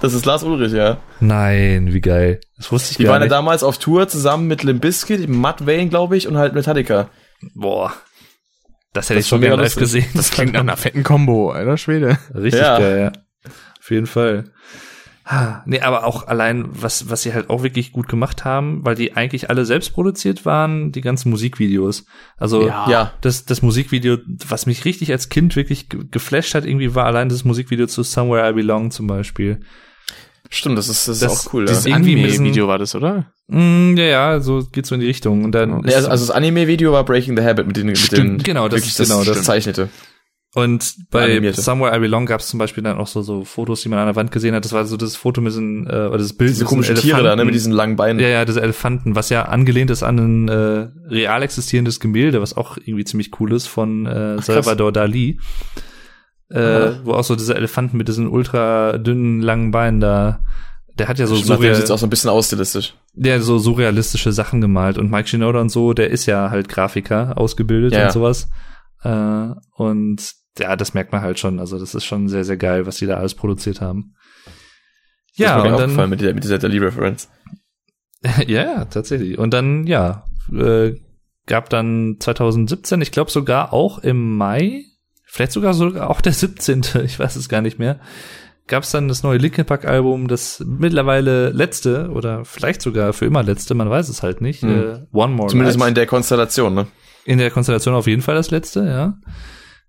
[SPEAKER 1] Das ist Lars Ulrich, ja.
[SPEAKER 2] Nein, wie geil. Das wusste ich
[SPEAKER 1] Die
[SPEAKER 2] gar
[SPEAKER 1] waren ja
[SPEAKER 2] nicht.
[SPEAKER 1] damals auf Tour zusammen mit Limp Bizkit, Matt Wayne, glaube ich, und halt Metallica.
[SPEAKER 2] Boah. Das hätte
[SPEAKER 1] Das
[SPEAKER 2] ich schon
[SPEAKER 1] war mega
[SPEAKER 2] gerne live
[SPEAKER 1] lustig.
[SPEAKER 2] gesehen. Das
[SPEAKER 3] Klingt nach einer fetten Combo, alter Schwede.
[SPEAKER 2] Richtig
[SPEAKER 1] Ja.
[SPEAKER 2] geil, ja. Auf jeden Fall. Ha, Nee, aber auch allein, was, was sie halt auch wirklich gut gemacht haben, weil die eigentlich alle selbst produziert waren, die ganzen Musikvideos. Also
[SPEAKER 3] Ja. Ah.
[SPEAKER 1] Ja.
[SPEAKER 2] das, das Musikvideo, was mich richtig als Kind wirklich ge- geflasht hat, irgendwie war allein das Musikvideo zu Somewhere I Belong zum Beispiel.
[SPEAKER 1] Stimmt, das ist, das
[SPEAKER 2] Das-
[SPEAKER 1] ist auch cool. Ja.
[SPEAKER 3] Dieses
[SPEAKER 2] Irgendwie müssen-
[SPEAKER 3] Anime-Video war das, oder?
[SPEAKER 2] Mm, ja, ja, so geht so in die Richtung. Und dann
[SPEAKER 1] Nee, also, also das Anime-Video war Breaking the Habit mit den, mit den
[SPEAKER 3] Stimmt,
[SPEAKER 2] genau, das
[SPEAKER 1] wirklich
[SPEAKER 2] ist genau
[SPEAKER 1] das
[SPEAKER 2] das.
[SPEAKER 1] zeichnete.
[SPEAKER 2] Und bei
[SPEAKER 1] Animierte.
[SPEAKER 2] Somewhere I Belong gab es zum Beispiel dann auch so, so Fotos, die man an der Wand gesehen hat. Das war so das Foto mit diesen, äh, oder das Bild
[SPEAKER 1] Diese
[SPEAKER 2] mit diesen
[SPEAKER 1] komischen Tiere da, ne,
[SPEAKER 2] Elefanten.
[SPEAKER 1] mit diesen langen Beinen.
[SPEAKER 2] Ja, ja, das Elefanten, was ja angelehnt ist an ein äh, real existierendes Gemälde, was auch irgendwie ziemlich cool ist von äh, Salvador Dali. Äh,
[SPEAKER 1] Ah.
[SPEAKER 2] Wo auch so diese Elefanten mit diesen ultra dünnen, langen Beinen da. Der hat ja so,
[SPEAKER 1] Stimmt, nach dem
[SPEAKER 2] surreal,
[SPEAKER 1] sieht's auch so ein bisschen aus stilistisch.
[SPEAKER 2] der hat so surrealistische Sachen gemalt. Und Mike Shinoda und so, der ist ja halt Grafiker ausgebildet
[SPEAKER 1] Ja, ja.
[SPEAKER 2] und sowas. Äh, und ja, das merkt man halt schon. Also, das ist schon sehr, sehr geil, was die da alles produziert haben. Ja,
[SPEAKER 1] das ist mir
[SPEAKER 2] und
[SPEAKER 1] auch
[SPEAKER 2] dann,
[SPEAKER 1] gefallen mit dieser, mit dieser Dali-Reference.
[SPEAKER 2] ja, ja, tatsächlich. Und dann, ja, äh, gab dann 2017, ich glaube sogar auch im Mai, vielleicht sogar sogar auch der 17., ich weiß es gar nicht mehr, gab es dann das neue Linkin Park Album, das mittlerweile letzte oder vielleicht sogar für immer letzte, man weiß es halt nicht,
[SPEAKER 1] Hm.
[SPEAKER 2] äh, One More
[SPEAKER 1] Zumindest mal
[SPEAKER 2] Night.
[SPEAKER 1] in der Konstellation, ne?
[SPEAKER 2] in der Konstellation auf jeden Fall das letzte, ja.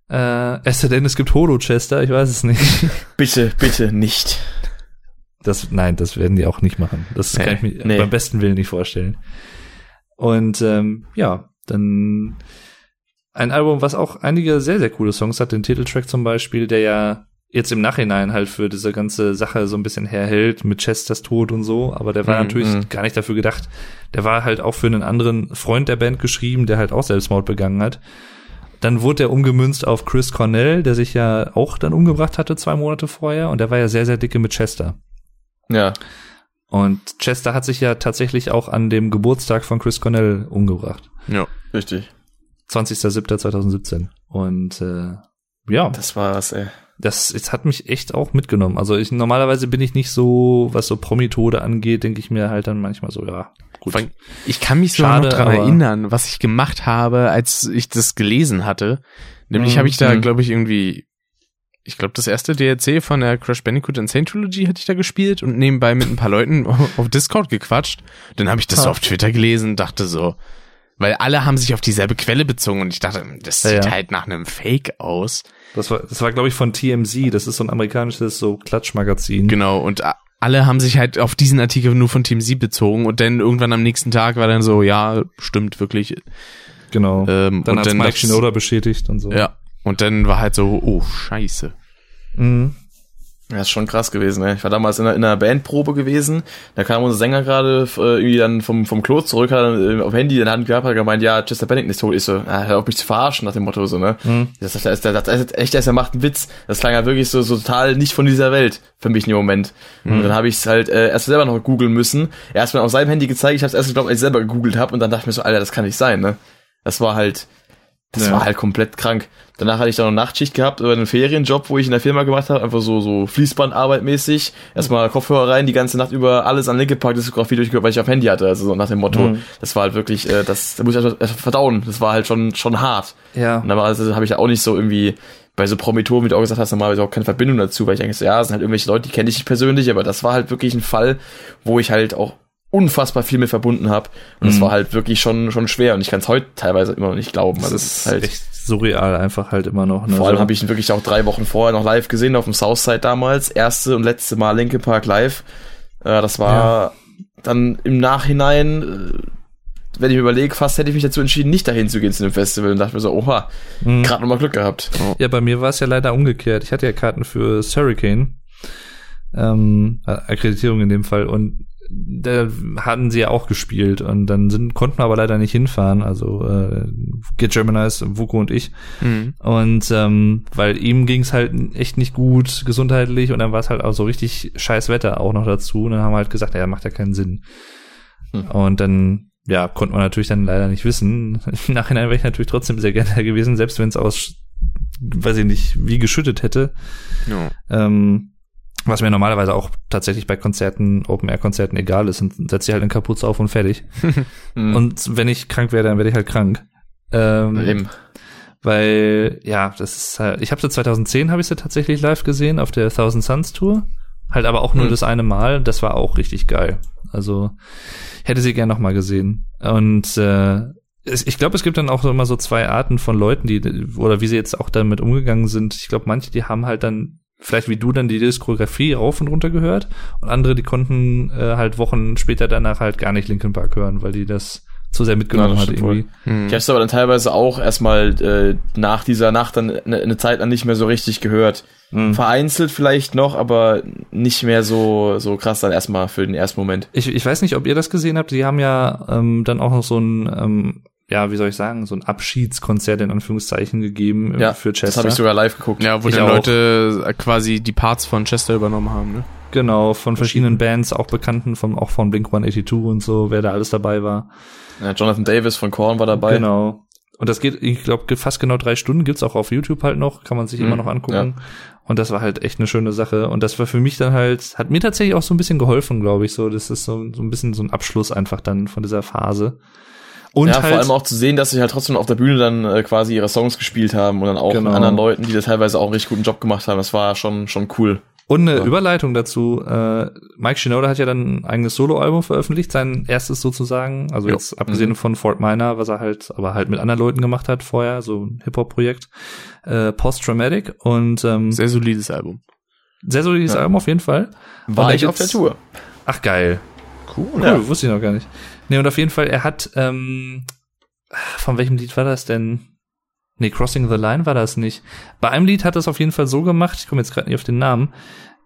[SPEAKER 2] Äh, es sei denn, es gibt Holochester, ich weiß es nicht.
[SPEAKER 1] Bitte, bitte nicht.
[SPEAKER 2] Das, nein, das werden die auch nicht machen. Das kann ich mir
[SPEAKER 1] nee.
[SPEAKER 2] beim besten Willen nicht vorstellen. Und ähm, ja, dann ein Album, was auch einige sehr, sehr coole Songs hat. Den Titeltrack zum Beispiel, der ja jetzt im Nachhinein halt für diese ganze Sache so ein bisschen herhält mit Chesters Tod und so. Aber der war
[SPEAKER 3] Mhm,
[SPEAKER 2] natürlich
[SPEAKER 1] mhm.
[SPEAKER 2] gar nicht dafür gedacht. Der war halt auch für einen anderen Freund der Band geschrieben, der halt auch Selbstmord begangen hat. Dann wurde er umgemünzt auf Chris Cornell, der sich ja auch dann umgebracht hatte zwei Monate vorher. Und der war ja sehr, sehr dicke mit Chester.
[SPEAKER 1] Ja.
[SPEAKER 2] Und Chester hat sich ja tatsächlich auch an dem Geburtstag von Chris Cornell umgebracht.
[SPEAKER 3] Ja.
[SPEAKER 1] Richtig.
[SPEAKER 2] 20.07.2017. Und äh, ja, das,
[SPEAKER 1] Das war's, ey.
[SPEAKER 2] es hat mich echt auch mitgenommen. Also ich normalerweise bin ich nicht so, was so Promi-Tode angeht, denke ich mir halt dann manchmal so, ja, gut.
[SPEAKER 3] Vor allem, Ich kann mich sogar
[SPEAKER 2] Schade,
[SPEAKER 3] noch dran
[SPEAKER 2] aber-
[SPEAKER 3] erinnern, was ich gemacht habe, als ich das gelesen hatte. Nämlich
[SPEAKER 2] Mhm.
[SPEAKER 3] habe ich da,
[SPEAKER 1] Mhm.
[SPEAKER 3] glaube ich, irgendwie, ich glaube, das erste DLC von der Crash Bandicoot Insane Trilogy hatte ich da gespielt und nebenbei mit ein paar Leuten auf Discord gequatscht. Dann habe ich das
[SPEAKER 2] Ha.
[SPEAKER 3] so auf Twitter gelesen und dachte so, weil alle haben sich auf dieselbe Quelle bezogen und ich dachte, das
[SPEAKER 2] Ja,
[SPEAKER 3] sieht
[SPEAKER 2] ja.
[SPEAKER 3] halt nach einem Fake aus.
[SPEAKER 2] Das war, das war glaube ich, von TMZ. Das ist so ein amerikanisches so Klatschmagazin.
[SPEAKER 3] Genau, und a- alle haben sich halt auf diesen Artikel nur von Team 7 bezogen und dann irgendwann am nächsten Tag war dann so, ja, stimmt wirklich.
[SPEAKER 2] Genau.
[SPEAKER 3] Ähm,
[SPEAKER 2] dann
[SPEAKER 3] und
[SPEAKER 2] hat
[SPEAKER 3] dann
[SPEAKER 2] Mike
[SPEAKER 3] das-
[SPEAKER 2] Shinoda beschädigt und so.
[SPEAKER 3] Ja. Und dann war halt so, oh, scheiße.
[SPEAKER 2] Mhm.
[SPEAKER 1] Ja, ist schon krass gewesen, ey. Ich war damals in einer, in einer Bandprobe gewesen, da kam unser Sänger gerade äh, irgendwie dann vom, vom Klo zurück, hat dann, äh, auf dem Handy in der Hand gehabt, hat gemeint, ja, Chester Bennington ist tot. Ich so, ah, hör auf mich zu verarschen, nach dem Motto so, ne? Das, das, das, das, das, echt, er macht einen Witz. Das klang ja wirklich so, so total nicht von dieser Welt, für mich in dem Moment. Und dann habe ich es halt äh, erst selber noch googeln müssen. Er hat mir auf seinem Handy gezeigt, ich habe es erst geglaubt, als ich selber gegoogelt habe und dann dachte ich mir so, Alter, das kann nicht sein, ne? Das war halt, das
[SPEAKER 2] Ja.
[SPEAKER 1] war halt komplett krank. Danach hatte ich dann noch Nachtschicht gehabt oder einen Ferienjob, wo ich in der Firma gemacht habe, einfach so so Fließbandarbeit mäßig. Erstmal Kopfhörer rein, die ganze Nacht über alles an linke Park Diskografie durchgehört, weil ich auf Handy hatte, also so nach dem Motto. Das war halt wirklich, äh, das, da muss ich erst mal verdauen. Das war halt schon schon hart.
[SPEAKER 2] Ja.
[SPEAKER 1] Und dann war- also, habe ich auch nicht so irgendwie bei so Prometoren, wie du auch gesagt hast, normalerweise auch keine Verbindung dazu, weil ich eigentlich so, ja, es sind halt irgendwelche Leute, die kenne ich nicht persönlich, aber das war halt wirklich ein Fall, wo ich halt auch unfassbar viel mit verbunden habe. Und
[SPEAKER 2] Mhm.
[SPEAKER 1] das war halt wirklich schon, schon schwer. Und ich kann es heute teilweise immer noch nicht glauben. Also
[SPEAKER 2] Das
[SPEAKER 1] es ist
[SPEAKER 2] ist
[SPEAKER 1] halt,
[SPEAKER 2] echt surreal einfach halt immer noch. Ne?
[SPEAKER 1] vor allem
[SPEAKER 2] So.
[SPEAKER 1] habe ich ihn wirklich auch drei Wochen vorher noch live gesehen auf dem Southside damals. Erste und letzte Mal Linkin Park live. Äh, das war dann im Nachhinein, äh, wenn ich mir überlege, fast hätte ich mich dazu entschieden, nicht dahin zu gehen zu dem Festival und dachte mir so, oha,
[SPEAKER 2] Mhm.
[SPEAKER 1] gerade nochmal Glück gehabt.
[SPEAKER 2] Ja, bei mir war es ja leider umgekehrt. Ich hatte ja Karten für das Hurricane. Ähm, Akkreditierung in dem Fall. Und da hatten sie ja auch gespielt. Und dann sind, konnten wir aber leider nicht hinfahren. Also äh, Get Germanized, Vuko und ich.
[SPEAKER 3] Mhm.
[SPEAKER 2] Und ähm, weil ihm ging's halt echt nicht gut gesundheitlich und dann war es halt auch so richtig scheiß Wetter auch noch dazu. Und dann haben wir halt gesagt, ja, macht ja keinen Sinn.
[SPEAKER 1] Hm.
[SPEAKER 2] Und dann, ja, konnte man natürlich dann leider nicht wissen. Im Nachhinein wäre ich natürlich trotzdem sehr gerne da gewesen, selbst wenn es aus, weiß ich nicht, wie geschüttet hätte.
[SPEAKER 3] Ja.
[SPEAKER 2] Ähm, was mir normalerweise auch tatsächlich bei Konzerten, Open-Air-Konzerten egal ist. Und setze ich halt eine Kapuze auf und fertig.
[SPEAKER 1] Hm.
[SPEAKER 2] Und wenn ich krank werde, dann werde ich halt krank. Ähm,
[SPEAKER 1] Eben.
[SPEAKER 2] weil ja, das ist halt, ich habe sie 2010 habe ich sie tatsächlich live gesehen auf der Thousand Suns Tour, halt aber auch nur
[SPEAKER 1] Hm.
[SPEAKER 2] das eine Mal, das war auch richtig geil. Also ich hätte sie gern noch mal gesehen und äh, es, ich glaube, es gibt dann auch so immer so zwei Arten von Leuten, die oder wie sie jetzt auch damit umgegangen sind. Ich glaube, manche die haben halt dann vielleicht wie du dann die Diskografie rauf und runter gehört und andere die konnten äh, halt Wochen später danach halt gar nicht Linkin Park hören, weil die das zu sehr mitgenommen
[SPEAKER 1] das
[SPEAKER 2] hat
[SPEAKER 1] stimmt wohl.
[SPEAKER 2] irgendwie.
[SPEAKER 3] Mhm.
[SPEAKER 1] Ich habe es aber dann teilweise auch erstmal äh, nach dieser Nacht dann eine, eine Zeit lang nicht mehr so richtig gehört.
[SPEAKER 2] Mhm.
[SPEAKER 1] Vereinzelt vielleicht noch, aber nicht mehr so, so krass dann erstmal für den ersten Moment.
[SPEAKER 2] Ich, ich weiß nicht, ob ihr das gesehen habt. Die haben ja ähm, dann auch noch so ein, ähm, ja, wie soll ich sagen, so ein Abschiedskonzert in Anführungszeichen gegeben äh,
[SPEAKER 1] Ja,
[SPEAKER 2] für Chester.
[SPEAKER 1] Das habe ich sogar live geguckt.
[SPEAKER 3] Ja, wo
[SPEAKER 2] Ich
[SPEAKER 3] dann
[SPEAKER 2] auch.
[SPEAKER 3] Leute äh, quasi die Parts von Chester übernommen haben, ne?
[SPEAKER 2] Genau, von verschiedenen Bands, auch Bekannten, vom, auch von Blink 182 und so, wer da alles dabei war.
[SPEAKER 1] Ja, Jonathan Davis von Korn war dabei.
[SPEAKER 2] Genau. Und das geht, ich glaube, fast genau drei Stunden gibt's auch auf YouTube halt noch, kann man sich
[SPEAKER 1] Mhm,
[SPEAKER 2] immer noch angucken. Und das war halt echt eine schöne Sache. Und das war für mich dann halt, hat mir tatsächlich auch so ein bisschen geholfen, glaube ich. So, das ist so, so ein bisschen so ein Abschluss einfach dann von dieser Phase. Und
[SPEAKER 1] ja,
[SPEAKER 2] halt,
[SPEAKER 1] vor allem auch zu sehen, dass sie halt trotzdem auf der Bühne dann äh, quasi ihre Songs gespielt haben und dann auch
[SPEAKER 2] Genau.
[SPEAKER 1] mit anderen Leuten, die da teilweise auch einen richtig guten Job gemacht haben. Das war schon, schon cool.
[SPEAKER 2] Und eine
[SPEAKER 1] Ja.
[SPEAKER 2] Überleitung dazu, äh, Mike Shinoda hat ja dann ein eigenes Soloalbum veröffentlicht, sein erstes sozusagen, also
[SPEAKER 3] Jo.
[SPEAKER 2] jetzt abgesehen von Fort Minor, was er halt, aber halt mit anderen Leuten gemacht hat vorher, so ein Hip-Hop-Projekt, äh, Post-Traumatic und ähm, sehr,
[SPEAKER 3] Sehr solides Album.
[SPEAKER 2] solides
[SPEAKER 1] Ja.
[SPEAKER 2] Album auf jeden Fall.
[SPEAKER 1] War
[SPEAKER 2] Und
[SPEAKER 1] ich
[SPEAKER 2] da
[SPEAKER 1] auf der
[SPEAKER 2] gibt's-
[SPEAKER 1] Tour.
[SPEAKER 2] Ach geil,
[SPEAKER 1] Cool.
[SPEAKER 2] cool,
[SPEAKER 1] Ja.
[SPEAKER 2] wusste ich noch gar nicht. Nee, und auf jeden Fall, er hat, ähm, von welchem Lied war das denn? Nee, Crossing the Line war das nicht. Bei einem Lied hat er es auf jeden Fall so gemacht, ich komme jetzt gerade nicht auf den Namen,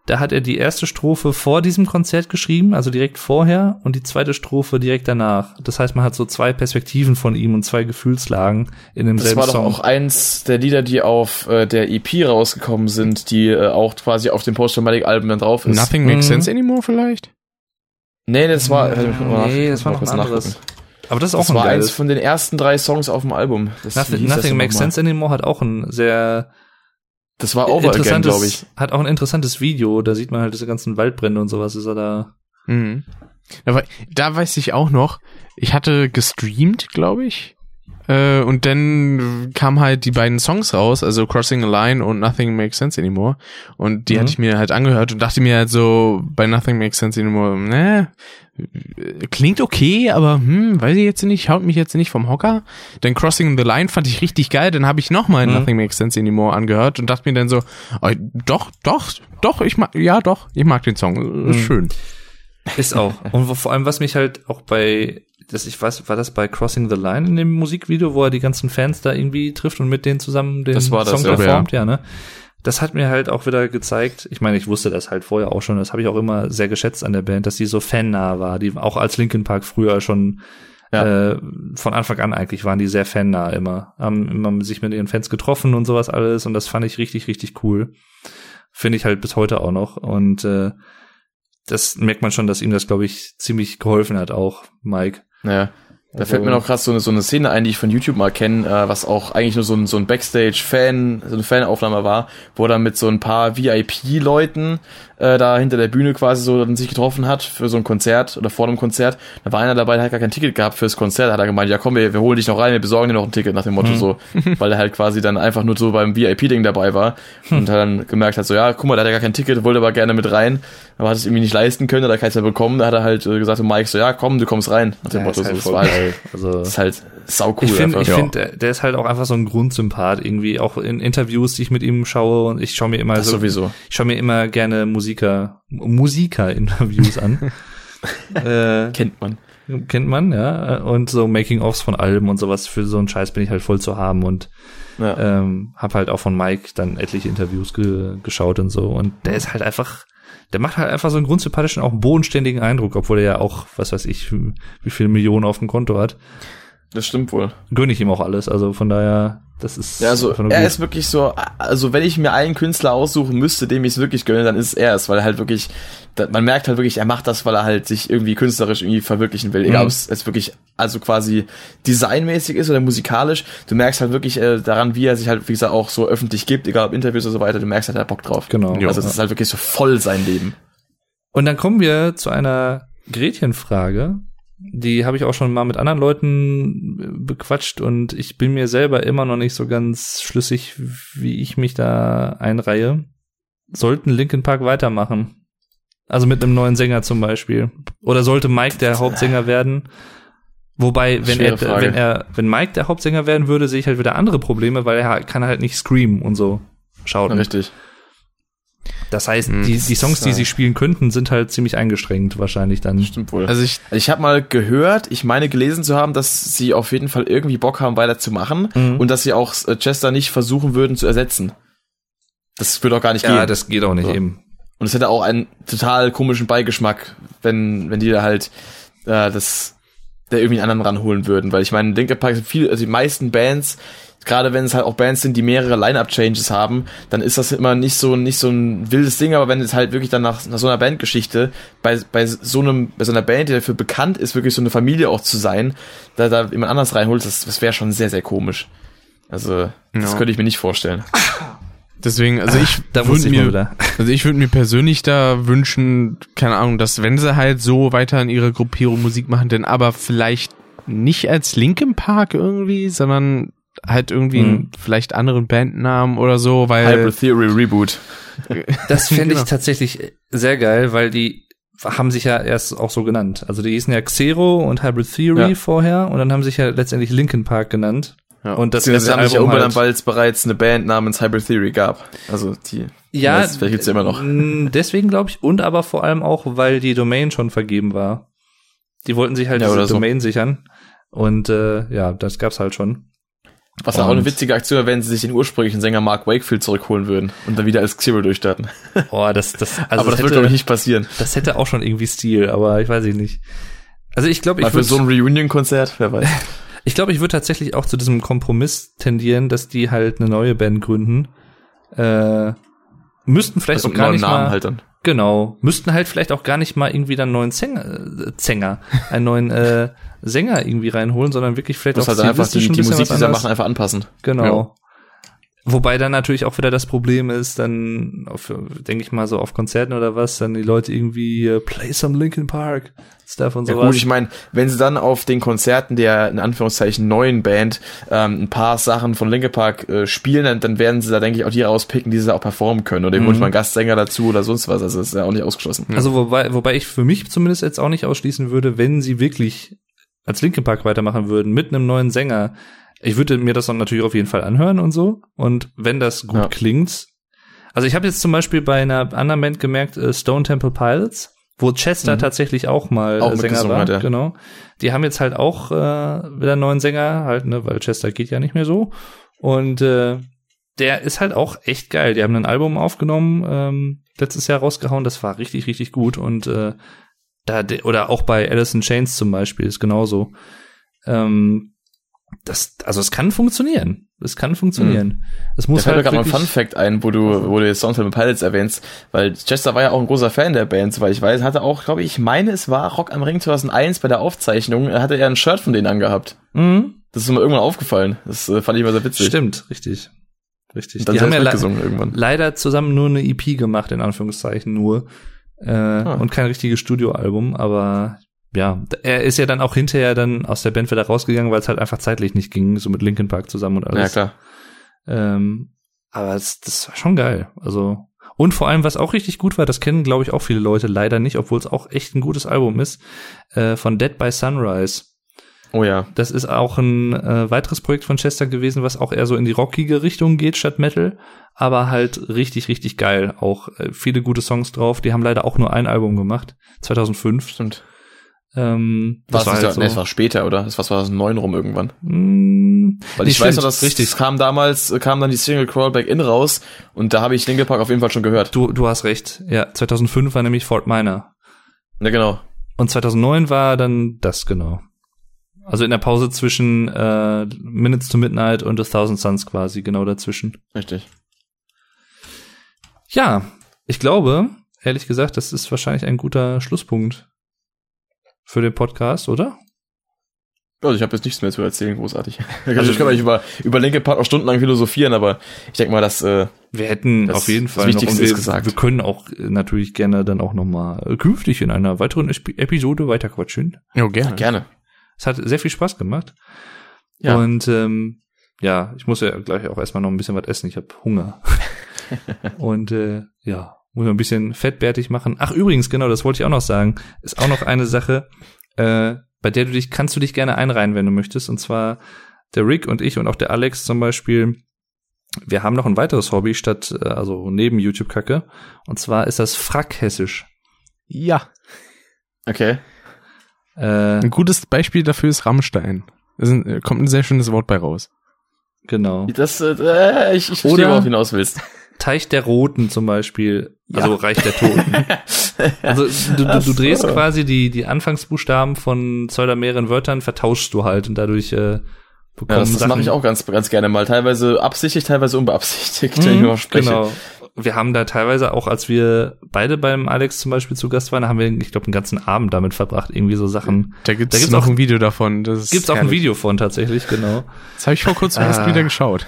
[SPEAKER 2] da hat er die erste Strophe vor diesem Konzert geschrieben, also direkt vorher, und die zweite Strophe direkt danach. Das heißt, man hat so zwei Perspektiven von ihm und zwei Gefühlslagen in
[SPEAKER 1] Das
[SPEAKER 2] demselben
[SPEAKER 1] war doch
[SPEAKER 2] Song.
[SPEAKER 1] auch eins der Lieder, die auf äh, der EP rausgekommen sind, die äh, auch quasi auf dem Post-Traumatic-Album dann drauf ist.
[SPEAKER 3] Nothing
[SPEAKER 2] Mhm.
[SPEAKER 3] Makes Sense Anymore vielleicht?
[SPEAKER 1] Nee, das war. warte, ich muss mal nach-
[SPEAKER 2] nee,
[SPEAKER 1] ich muss
[SPEAKER 2] das war
[SPEAKER 1] mal
[SPEAKER 2] noch ein
[SPEAKER 1] kurz nachgucken.
[SPEAKER 2] anderes. Aber das ist auch
[SPEAKER 1] Das
[SPEAKER 2] ein
[SPEAKER 1] war
[SPEAKER 2] geiles.
[SPEAKER 1] eins von den ersten drei Songs auf dem Album. Das, wie
[SPEAKER 2] Nothing,
[SPEAKER 1] hieß das
[SPEAKER 2] Nothing
[SPEAKER 1] denn
[SPEAKER 2] Makes
[SPEAKER 1] nochmal?
[SPEAKER 2] Sense Anymore hat auch ein sehr
[SPEAKER 1] Das war Over Again, glaube ich.
[SPEAKER 2] Hat auch ein interessantes Video, da sieht man halt diese ganzen Waldbrände und sowas, ist er da.
[SPEAKER 3] Mhm. Da, wei- da weiß ich auch noch, ich hatte gestreamt, glaube ich, äh, Äh, und dann kamen halt die beiden Songs raus, also Crossing a Line und Nothing Makes Sense Anymore. Und die
[SPEAKER 1] Mhm.
[SPEAKER 3] hatte ich mir halt angehört und dachte mir halt so, bei Nothing Makes Sense Anymore, ne, äh, klingt okay, aber hm, weiß ich jetzt nicht, haut mich jetzt nicht vom Hocker. Dann Crossing the Line fand ich richtig geil, dann habe ich nochmal
[SPEAKER 1] Mhm.
[SPEAKER 3] Nothing Makes Sense Anymore angehört und dachte mir dann so, oh, doch, doch, doch, ich mag, ja doch, ich mag den Song,
[SPEAKER 1] Mhm.
[SPEAKER 3] ist schön.
[SPEAKER 2] Ist auch. Und wo- vor allem, was mich halt auch bei, das, ich weiß, war das bei Crossing the Line in dem Musikvideo, wo er die ganzen Fans da irgendwie trifft und mit denen zusammen den
[SPEAKER 1] Das war das,
[SPEAKER 2] Song
[SPEAKER 1] ja.
[SPEAKER 2] performt, ja. ne? Das hat mir halt auch wieder gezeigt, ich meine, ich wusste das halt vorher auch schon, das habe ich auch immer sehr geschätzt an der Band, dass die so fannah war, die auch als Linkin Park früher schon äh, von Anfang an eigentlich waren die sehr fannah immer, haben immer sich mit ihren Fans getroffen und sowas alles und das fand ich richtig, richtig cool. Finde ich halt bis heute auch noch und äh, das merkt man schon, dass ihm das, glaube ich, ziemlich geholfen hat, auch Mike.
[SPEAKER 1] Ja. Da fällt mir
[SPEAKER 2] Also-
[SPEAKER 1] noch krass so eine, so eine Szene ein, die ich von YouTube mal kenne, äh, was auch eigentlich nur so ein, so ein Backstage-Fan, so eine Fanaufnahme war, wo er dann mit so ein paar VIP-Leuten äh, da hinter der Bühne quasi so dann sich getroffen hat für so ein Konzert oder vor einem Konzert. Da war einer dabei, der hat gar kein Ticket gehabt fürs Konzert, hat er gemeint, ja komm, wir, wir holen dich noch rein, wir besorgen dir noch ein Ticket nach dem Motto so, weil er halt quasi dann einfach nur so beim VIP-Ding dabei war und hat dann gemerkt hat so, ja, guck mal, da hat er gar kein Ticket, wollte aber gerne mit rein, aber hat es irgendwie nicht leisten können, hat er keins mehr bekommen, da hat er halt äh, gesagt, zu Mike so, ja komm, du kommst rein, nach dem
[SPEAKER 2] Ja,
[SPEAKER 1] Motto so,
[SPEAKER 2] ist halt
[SPEAKER 1] das
[SPEAKER 2] voll
[SPEAKER 1] war halt
[SPEAKER 2] geil. Also,
[SPEAKER 1] das ist halt sau cool.
[SPEAKER 2] ich finde, ich
[SPEAKER 1] einfach.
[SPEAKER 2] find, der, der ist halt auch einfach so ein Grundsympath irgendwie, auch in Interviews, die ich mit ihm schaue und ich schaue mir immer
[SPEAKER 1] das
[SPEAKER 2] so,
[SPEAKER 1] sowieso.
[SPEAKER 2] ich schaue mir immer gerne Musiker, Musiker-Interviews an. äh,
[SPEAKER 1] Kennt man.
[SPEAKER 2] kennt man, ja, und so Making-ofs von Alben und sowas, für so einen Scheiß bin ich halt voll zu haben und
[SPEAKER 1] Ja.
[SPEAKER 2] ähm, hab halt auch von Mike dann etliche Interviews ge geschaut und so und der ist halt einfach der macht halt einfach so einen grundsympathischen, auch bodenständigen Eindruck, obwohl er ja auch, was weiß ich, wie viele Millionen auf dem Konto hat.
[SPEAKER 1] Das stimmt wohl.
[SPEAKER 2] Gönne ich ihm auch alles, also von daher, das ist
[SPEAKER 1] Ja, also
[SPEAKER 2] einfach nur
[SPEAKER 1] er
[SPEAKER 2] gut.
[SPEAKER 1] ist wirklich so, also wenn ich mir einen Künstler aussuchen müsste, dem ich es wirklich gönne, dann ist er es, weil er halt wirklich, da- man merkt halt wirklich, er macht das, weil er halt sich irgendwie künstlerisch irgendwie verwirklichen will. Egal,
[SPEAKER 2] Mhm.
[SPEAKER 1] ob es jetzt wirklich, also quasi designmäßig ist oder musikalisch, du merkst halt wirklich äh, daran, wie er sich halt, wie gesagt, auch so öffentlich gibt, egal ob Interviews oder so weiter, du merkst halt, er hat Bock drauf.
[SPEAKER 2] Genau.
[SPEAKER 1] Also es ist halt wirklich so voll sein Leben.
[SPEAKER 2] Und dann kommen wir zu einer Gretchenfrage. Die habe ich auch schon mal mit anderen Leuten äh, bequatscht und ich bin mir selber immer noch nicht so ganz schlüssig, wie ich mich da einreihe. Sollten Linkin Park weitermachen? Also mit einem neuen Sänger zum Beispiel. Oder sollte Mike der Hauptsänger werden? Wobei, wenn
[SPEAKER 1] Schwere
[SPEAKER 2] er,
[SPEAKER 1] Frage.
[SPEAKER 2] wenn er, wenn Mike der Hauptsänger werden würde, sehe ich halt wieder andere Probleme, weil er kann halt nicht screamen und so schauten.
[SPEAKER 1] Richtig.
[SPEAKER 2] Hm. Das heißt,
[SPEAKER 3] Mhm.
[SPEAKER 2] die, die Songs, die sie spielen könnten, sind halt ziemlich eingeschränkt wahrscheinlich dann.
[SPEAKER 1] Stimmt wohl.
[SPEAKER 3] Also ich
[SPEAKER 1] Ich habe mal gehört, ich meine gelesen zu haben, dass sie auf jeden Fall irgendwie Bock haben, weiterzumachen
[SPEAKER 2] Mhm.
[SPEAKER 1] und dass sie auch äh, Chester nicht versuchen würden zu ersetzen. Das würde auch gar nicht
[SPEAKER 2] Ja,
[SPEAKER 1] gehen.
[SPEAKER 2] das geht auch nicht
[SPEAKER 1] So.
[SPEAKER 2] eben.
[SPEAKER 1] und es hätte auch einen total komischen Beigeschmack, wenn, wenn die da halt äh, das da irgendwie einen anderen ranholen würden. Weil ich meine, Linkin Park sind viel, also die meisten Bands, gerade wenn es halt auch Bands sind, die mehrere Line-Up-Changes haben, dann ist das immer nicht so, nicht so ein wildes Ding, aber wenn es halt wirklich dann nach, nach so einer Bandgeschichte, bei, bei so einem, bei so einer Band, die dafür bekannt ist, wirklich so eine Familie auch zu sein, da, da jemand anders reinholt, das, das wäre schon sehr, sehr komisch. Also, das
[SPEAKER 3] Ja.
[SPEAKER 1] könnte ich mir nicht vorstellen.
[SPEAKER 3] Deswegen, also ich
[SPEAKER 2] Da muss
[SPEAKER 3] würde
[SPEAKER 2] ich mal
[SPEAKER 3] mir,
[SPEAKER 2] wieder.
[SPEAKER 3] also ich würde mir persönlich da wünschen, keine Ahnung, dass wenn sie halt so weiter in ihrer Gruppierung Musik machen, denn aber vielleicht nicht als Linkin Park irgendwie, sondern halt irgendwie
[SPEAKER 2] Mhm.
[SPEAKER 3] einen vielleicht anderen Bandnamen oder so, weil
[SPEAKER 1] Hybrid Theory Reboot.
[SPEAKER 2] Das fände
[SPEAKER 3] Genau.
[SPEAKER 2] ich tatsächlich sehr geil, weil die haben sich ja erst auch so genannt. Also die hießen ja Xero und Hybrid Theory
[SPEAKER 1] Ja.
[SPEAKER 2] vorher und dann haben sich ja letztendlich Linkin Park genannt.
[SPEAKER 3] Ja.
[SPEAKER 2] Und das
[SPEAKER 1] Sie
[SPEAKER 2] letzte
[SPEAKER 1] haben sich ja
[SPEAKER 2] Album
[SPEAKER 1] umbenannt,
[SPEAKER 2] halt-
[SPEAKER 1] weil es bereits eine Band namens Hybrid Theory gab. Also die.
[SPEAKER 2] Ja,
[SPEAKER 1] weiß, vielleicht gibt's ja immer noch.
[SPEAKER 2] m, Deswegen glaube ich und aber vor allem auch, weil die Domain schon vergeben war. Die wollten sich halt
[SPEAKER 1] Ja,
[SPEAKER 2] diese
[SPEAKER 1] oder so.
[SPEAKER 2] Domain sichern und äh, ja, das gab's halt schon.
[SPEAKER 1] Was ja auch
[SPEAKER 2] Und-
[SPEAKER 1] eine witzige Aktion wäre, wenn sie sich den ursprünglichen Sänger Mark Wakefield zurückholen würden und dann wieder als Xero durchstarten.
[SPEAKER 2] Boah, das das also
[SPEAKER 1] Aber das, wird, glaube ich, nicht passieren.
[SPEAKER 2] Das hätte auch schon irgendwie Stil, aber ich weiß ich nicht. Also ich glaube,
[SPEAKER 1] Mal
[SPEAKER 2] ich
[SPEAKER 1] für
[SPEAKER 2] würde
[SPEAKER 1] so ein Reunion-Konzert, wer weiß.
[SPEAKER 2] ich glaube, ich würde tatsächlich auch zu diesem Kompromiss tendieren, dass die halt eine neue Band gründen. Äh, müssten vielleicht
[SPEAKER 1] Also
[SPEAKER 2] auch gar
[SPEAKER 1] einen
[SPEAKER 2] nicht
[SPEAKER 1] Namen
[SPEAKER 2] mal,
[SPEAKER 1] halt dann.
[SPEAKER 2] genau, müssten halt vielleicht auch gar nicht mal irgendwie dann einen neuen Sänger, äh, Sänger einen neuen äh, Sänger irgendwie reinholen, sondern wirklich vielleicht
[SPEAKER 1] Das
[SPEAKER 2] auch
[SPEAKER 1] halt einfach die,
[SPEAKER 2] stilistisch ein
[SPEAKER 1] die
[SPEAKER 2] bisschen
[SPEAKER 1] Musik,
[SPEAKER 2] was
[SPEAKER 1] die sie
[SPEAKER 2] anderes.
[SPEAKER 1] machen, einfach anpassen.
[SPEAKER 2] Genau. Wobei dann natürlich auch wieder das Problem ist, dann, auf, denke ich mal, so auf Konzerten oder was, dann die Leute irgendwie äh, play some Linkin Park, Stuff und
[SPEAKER 1] Ja
[SPEAKER 2] sowas.
[SPEAKER 1] gut, ich meine, wenn sie dann auf den Konzerten der in Anführungszeichen neuen Band ähm, ein paar Sachen von Linke Park äh, spielen, dann, dann werden sie da, denke ich, auch die rauspicken, die sie auch performen können. Oder eben mhm. mal einen Gastsänger dazu oder sonst was. Also das ist ja auch nicht ausgeschlossen.
[SPEAKER 2] Also wobei, wobei ich für mich zumindest jetzt auch nicht ausschließen würde, wenn sie wirklich als Linkin Park weitermachen würden mit einem neuen Sänger. Ich würde mir das dann natürlich auf jeden Fall anhören und so. Und wenn das gut
[SPEAKER 1] Ja.
[SPEAKER 2] klingt. Also ich habe jetzt zum Beispiel bei einer anderen Band gemerkt, äh, Stone Temple Pilots, wo Chester
[SPEAKER 1] Mhm.
[SPEAKER 2] tatsächlich auch mal
[SPEAKER 1] Auch
[SPEAKER 2] äh, Sänger
[SPEAKER 1] mitgesungen
[SPEAKER 2] war.
[SPEAKER 1] hat, ja.
[SPEAKER 2] Genau. Die haben jetzt halt auch äh, wieder einen neuen Sänger, halt, ne, weil Chester geht ja nicht mehr so. Und äh, der ist halt auch echt geil. Die haben ein Album aufgenommen, ähm, letztes Jahr rausgehauen, das war richtig, richtig gut. Und äh, da, de- oder auch bei Alice in Chains zum Beispiel, ist genauso. Ähm, das, also es kann funktionieren. Es kann funktionieren. Es
[SPEAKER 1] Da
[SPEAKER 2] muss
[SPEAKER 1] Mhm. fällt mir
[SPEAKER 2] halt
[SPEAKER 1] gerade noch ein
[SPEAKER 2] wirklich-
[SPEAKER 1] Fun Fact ein, wo du, wo du jetzt Songs mit Pilots erwähnst, weil Chester war ja auch ein großer Fan der Band, soweit ich weiß, hatte auch, glaube ich, ich meine, es war Rock am Ring 2001 bei der Aufzeichnung, äh, hatte er ein Shirt von denen angehabt.
[SPEAKER 2] Mhm.
[SPEAKER 1] Das ist mir irgendwann aufgefallen. Das äh, fand ich immer sehr witzig.
[SPEAKER 2] Stimmt, richtig. Richtig.
[SPEAKER 1] Und dann
[SPEAKER 2] Die haben ja le
[SPEAKER 1] gesungen irgendwann.
[SPEAKER 2] leider zusammen nur eine EP gemacht, in Anführungszeichen nur. Äh,
[SPEAKER 1] Ah.
[SPEAKER 2] Und kein richtiges Studioalbum, aber ja, d- er ist ja dann auch hinterher dann aus der Band wieder rausgegangen, weil es halt einfach zeitlich nicht ging, so mit Linkin Park zusammen und
[SPEAKER 1] Ja,
[SPEAKER 2] alles.
[SPEAKER 1] klar.
[SPEAKER 2] Ähm, aber es, das war schon geil. Also und vor allem, was auch richtig gut war, das kennen glaube ich auch viele Leute leider nicht, obwohl es auch echt ein gutes Album ist, äh, von Dead by Sunrise.
[SPEAKER 1] Oh ja.
[SPEAKER 2] Das ist auch ein äh, weiteres Projekt von Chester gewesen, was auch eher so in die rockige Richtung geht statt Metal, aber halt richtig, richtig geil. Auch äh, viele gute Songs drauf. Die haben leider auch nur ein Album gemacht, 2005.
[SPEAKER 1] Stimmt.
[SPEAKER 2] Ähm,
[SPEAKER 1] Das war,
[SPEAKER 2] halt
[SPEAKER 1] nee, das war später, oder? Das war 2009 rum irgendwann.
[SPEAKER 2] Mm,
[SPEAKER 1] Weil
[SPEAKER 2] nee,
[SPEAKER 1] ich weiß
[SPEAKER 2] stimmt,
[SPEAKER 1] noch, dass es kam damals, äh, kam dann die Single Crawlback In raus und da habe ich Linkin Park auf jeden Fall schon gehört.
[SPEAKER 2] Du, du hast recht. Ja, 2005 war nämlich Fort Minor.
[SPEAKER 1] Ja, genau.
[SPEAKER 2] Und 2009 war dann das genau. Also in der Pause zwischen äh, Minutes to Midnight und A Thousand Suns quasi, genau dazwischen.
[SPEAKER 1] Richtig.
[SPEAKER 2] Ja, ich glaube, ehrlich gesagt, das ist wahrscheinlich ein guter Schlusspunkt für den Podcast, oder?
[SPEAKER 1] Also ich habe jetzt nichts mehr zu erzählen, großartig. Also ich kann mal über, über Linkin Park auch stundenlang philosophieren, aber ich denke mal, dass äh,
[SPEAKER 2] Wir hätten
[SPEAKER 1] Das-
[SPEAKER 2] auf jeden
[SPEAKER 1] das
[SPEAKER 2] Fall
[SPEAKER 1] Wichtigste
[SPEAKER 2] wir,
[SPEAKER 1] ist gesagt.
[SPEAKER 2] wir können auch äh, natürlich gerne dann auch noch mal äh, künftig in einer weiteren Esp- Episode weiterquatschen.
[SPEAKER 3] Ja, gerne.
[SPEAKER 1] gerne.
[SPEAKER 2] Es hat sehr viel Spaß gemacht.
[SPEAKER 1] Ja.
[SPEAKER 2] Und ähm, ja, ich muss ja gleich auch erstmal noch ein bisschen was essen. Ich habe Hunger. Und äh, ja, muss mir ein bisschen fettbärtig machen. Ach, übrigens, genau, das wollte ich auch noch sagen. Ist auch noch eine Sache, äh, bei der du dich, kannst du dich gerne einreihen, wenn du möchtest. Und zwar der Rick und ich und auch der Alex zum Beispiel. Wir haben noch ein weiteres Hobby statt, äh, also neben YouTube-Kacke. Und zwar ist das Frackhessisch.
[SPEAKER 3] Ja.
[SPEAKER 1] Okay.
[SPEAKER 2] Äh,
[SPEAKER 1] Mhm.
[SPEAKER 3] Ein gutes Beispiel dafür ist Rammstein. Da sind- äh, kommt ein sehr schönes Wort bei raus.
[SPEAKER 2] genau.
[SPEAKER 1] Das, äh, ich, ich verstehe,
[SPEAKER 3] Oder-
[SPEAKER 1] worauf du hinaus willst.
[SPEAKER 2] Teich der Roten zum Beispiel,
[SPEAKER 1] Ja.
[SPEAKER 2] also Reich der Toten. Also du, du,
[SPEAKER 1] Ach
[SPEAKER 2] du
[SPEAKER 1] so.
[SPEAKER 2] drehst quasi die, die Anfangsbuchstaben von zwei oder mehreren Wörtern, vertauschst du halt und dadurch äh, bekommen
[SPEAKER 1] Ja, das das
[SPEAKER 2] Sachen.
[SPEAKER 1] mache ich auch ganz, ganz gerne mal. Teilweise absichtlich, teilweise unbeabsichtigt, wenn ich
[SPEAKER 2] Mhm,
[SPEAKER 1] mal spreche.
[SPEAKER 2] Genau. Wir haben da teilweise auch, als wir beide beim Alex zum Beispiel zu Gast waren, haben wir, ich glaube, einen ganzen Abend damit verbracht, irgendwie so Sachen.
[SPEAKER 3] Da gibt's,
[SPEAKER 2] gibt's
[SPEAKER 3] noch
[SPEAKER 2] auch-
[SPEAKER 3] ein Video davon. Das ist
[SPEAKER 2] Gibt's auch ein
[SPEAKER 3] herrlich.
[SPEAKER 2] Video von tatsächlich, genau.
[SPEAKER 3] Das habe ich vor kurzem erst
[SPEAKER 2] Ah.
[SPEAKER 3] wieder geschaut.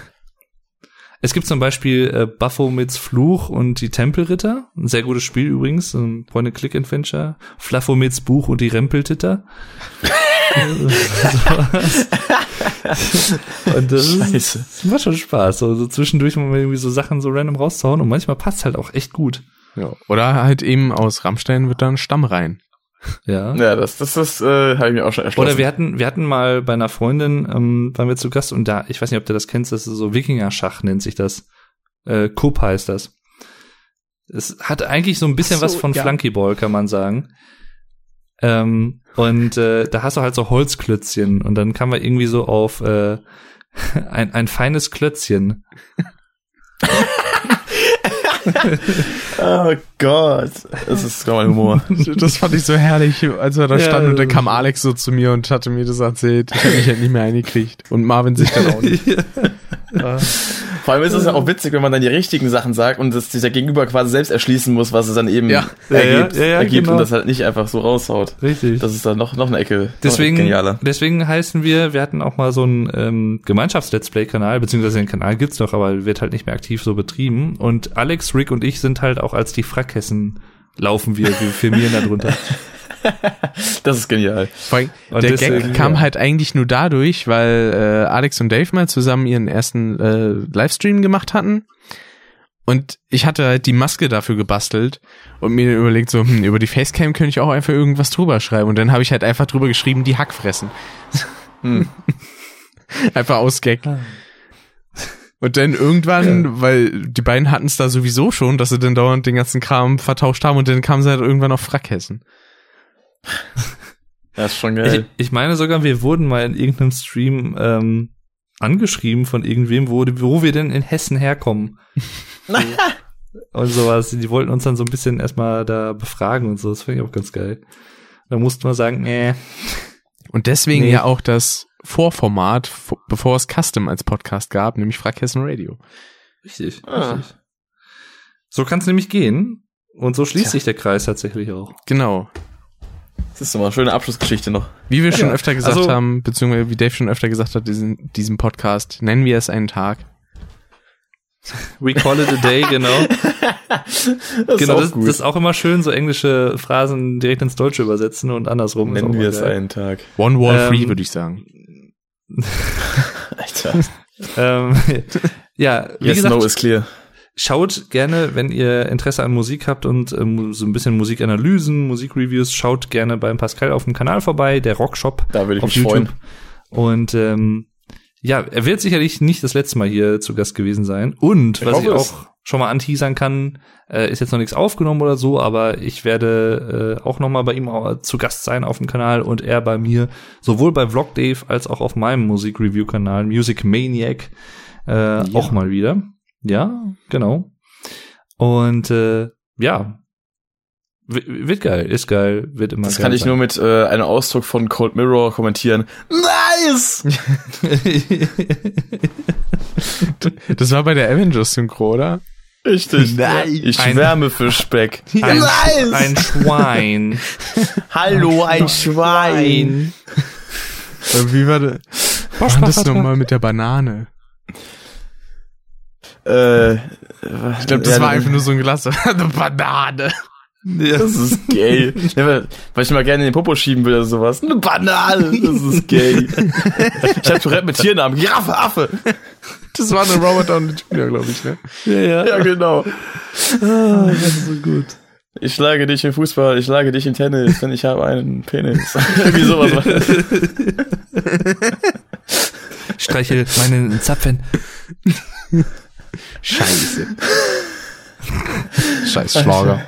[SPEAKER 2] Es gibt zum Beispiel äh, Baphomets Fluch und die Tempelritter. Ein sehr gutes Spiel übrigens, ein Point-and-Click-Adventure. Flaphomets Buch und die Rempeltitter. und das, ist,
[SPEAKER 1] Scheiße.
[SPEAKER 2] das macht schon Spaß. So, so zwischendurch mal irgendwie so Sachen so random rauszuhauen und manchmal passt halt auch echt gut.
[SPEAKER 3] Ja. Oder halt eben aus Rammstein wird dann Stamm rein.
[SPEAKER 2] Ja.
[SPEAKER 1] Ja, das, das, das äh, habe ich mir auch schon erschlossen.
[SPEAKER 2] Oder wir hatten, wir hatten mal bei einer Freundin, ähm, waren wir zu Gast und da, ich weiß nicht, ob du das kennst, das ist so Wikinger-Schach nennt sich das. Äh, Kup heißt das. Es hat eigentlich so ein bisschen
[SPEAKER 3] Ach so,
[SPEAKER 2] was von
[SPEAKER 3] ja.
[SPEAKER 2] Flunkyball, kann man sagen. Ähm, und äh, da hast du halt so Holzklötzchen und dann kamen wir irgendwie so auf äh, ein, ein feines Klötzchen.
[SPEAKER 1] oh Gott. Das ist genau mein Humor.
[SPEAKER 3] Das fand ich so herrlich, als wir da
[SPEAKER 2] Ja,
[SPEAKER 3] standen und dann
[SPEAKER 2] das
[SPEAKER 3] kam
[SPEAKER 2] ist-
[SPEAKER 3] Alex so zu mir und hatte mir das erzählt. Ich habe mich halt nicht mehr eingekriegt. Und Marvin sich dann auch nicht.
[SPEAKER 1] Vor allem ist es ja auch witzig, wenn man dann die richtigen Sachen sagt und dass sich der Gegenüber quasi selbst erschließen muss, was es dann eben
[SPEAKER 3] Ja.
[SPEAKER 1] ergibt,
[SPEAKER 2] Ja, ja, ja,
[SPEAKER 1] ergibt
[SPEAKER 2] genau.
[SPEAKER 1] und das halt nicht einfach so raushaut.
[SPEAKER 2] Richtig.
[SPEAKER 1] Das ist dann noch, noch eine Ecke.
[SPEAKER 2] Deswegen,
[SPEAKER 1] Noch genialer.
[SPEAKER 2] deswegen heißen wir, wir hatten auch mal so einen ähm, Gemeinschafts-Let's Play-Kanal, beziehungsweise den Kanal gibt's noch, aber wird halt nicht mehr aktiv so betrieben. Und Alex, Rick und ich sind halt auch als die Frackhessen laufen wir, wir firmieren da drunter.
[SPEAKER 1] Das ist genial.
[SPEAKER 3] Vor allem,
[SPEAKER 2] Und
[SPEAKER 3] der
[SPEAKER 2] deswegen,
[SPEAKER 3] Gag kam
[SPEAKER 1] ja.
[SPEAKER 3] halt eigentlich nur dadurch, weil äh, Alex und Dave mal zusammen ihren ersten äh, Livestream gemacht hatten. Und ich hatte halt die Maske dafür gebastelt und mir überlegt, so, hm, über die Facecam könnte ich auch einfach irgendwas drüber schreiben. Und dann habe ich halt einfach drüber geschrieben, die Hackfressen.
[SPEAKER 2] Hm.
[SPEAKER 3] einfach aus Gag. Und dann irgendwann, weil die beiden hatten es da sowieso schon, dass sie dann dauernd den ganzen Kram vertauscht haben und dann kamen sie halt irgendwann auf Frackhessen.
[SPEAKER 1] Das ist schon
[SPEAKER 2] Ich,
[SPEAKER 1] geil.
[SPEAKER 2] ich meine sogar, wir wurden mal in irgendeinem Stream ähm, angeschrieben von irgendwem, wo, wo wir denn in Hessen herkommen. und sowas. Die wollten uns dann so ein bisschen erstmal da befragen und so. Das fand ich auch ganz geil. Da mussten wir sagen, nee,
[SPEAKER 3] Und deswegen
[SPEAKER 2] Nee.
[SPEAKER 3] ja auch das Vorformat, v- bevor es Custom als Podcast gab, nämlich Frackhessen Radio.
[SPEAKER 2] Richtig,
[SPEAKER 1] Ah.
[SPEAKER 2] richtig. So kann es nämlich gehen. Und so schließt sich der Kreis tatsächlich auch.
[SPEAKER 3] Genau.
[SPEAKER 1] Das ist nochmal eine schöne Abschlussgeschichte noch.
[SPEAKER 3] Wie wir schon öfter gesagt
[SPEAKER 2] Also-
[SPEAKER 3] haben, beziehungsweise wie Dave schon öfter gesagt hat, diesen, diesem Podcast, nennen wir es einen Tag.
[SPEAKER 2] We call it a day, genau.
[SPEAKER 1] Das
[SPEAKER 2] genau, das, das ist auch immer schön, so englische Phrasen direkt ins Deutsche übersetzen und andersrum. ist auch
[SPEAKER 1] Nennen
[SPEAKER 2] mal
[SPEAKER 1] wir es
[SPEAKER 2] geil.
[SPEAKER 1] einen Tag.
[SPEAKER 3] One Wall
[SPEAKER 2] Ähm,
[SPEAKER 3] Free, würde ich sagen.
[SPEAKER 1] Alter.
[SPEAKER 2] Ähm, ja, wie
[SPEAKER 1] yes,
[SPEAKER 2] gesagt,
[SPEAKER 1] no is clear.
[SPEAKER 2] schaut gerne, wenn ihr Interesse an Musik habt und ähm, so ein bisschen Musikanalysen, Musikreviews, schaut gerne beim Pascal auf dem Kanal vorbei, der Rockshop.
[SPEAKER 1] Da würde ich
[SPEAKER 2] auf
[SPEAKER 1] mich
[SPEAKER 2] YouTube.
[SPEAKER 1] freuen.
[SPEAKER 2] Und ähm, ja, er wird sicherlich nicht das letzte Mal hier zu Gast gewesen sein. Und
[SPEAKER 1] Ich
[SPEAKER 2] was ich
[SPEAKER 1] hoffe es.
[SPEAKER 2] auch schon mal anteasern kann, äh, ist jetzt noch nichts aufgenommen oder so, aber ich werde äh, auch noch mal bei ihm au- zu Gast sein auf dem Kanal und er bei mir, sowohl bei Vlog Dave als auch auf meinem Musikreview-Kanal Music Maniac äh, auch mal wieder. Ja, genau. Und äh, ja, W- wird geil, ist geil, wird immer
[SPEAKER 1] Das
[SPEAKER 2] geil
[SPEAKER 1] kann ich
[SPEAKER 2] sein.
[SPEAKER 1] nur mit äh, einem Ausdruck von Cold Mirror kommentieren. Nice!
[SPEAKER 3] Das war bei der Avengers-Synchro, oder?
[SPEAKER 1] Richtig.
[SPEAKER 3] Nein.
[SPEAKER 1] Ich
[SPEAKER 2] Ein-
[SPEAKER 1] schwärme für Speck.
[SPEAKER 2] Ein,
[SPEAKER 1] Nice!
[SPEAKER 2] ein Schwein.
[SPEAKER 1] Hallo, ein Schwein.
[SPEAKER 3] Äh, Wie war das? Was war das nochmal mit der Banane?
[SPEAKER 1] Äh,
[SPEAKER 3] Ich glaube, das war einfach nur so ein Glas. Eine Banane.
[SPEAKER 1] Das ist gay. Ja, weil, weil ich mal gerne in den Popo schieben will oder sowas. Eine Banane. Das ist gay. ich hab Tourette mit Tiernamen. Giraffe, Affe.
[SPEAKER 3] Das war eine Robert Downey Jr., glaube ich, ne?
[SPEAKER 2] Ja, ja.
[SPEAKER 1] Ja, genau.
[SPEAKER 2] Das ist so gut.
[SPEAKER 1] Ich schlage dich im Fußball, ich schlage dich im Tennis, denn ich habe einen Penis. Irgendwie sowas. war das.
[SPEAKER 2] Streichel meinen Zapfen.
[SPEAKER 3] Scheiße. Scheiß Schlager.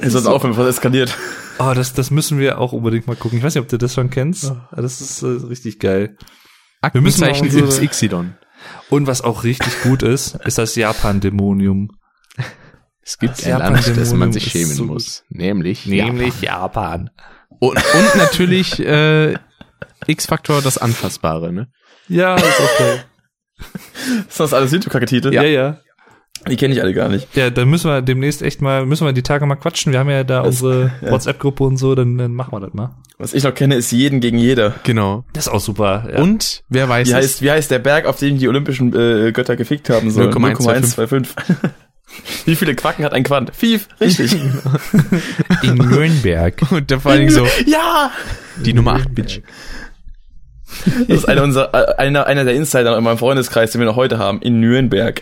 [SPEAKER 1] Ist das auch, wenn was eskaliert.
[SPEAKER 2] Oh, das, das müssen wir auch unbedingt mal gucken. Ich weiß nicht, ob du das schon kennst. aber Das ist äh, richtig geil. Wir müssen mal
[SPEAKER 3] Aktenzeichen
[SPEAKER 2] unsere-
[SPEAKER 3] Ypsilon.
[SPEAKER 2] Und was auch richtig gut ist, ist das Japan-Dämonium.
[SPEAKER 3] Es gibt
[SPEAKER 2] Das
[SPEAKER 3] ein Land, das
[SPEAKER 2] Japan-Dämonium
[SPEAKER 3] man sich
[SPEAKER 2] ist
[SPEAKER 3] schämen
[SPEAKER 2] so
[SPEAKER 3] muss. Nämlich.
[SPEAKER 2] Japan.
[SPEAKER 3] Japan. Und, und natürlich äh, X-Faktor, das Anfassbare, ne?
[SPEAKER 2] Ja, ist okay.
[SPEAKER 1] Ist das alles YouTube-Kacke-Titel?
[SPEAKER 2] ja, ja.
[SPEAKER 1] Die kenne ich alle gar nicht.
[SPEAKER 2] Ja, dann müssen wir demnächst echt mal, müssen wir die Tage mal quatschen. Wir haben ja da unsere WhatsApp-Gruppe und so, dann, dann machen wir das mal.
[SPEAKER 1] Was ich noch kenne, ist jeden gegen jeder.
[SPEAKER 3] Genau.
[SPEAKER 2] Das ist auch super. Ja.
[SPEAKER 3] Und wer weiß
[SPEAKER 1] Wie
[SPEAKER 3] es?
[SPEAKER 1] heißt, wie heißt der Berg, auf dem die olympischen äh, Götter gefickt haben sollen?
[SPEAKER 3] 0,125.
[SPEAKER 1] 0,125. wie viele Quacken hat ein Quant? Fief, richtig.
[SPEAKER 2] in Nürnberg.
[SPEAKER 3] Und da vor allen Dingen so
[SPEAKER 1] ja!
[SPEAKER 3] die Nummer 8, Bitch.
[SPEAKER 1] Das ist einer, unserer, äh, einer, einer der Insider in meinem Freundeskreis, den wir noch heute haben, in Nürnberg.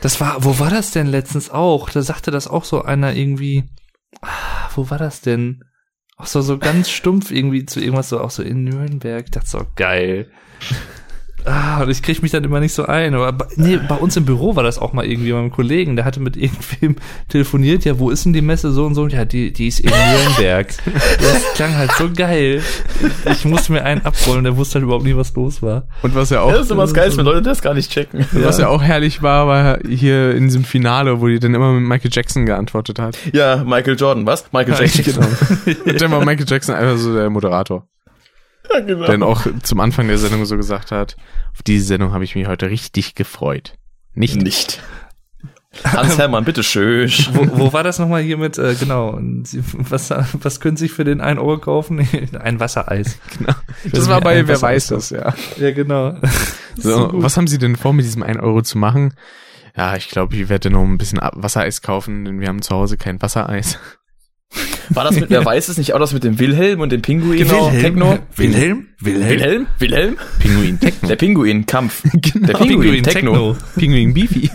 [SPEAKER 2] Das war, wo war das denn letztens auch? Da sagte das auch so einer irgendwie, ah, wo war das denn? Auch so, so ganz stumpf irgendwie zu irgendwas, so auch so in Nürnberg. Ich dachte so, geil. Ah, und ich krieg mich dann immer nicht so ein. Aber bei, nee, bei uns im Büro war das auch mal irgendwie, meinem Kollegen, der hatte mit irgendwem telefoniert, ja, wo ist denn die Messe so und so? Ja, die, die ist in Nürnberg. Das klang halt so geil. Ich musste mir einen abrollen, der wusste halt überhaupt nicht, was los war.
[SPEAKER 3] Und was ja auch
[SPEAKER 1] Das ist immer das Geilste, wenn Leute das gar nicht checken.
[SPEAKER 3] Was ja auch herrlich war, war hier in diesem Finale, wo die dann immer mit Michael Jackson geantwortet hat.
[SPEAKER 1] Ja, Michael Jordan, was? Michael Jackson.
[SPEAKER 2] Genau.
[SPEAKER 3] Und dann war Michael Jackson einfach so der Moderator.
[SPEAKER 1] Ja, genau.
[SPEAKER 3] dann auch zum Anfang der Sendung so gesagt hat, auf diese Sendung habe ich mich heute richtig gefreut. Nicht,
[SPEAKER 1] Nicht. Hans Hermann, bitteschön.
[SPEAKER 2] Wo, wo war das nochmal hier mit? Äh, genau. Und Sie- Was, was können Sie für den 1 Euro kaufen? Ein Wassereis.
[SPEAKER 3] Das war bei Wer
[SPEAKER 2] Einfach
[SPEAKER 3] weiß das, ja.
[SPEAKER 2] Ja, genau.
[SPEAKER 3] So, was haben Sie denn vor, mit diesem 1 Euro zu machen? Ja, ich glaube, ich werde noch ein bisschen Ab- Wassereis kaufen, denn wir haben zu Hause kein Wassereis.
[SPEAKER 1] War das mit, wer weiß es nicht, auch das mit dem Wilhelm und dem Pinguin?
[SPEAKER 2] Genau,
[SPEAKER 1] auch? Techno?
[SPEAKER 2] Wilhelm? Wilhelm?
[SPEAKER 1] Genau. Wilhelm? Wilhelm?
[SPEAKER 3] Pinguin Techno.
[SPEAKER 1] Der Pinguin, Kampf.
[SPEAKER 3] Genau.
[SPEAKER 1] Der Pinguin, Techno.
[SPEAKER 3] Pinguin Beefy.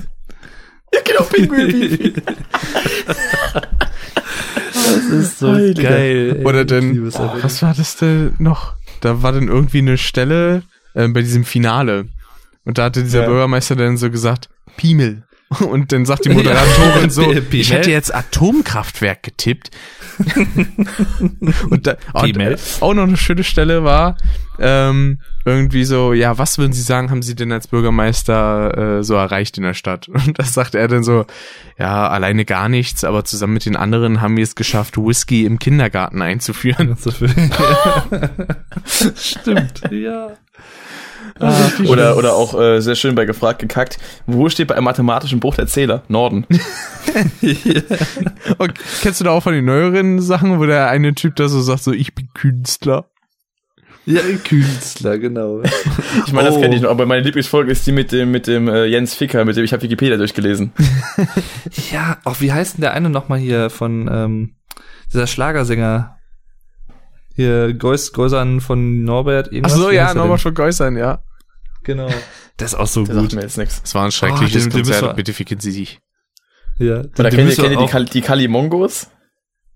[SPEAKER 1] Ja, genau, Pinguin.
[SPEAKER 2] Das ist so
[SPEAKER 1] Heiliger.
[SPEAKER 2] geil. ey.
[SPEAKER 3] Oder
[SPEAKER 2] Äh, Ich
[SPEAKER 3] denn,
[SPEAKER 2] liebe es
[SPEAKER 3] oh,
[SPEAKER 2] einfach.
[SPEAKER 3] was war das denn noch? Da war dann irgendwie eine Stelle äh, bei diesem Finale. Und da hatte dieser
[SPEAKER 1] Ja.
[SPEAKER 3] Bürgermeister dann so gesagt, Piemel. Und dann sagt die Moderatorin so,
[SPEAKER 2] Pi- Piemel?
[SPEAKER 3] ich hätte jetzt Atomkraftwerk getippt. und da, und
[SPEAKER 2] Piemel?
[SPEAKER 3] äh, auch noch eine schöne Stelle war, ähm, irgendwie so, ja, was würden Sie sagen, haben Sie denn als Bürgermeister äh, so erreicht in der Stadt? Und das sagt er dann so, ja, alleine gar nichts, aber zusammen mit den anderen haben wir es geschafft, Whisky im Kindergarten einzuführen.
[SPEAKER 2] So viel. Stimmt, ja. Ah,
[SPEAKER 1] Oder, oder auch äh, sehr schön bei gefragt gekackt. Wo steht bei einem mathematischen Bruch der Zähler? Norden.
[SPEAKER 3] Und kennst du da auch von den neueren Sachen, wo der eine Typ da so sagt, so, ich bin Künstler?
[SPEAKER 2] Ja, Künstler, genau.
[SPEAKER 1] Ich meine,
[SPEAKER 2] Oh.
[SPEAKER 1] das kenne ich noch, aber meine Lieblingsfolge ist die mit dem, mit dem äh, Jens Ficker, mit dem ich habe Wikipedia durchgelesen.
[SPEAKER 2] Ja, auch wie heißt denn der eine nochmal hier von ähm, dieser Schlagersänger? Hier, Geus, Geusern von Norbert.
[SPEAKER 3] Ach
[SPEAKER 2] irgendwas?
[SPEAKER 3] so,
[SPEAKER 2] Wie
[SPEAKER 3] ja,
[SPEAKER 2] heißt er
[SPEAKER 3] Norbert von Geusern, ja.
[SPEAKER 2] denn? Genau. Der ist auch so
[SPEAKER 1] Der sagt
[SPEAKER 2] gut.
[SPEAKER 1] mir jetzt nichts.
[SPEAKER 3] Das war ein
[SPEAKER 2] schreckliches
[SPEAKER 3] schreckliches
[SPEAKER 2] Oh, den- den Konzert, müssen wir-
[SPEAKER 3] Konzert, bitte ficken Sie sich.
[SPEAKER 2] Ja,
[SPEAKER 1] Oder
[SPEAKER 2] den
[SPEAKER 1] kennt ihr,
[SPEAKER 2] müssen wir
[SPEAKER 1] kennt ihr die,
[SPEAKER 2] auch-
[SPEAKER 1] Kal die Kalimongos?
[SPEAKER 2] Hm.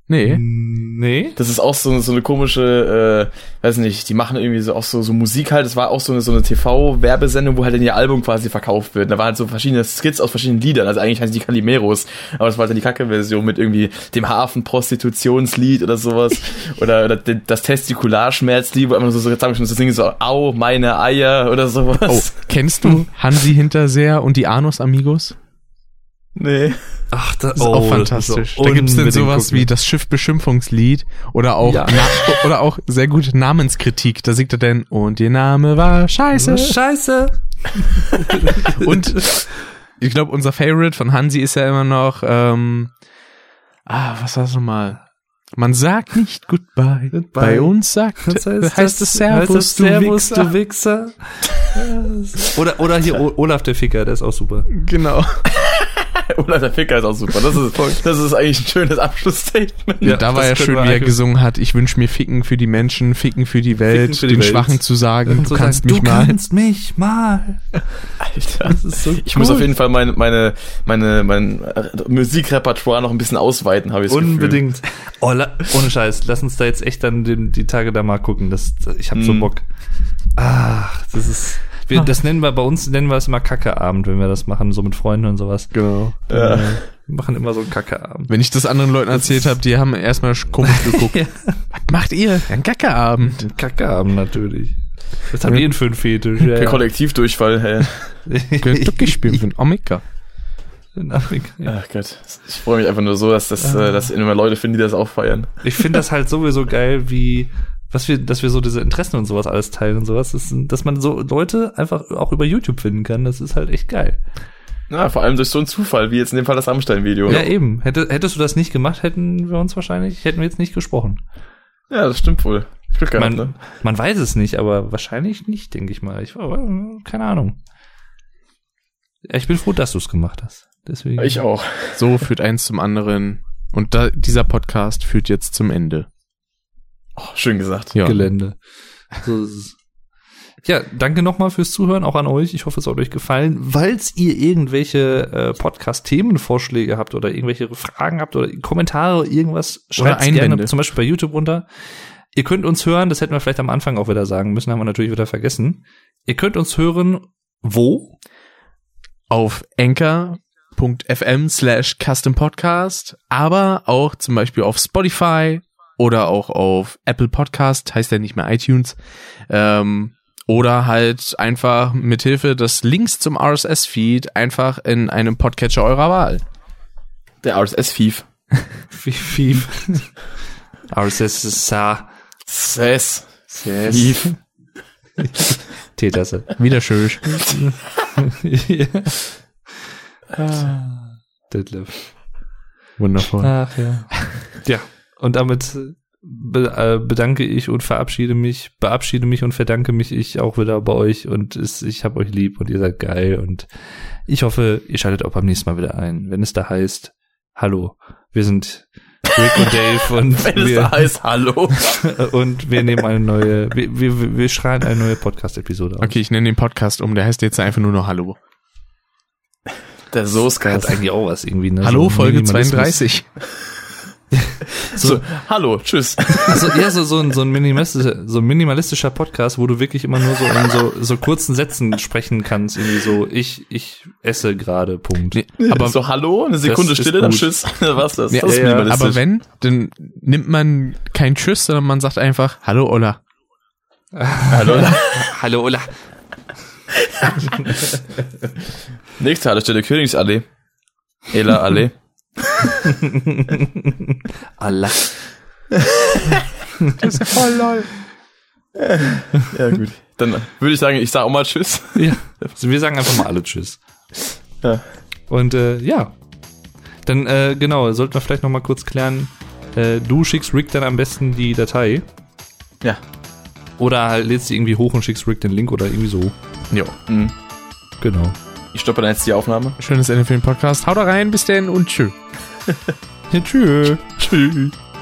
[SPEAKER 3] Nee.
[SPEAKER 2] Nee.
[SPEAKER 1] Das ist auch so, so eine komische, äh, weiß nicht, die machen irgendwie so auch so, so Musik halt. Das war auch so eine, so eine TV-Werbesendung, wo halt dann ihr Album quasi verkauft wird. Da waren halt so verschiedene Skits aus verschiedenen Liedern. Also eigentlich heißen die Calimeros, aber das war halt dann die Kacke-Version mit irgendwie dem Hafen-Prostitutionslied oder sowas. oder, oder de- das Testikularschmerzlied, wo einfach so, so jetzt habe ich schon so singen, so, au, meine Eier oder
[SPEAKER 3] Oh,
[SPEAKER 1] sowas.
[SPEAKER 3] kennst du Hansi Hinterseher und die Anus Amigos?
[SPEAKER 1] Nee.
[SPEAKER 2] Ach, Oh, das,
[SPEAKER 3] Das ist auch fantastisch. da gibt's dann sowas wie das Schiff Beschimpfungslied oder auch,
[SPEAKER 2] Ja.
[SPEAKER 3] na, oder auch sehr gute Namenskritik. Da singt er denn, und ihr Name war scheiße.
[SPEAKER 2] Scheiße.
[SPEAKER 3] Und ich glaube, unser Favorite von Hansi ist ja immer noch, ähm, ah, was war's nochmal? Man sagt nicht goodbye.
[SPEAKER 2] Goodbye.
[SPEAKER 3] Bei uns sagt,
[SPEAKER 2] Was heißt,
[SPEAKER 3] heißt
[SPEAKER 2] das?
[SPEAKER 3] es Servus,
[SPEAKER 2] heißt das
[SPEAKER 3] du
[SPEAKER 2] Servus,
[SPEAKER 3] Wichser.
[SPEAKER 2] du Wichser. oder, oder hier O- Olaf der Ficker, der ist auch super.
[SPEAKER 3] Genau.
[SPEAKER 1] Oder der Ficker ist auch super. Das ist, das ist eigentlich ein schönes Abschlussstatement.
[SPEAKER 2] Ja,
[SPEAKER 3] da war
[SPEAKER 2] das können
[SPEAKER 3] ja schön,
[SPEAKER 2] wir
[SPEAKER 3] wie er
[SPEAKER 2] eigentlich-
[SPEAKER 3] gesungen hat, ich wünsche mir Ficken für die Menschen, Ficken für die Welt,
[SPEAKER 2] für die
[SPEAKER 3] den
[SPEAKER 2] Welt.
[SPEAKER 3] Schwachen zu sagen,
[SPEAKER 2] Und
[SPEAKER 3] du
[SPEAKER 2] so
[SPEAKER 3] kannst
[SPEAKER 2] sagen,
[SPEAKER 3] mich
[SPEAKER 2] du
[SPEAKER 3] mal.
[SPEAKER 2] kannst mich mal.
[SPEAKER 1] Alter.
[SPEAKER 2] Das ist so
[SPEAKER 1] Ich muss auf jeden Fall meine, meine, meine, mein äh, Musikrepertoire noch ein bisschen ausweiten, habe ich das
[SPEAKER 2] Unbedingt. Oh, la, ohne Scheiß, lass uns da jetzt echt dann den, die Tage da mal gucken. Das, ich hab so
[SPEAKER 1] Mm.
[SPEAKER 2] Bock. Ach, das ist. Wir, das nennen wir bei uns nennen wir es immer Kackeabend, wenn wir das machen, so mit Freunden und sowas. äh,
[SPEAKER 3] Genau.
[SPEAKER 1] Gefühl. Ja.
[SPEAKER 2] Wir machen immer so einen Kackeabend.
[SPEAKER 3] Wenn ich das anderen Leuten erzählt habe, die haben erstmal komisch geguckt.
[SPEAKER 2] Ja.
[SPEAKER 3] Was macht ihr? Ein Gackerabend.
[SPEAKER 2] Kackeabend natürlich. Was habt
[SPEAKER 3] Ja.
[SPEAKER 2] ihr denn für eh einen Fetisch? Ja,
[SPEAKER 1] Für
[SPEAKER 2] ja.
[SPEAKER 1] Kollektivdurchfall, hey.
[SPEAKER 3] Könnt ihr spielen für ein Omega.
[SPEAKER 2] In Afrika.
[SPEAKER 1] Ach Gott. Ich freue mich einfach nur so, dass das,
[SPEAKER 2] Ah.
[SPEAKER 1] äh, dass immer mehr Leute finden, die das auch feiern.
[SPEAKER 2] Ich finde das halt sowieso geil, wie was wir, dass wir so diese Interessen und sowas alles teilen und sowas, das, sind- dass man so Leute einfach auch über YouTube finden kann. Das ist halt echt geil.
[SPEAKER 1] Na, vor allem durch so einen Zufall, wie jetzt in dem Fall das Rammstein-Video.
[SPEAKER 2] Ja, eh. eben. Hätte, hättest du das nicht gemacht, hätten wir uns wahrscheinlich, hätten wir jetzt nicht gesprochen.
[SPEAKER 1] Ja, das stimmt wohl. Glück gehabt,
[SPEAKER 2] Man,
[SPEAKER 1] ne?
[SPEAKER 2] man weiß es nicht, aber wahrscheinlich nicht, denke ich mal. Ich war, keine Ahnung. Ja, Ich bin froh, dass du es gemacht hast. Deswegen.
[SPEAKER 1] ne? Ich auch.
[SPEAKER 3] So führt eins zum anderen. Und da, dieser Podcast führt jetzt zum Ende.
[SPEAKER 1] Oh, schön gesagt.
[SPEAKER 3] Ja.
[SPEAKER 2] Gelände. So ist Also es. Ja, danke nochmal fürs Zuhören, auch an euch. Ich hoffe, es hat euch gefallen. Falls ihr irgendwelche äh, Podcast-Themenvorschläge habt oder irgendwelche Fragen habt oder Kommentare, irgendwas,
[SPEAKER 3] Oder
[SPEAKER 2] schreibt gerne
[SPEAKER 3] Einwände.
[SPEAKER 2] zum Beispiel bei YouTube runter. Ihr könnt uns hören, das hätten wir vielleicht am Anfang auch wieder sagen müssen, haben wir natürlich wieder vergessen. Ihr könnt uns hören, wo?
[SPEAKER 3] Auf anchor.fm slash custom podcast, aber auch zum Beispiel auf Spotify oder auch auf Apple Podcast, heißt ja nicht mehr iTunes. Ähm, oder halt einfach mithilfe des Links zum RSS-Feed einfach in einem Podcatcher eurer Wahl.
[SPEAKER 1] Der RSS-Fief.
[SPEAKER 2] Fief. RSS.
[SPEAKER 1] Sess. Lief.
[SPEAKER 2] Teetasse.
[SPEAKER 3] Wieder schön.
[SPEAKER 2] ja. ah, Detlef.
[SPEAKER 3] Wundervoll.
[SPEAKER 2] Ach ja. Ja, und damit be äh, bedanke ich und verabschiede mich, beabschiede mich und verdanke mich ich auch wieder bei euch und es, ich hab euch lieb und ihr seid geil und ich hoffe, ihr schaltet auch beim nächsten Mal wieder ein, wenn es da heißt, hallo, wir sind Rick und Dave und
[SPEAKER 1] Wenn es
[SPEAKER 2] wir,
[SPEAKER 1] da heißt, hallo.
[SPEAKER 2] und wir nehmen eine neue, wir, wir, wir schreien eine neue Podcast-Episode auf.
[SPEAKER 3] Okay, ich nenne den Podcast um. Der heißt jetzt einfach nur noch Hallo.
[SPEAKER 1] Der Soße
[SPEAKER 2] Hat eigentlich auch was irgendwie. Ne?
[SPEAKER 3] Hallo,
[SPEAKER 2] So
[SPEAKER 3] Folge
[SPEAKER 2] Minimalismus.
[SPEAKER 3] 32.
[SPEAKER 1] So, hallo, tschüss.
[SPEAKER 2] Also ja, so, so, ein, so, ein minimalistischer, so ein minimalistischer Podcast, wo du wirklich immer nur so in so, so kurzen Sätzen sprechen kannst. Irgendwie so, ich, ich esse gerade, Punkt.
[SPEAKER 1] Aber so, hallo, eine Sekunde
[SPEAKER 2] Das ist
[SPEAKER 1] Stille, dann
[SPEAKER 2] gut.
[SPEAKER 1] tschüss. Dann war's das.
[SPEAKER 3] Ja,
[SPEAKER 1] das
[SPEAKER 2] ja, ja,
[SPEAKER 1] minimalistisch.
[SPEAKER 3] Aber wenn, dann nimmt man kein Tschüss, sondern man sagt einfach Hallo, Olla.
[SPEAKER 1] Hallo.
[SPEAKER 2] Hallo, Ola.
[SPEAKER 1] Nächste Haltestelle, Königsallee. Ela Allee.
[SPEAKER 2] Allah.
[SPEAKER 3] Voll lol.
[SPEAKER 1] Ja, gut. Dann würde ich sagen, ich sage auch mal Tschüss.
[SPEAKER 2] Ja, also wir sagen einfach mal alle Tschüss.
[SPEAKER 1] Ja.
[SPEAKER 2] Und äh, ja, dann äh, genau, sollten wir vielleicht noch mal kurz klären. Äh, du schickst Rick dann am besten die Datei
[SPEAKER 1] Ja.
[SPEAKER 2] oder halt lädst sie irgendwie hoch und schickst Rick den Link oder irgendwie so.
[SPEAKER 3] Jo.
[SPEAKER 1] Mhm.
[SPEAKER 2] Genau.
[SPEAKER 1] Ich stoppe dann jetzt die Aufnahme.
[SPEAKER 3] Schönes Ende für den Podcast. Haut da rein, bis denn und tschüss.
[SPEAKER 2] Ja, tschüss.
[SPEAKER 1] Tschüss.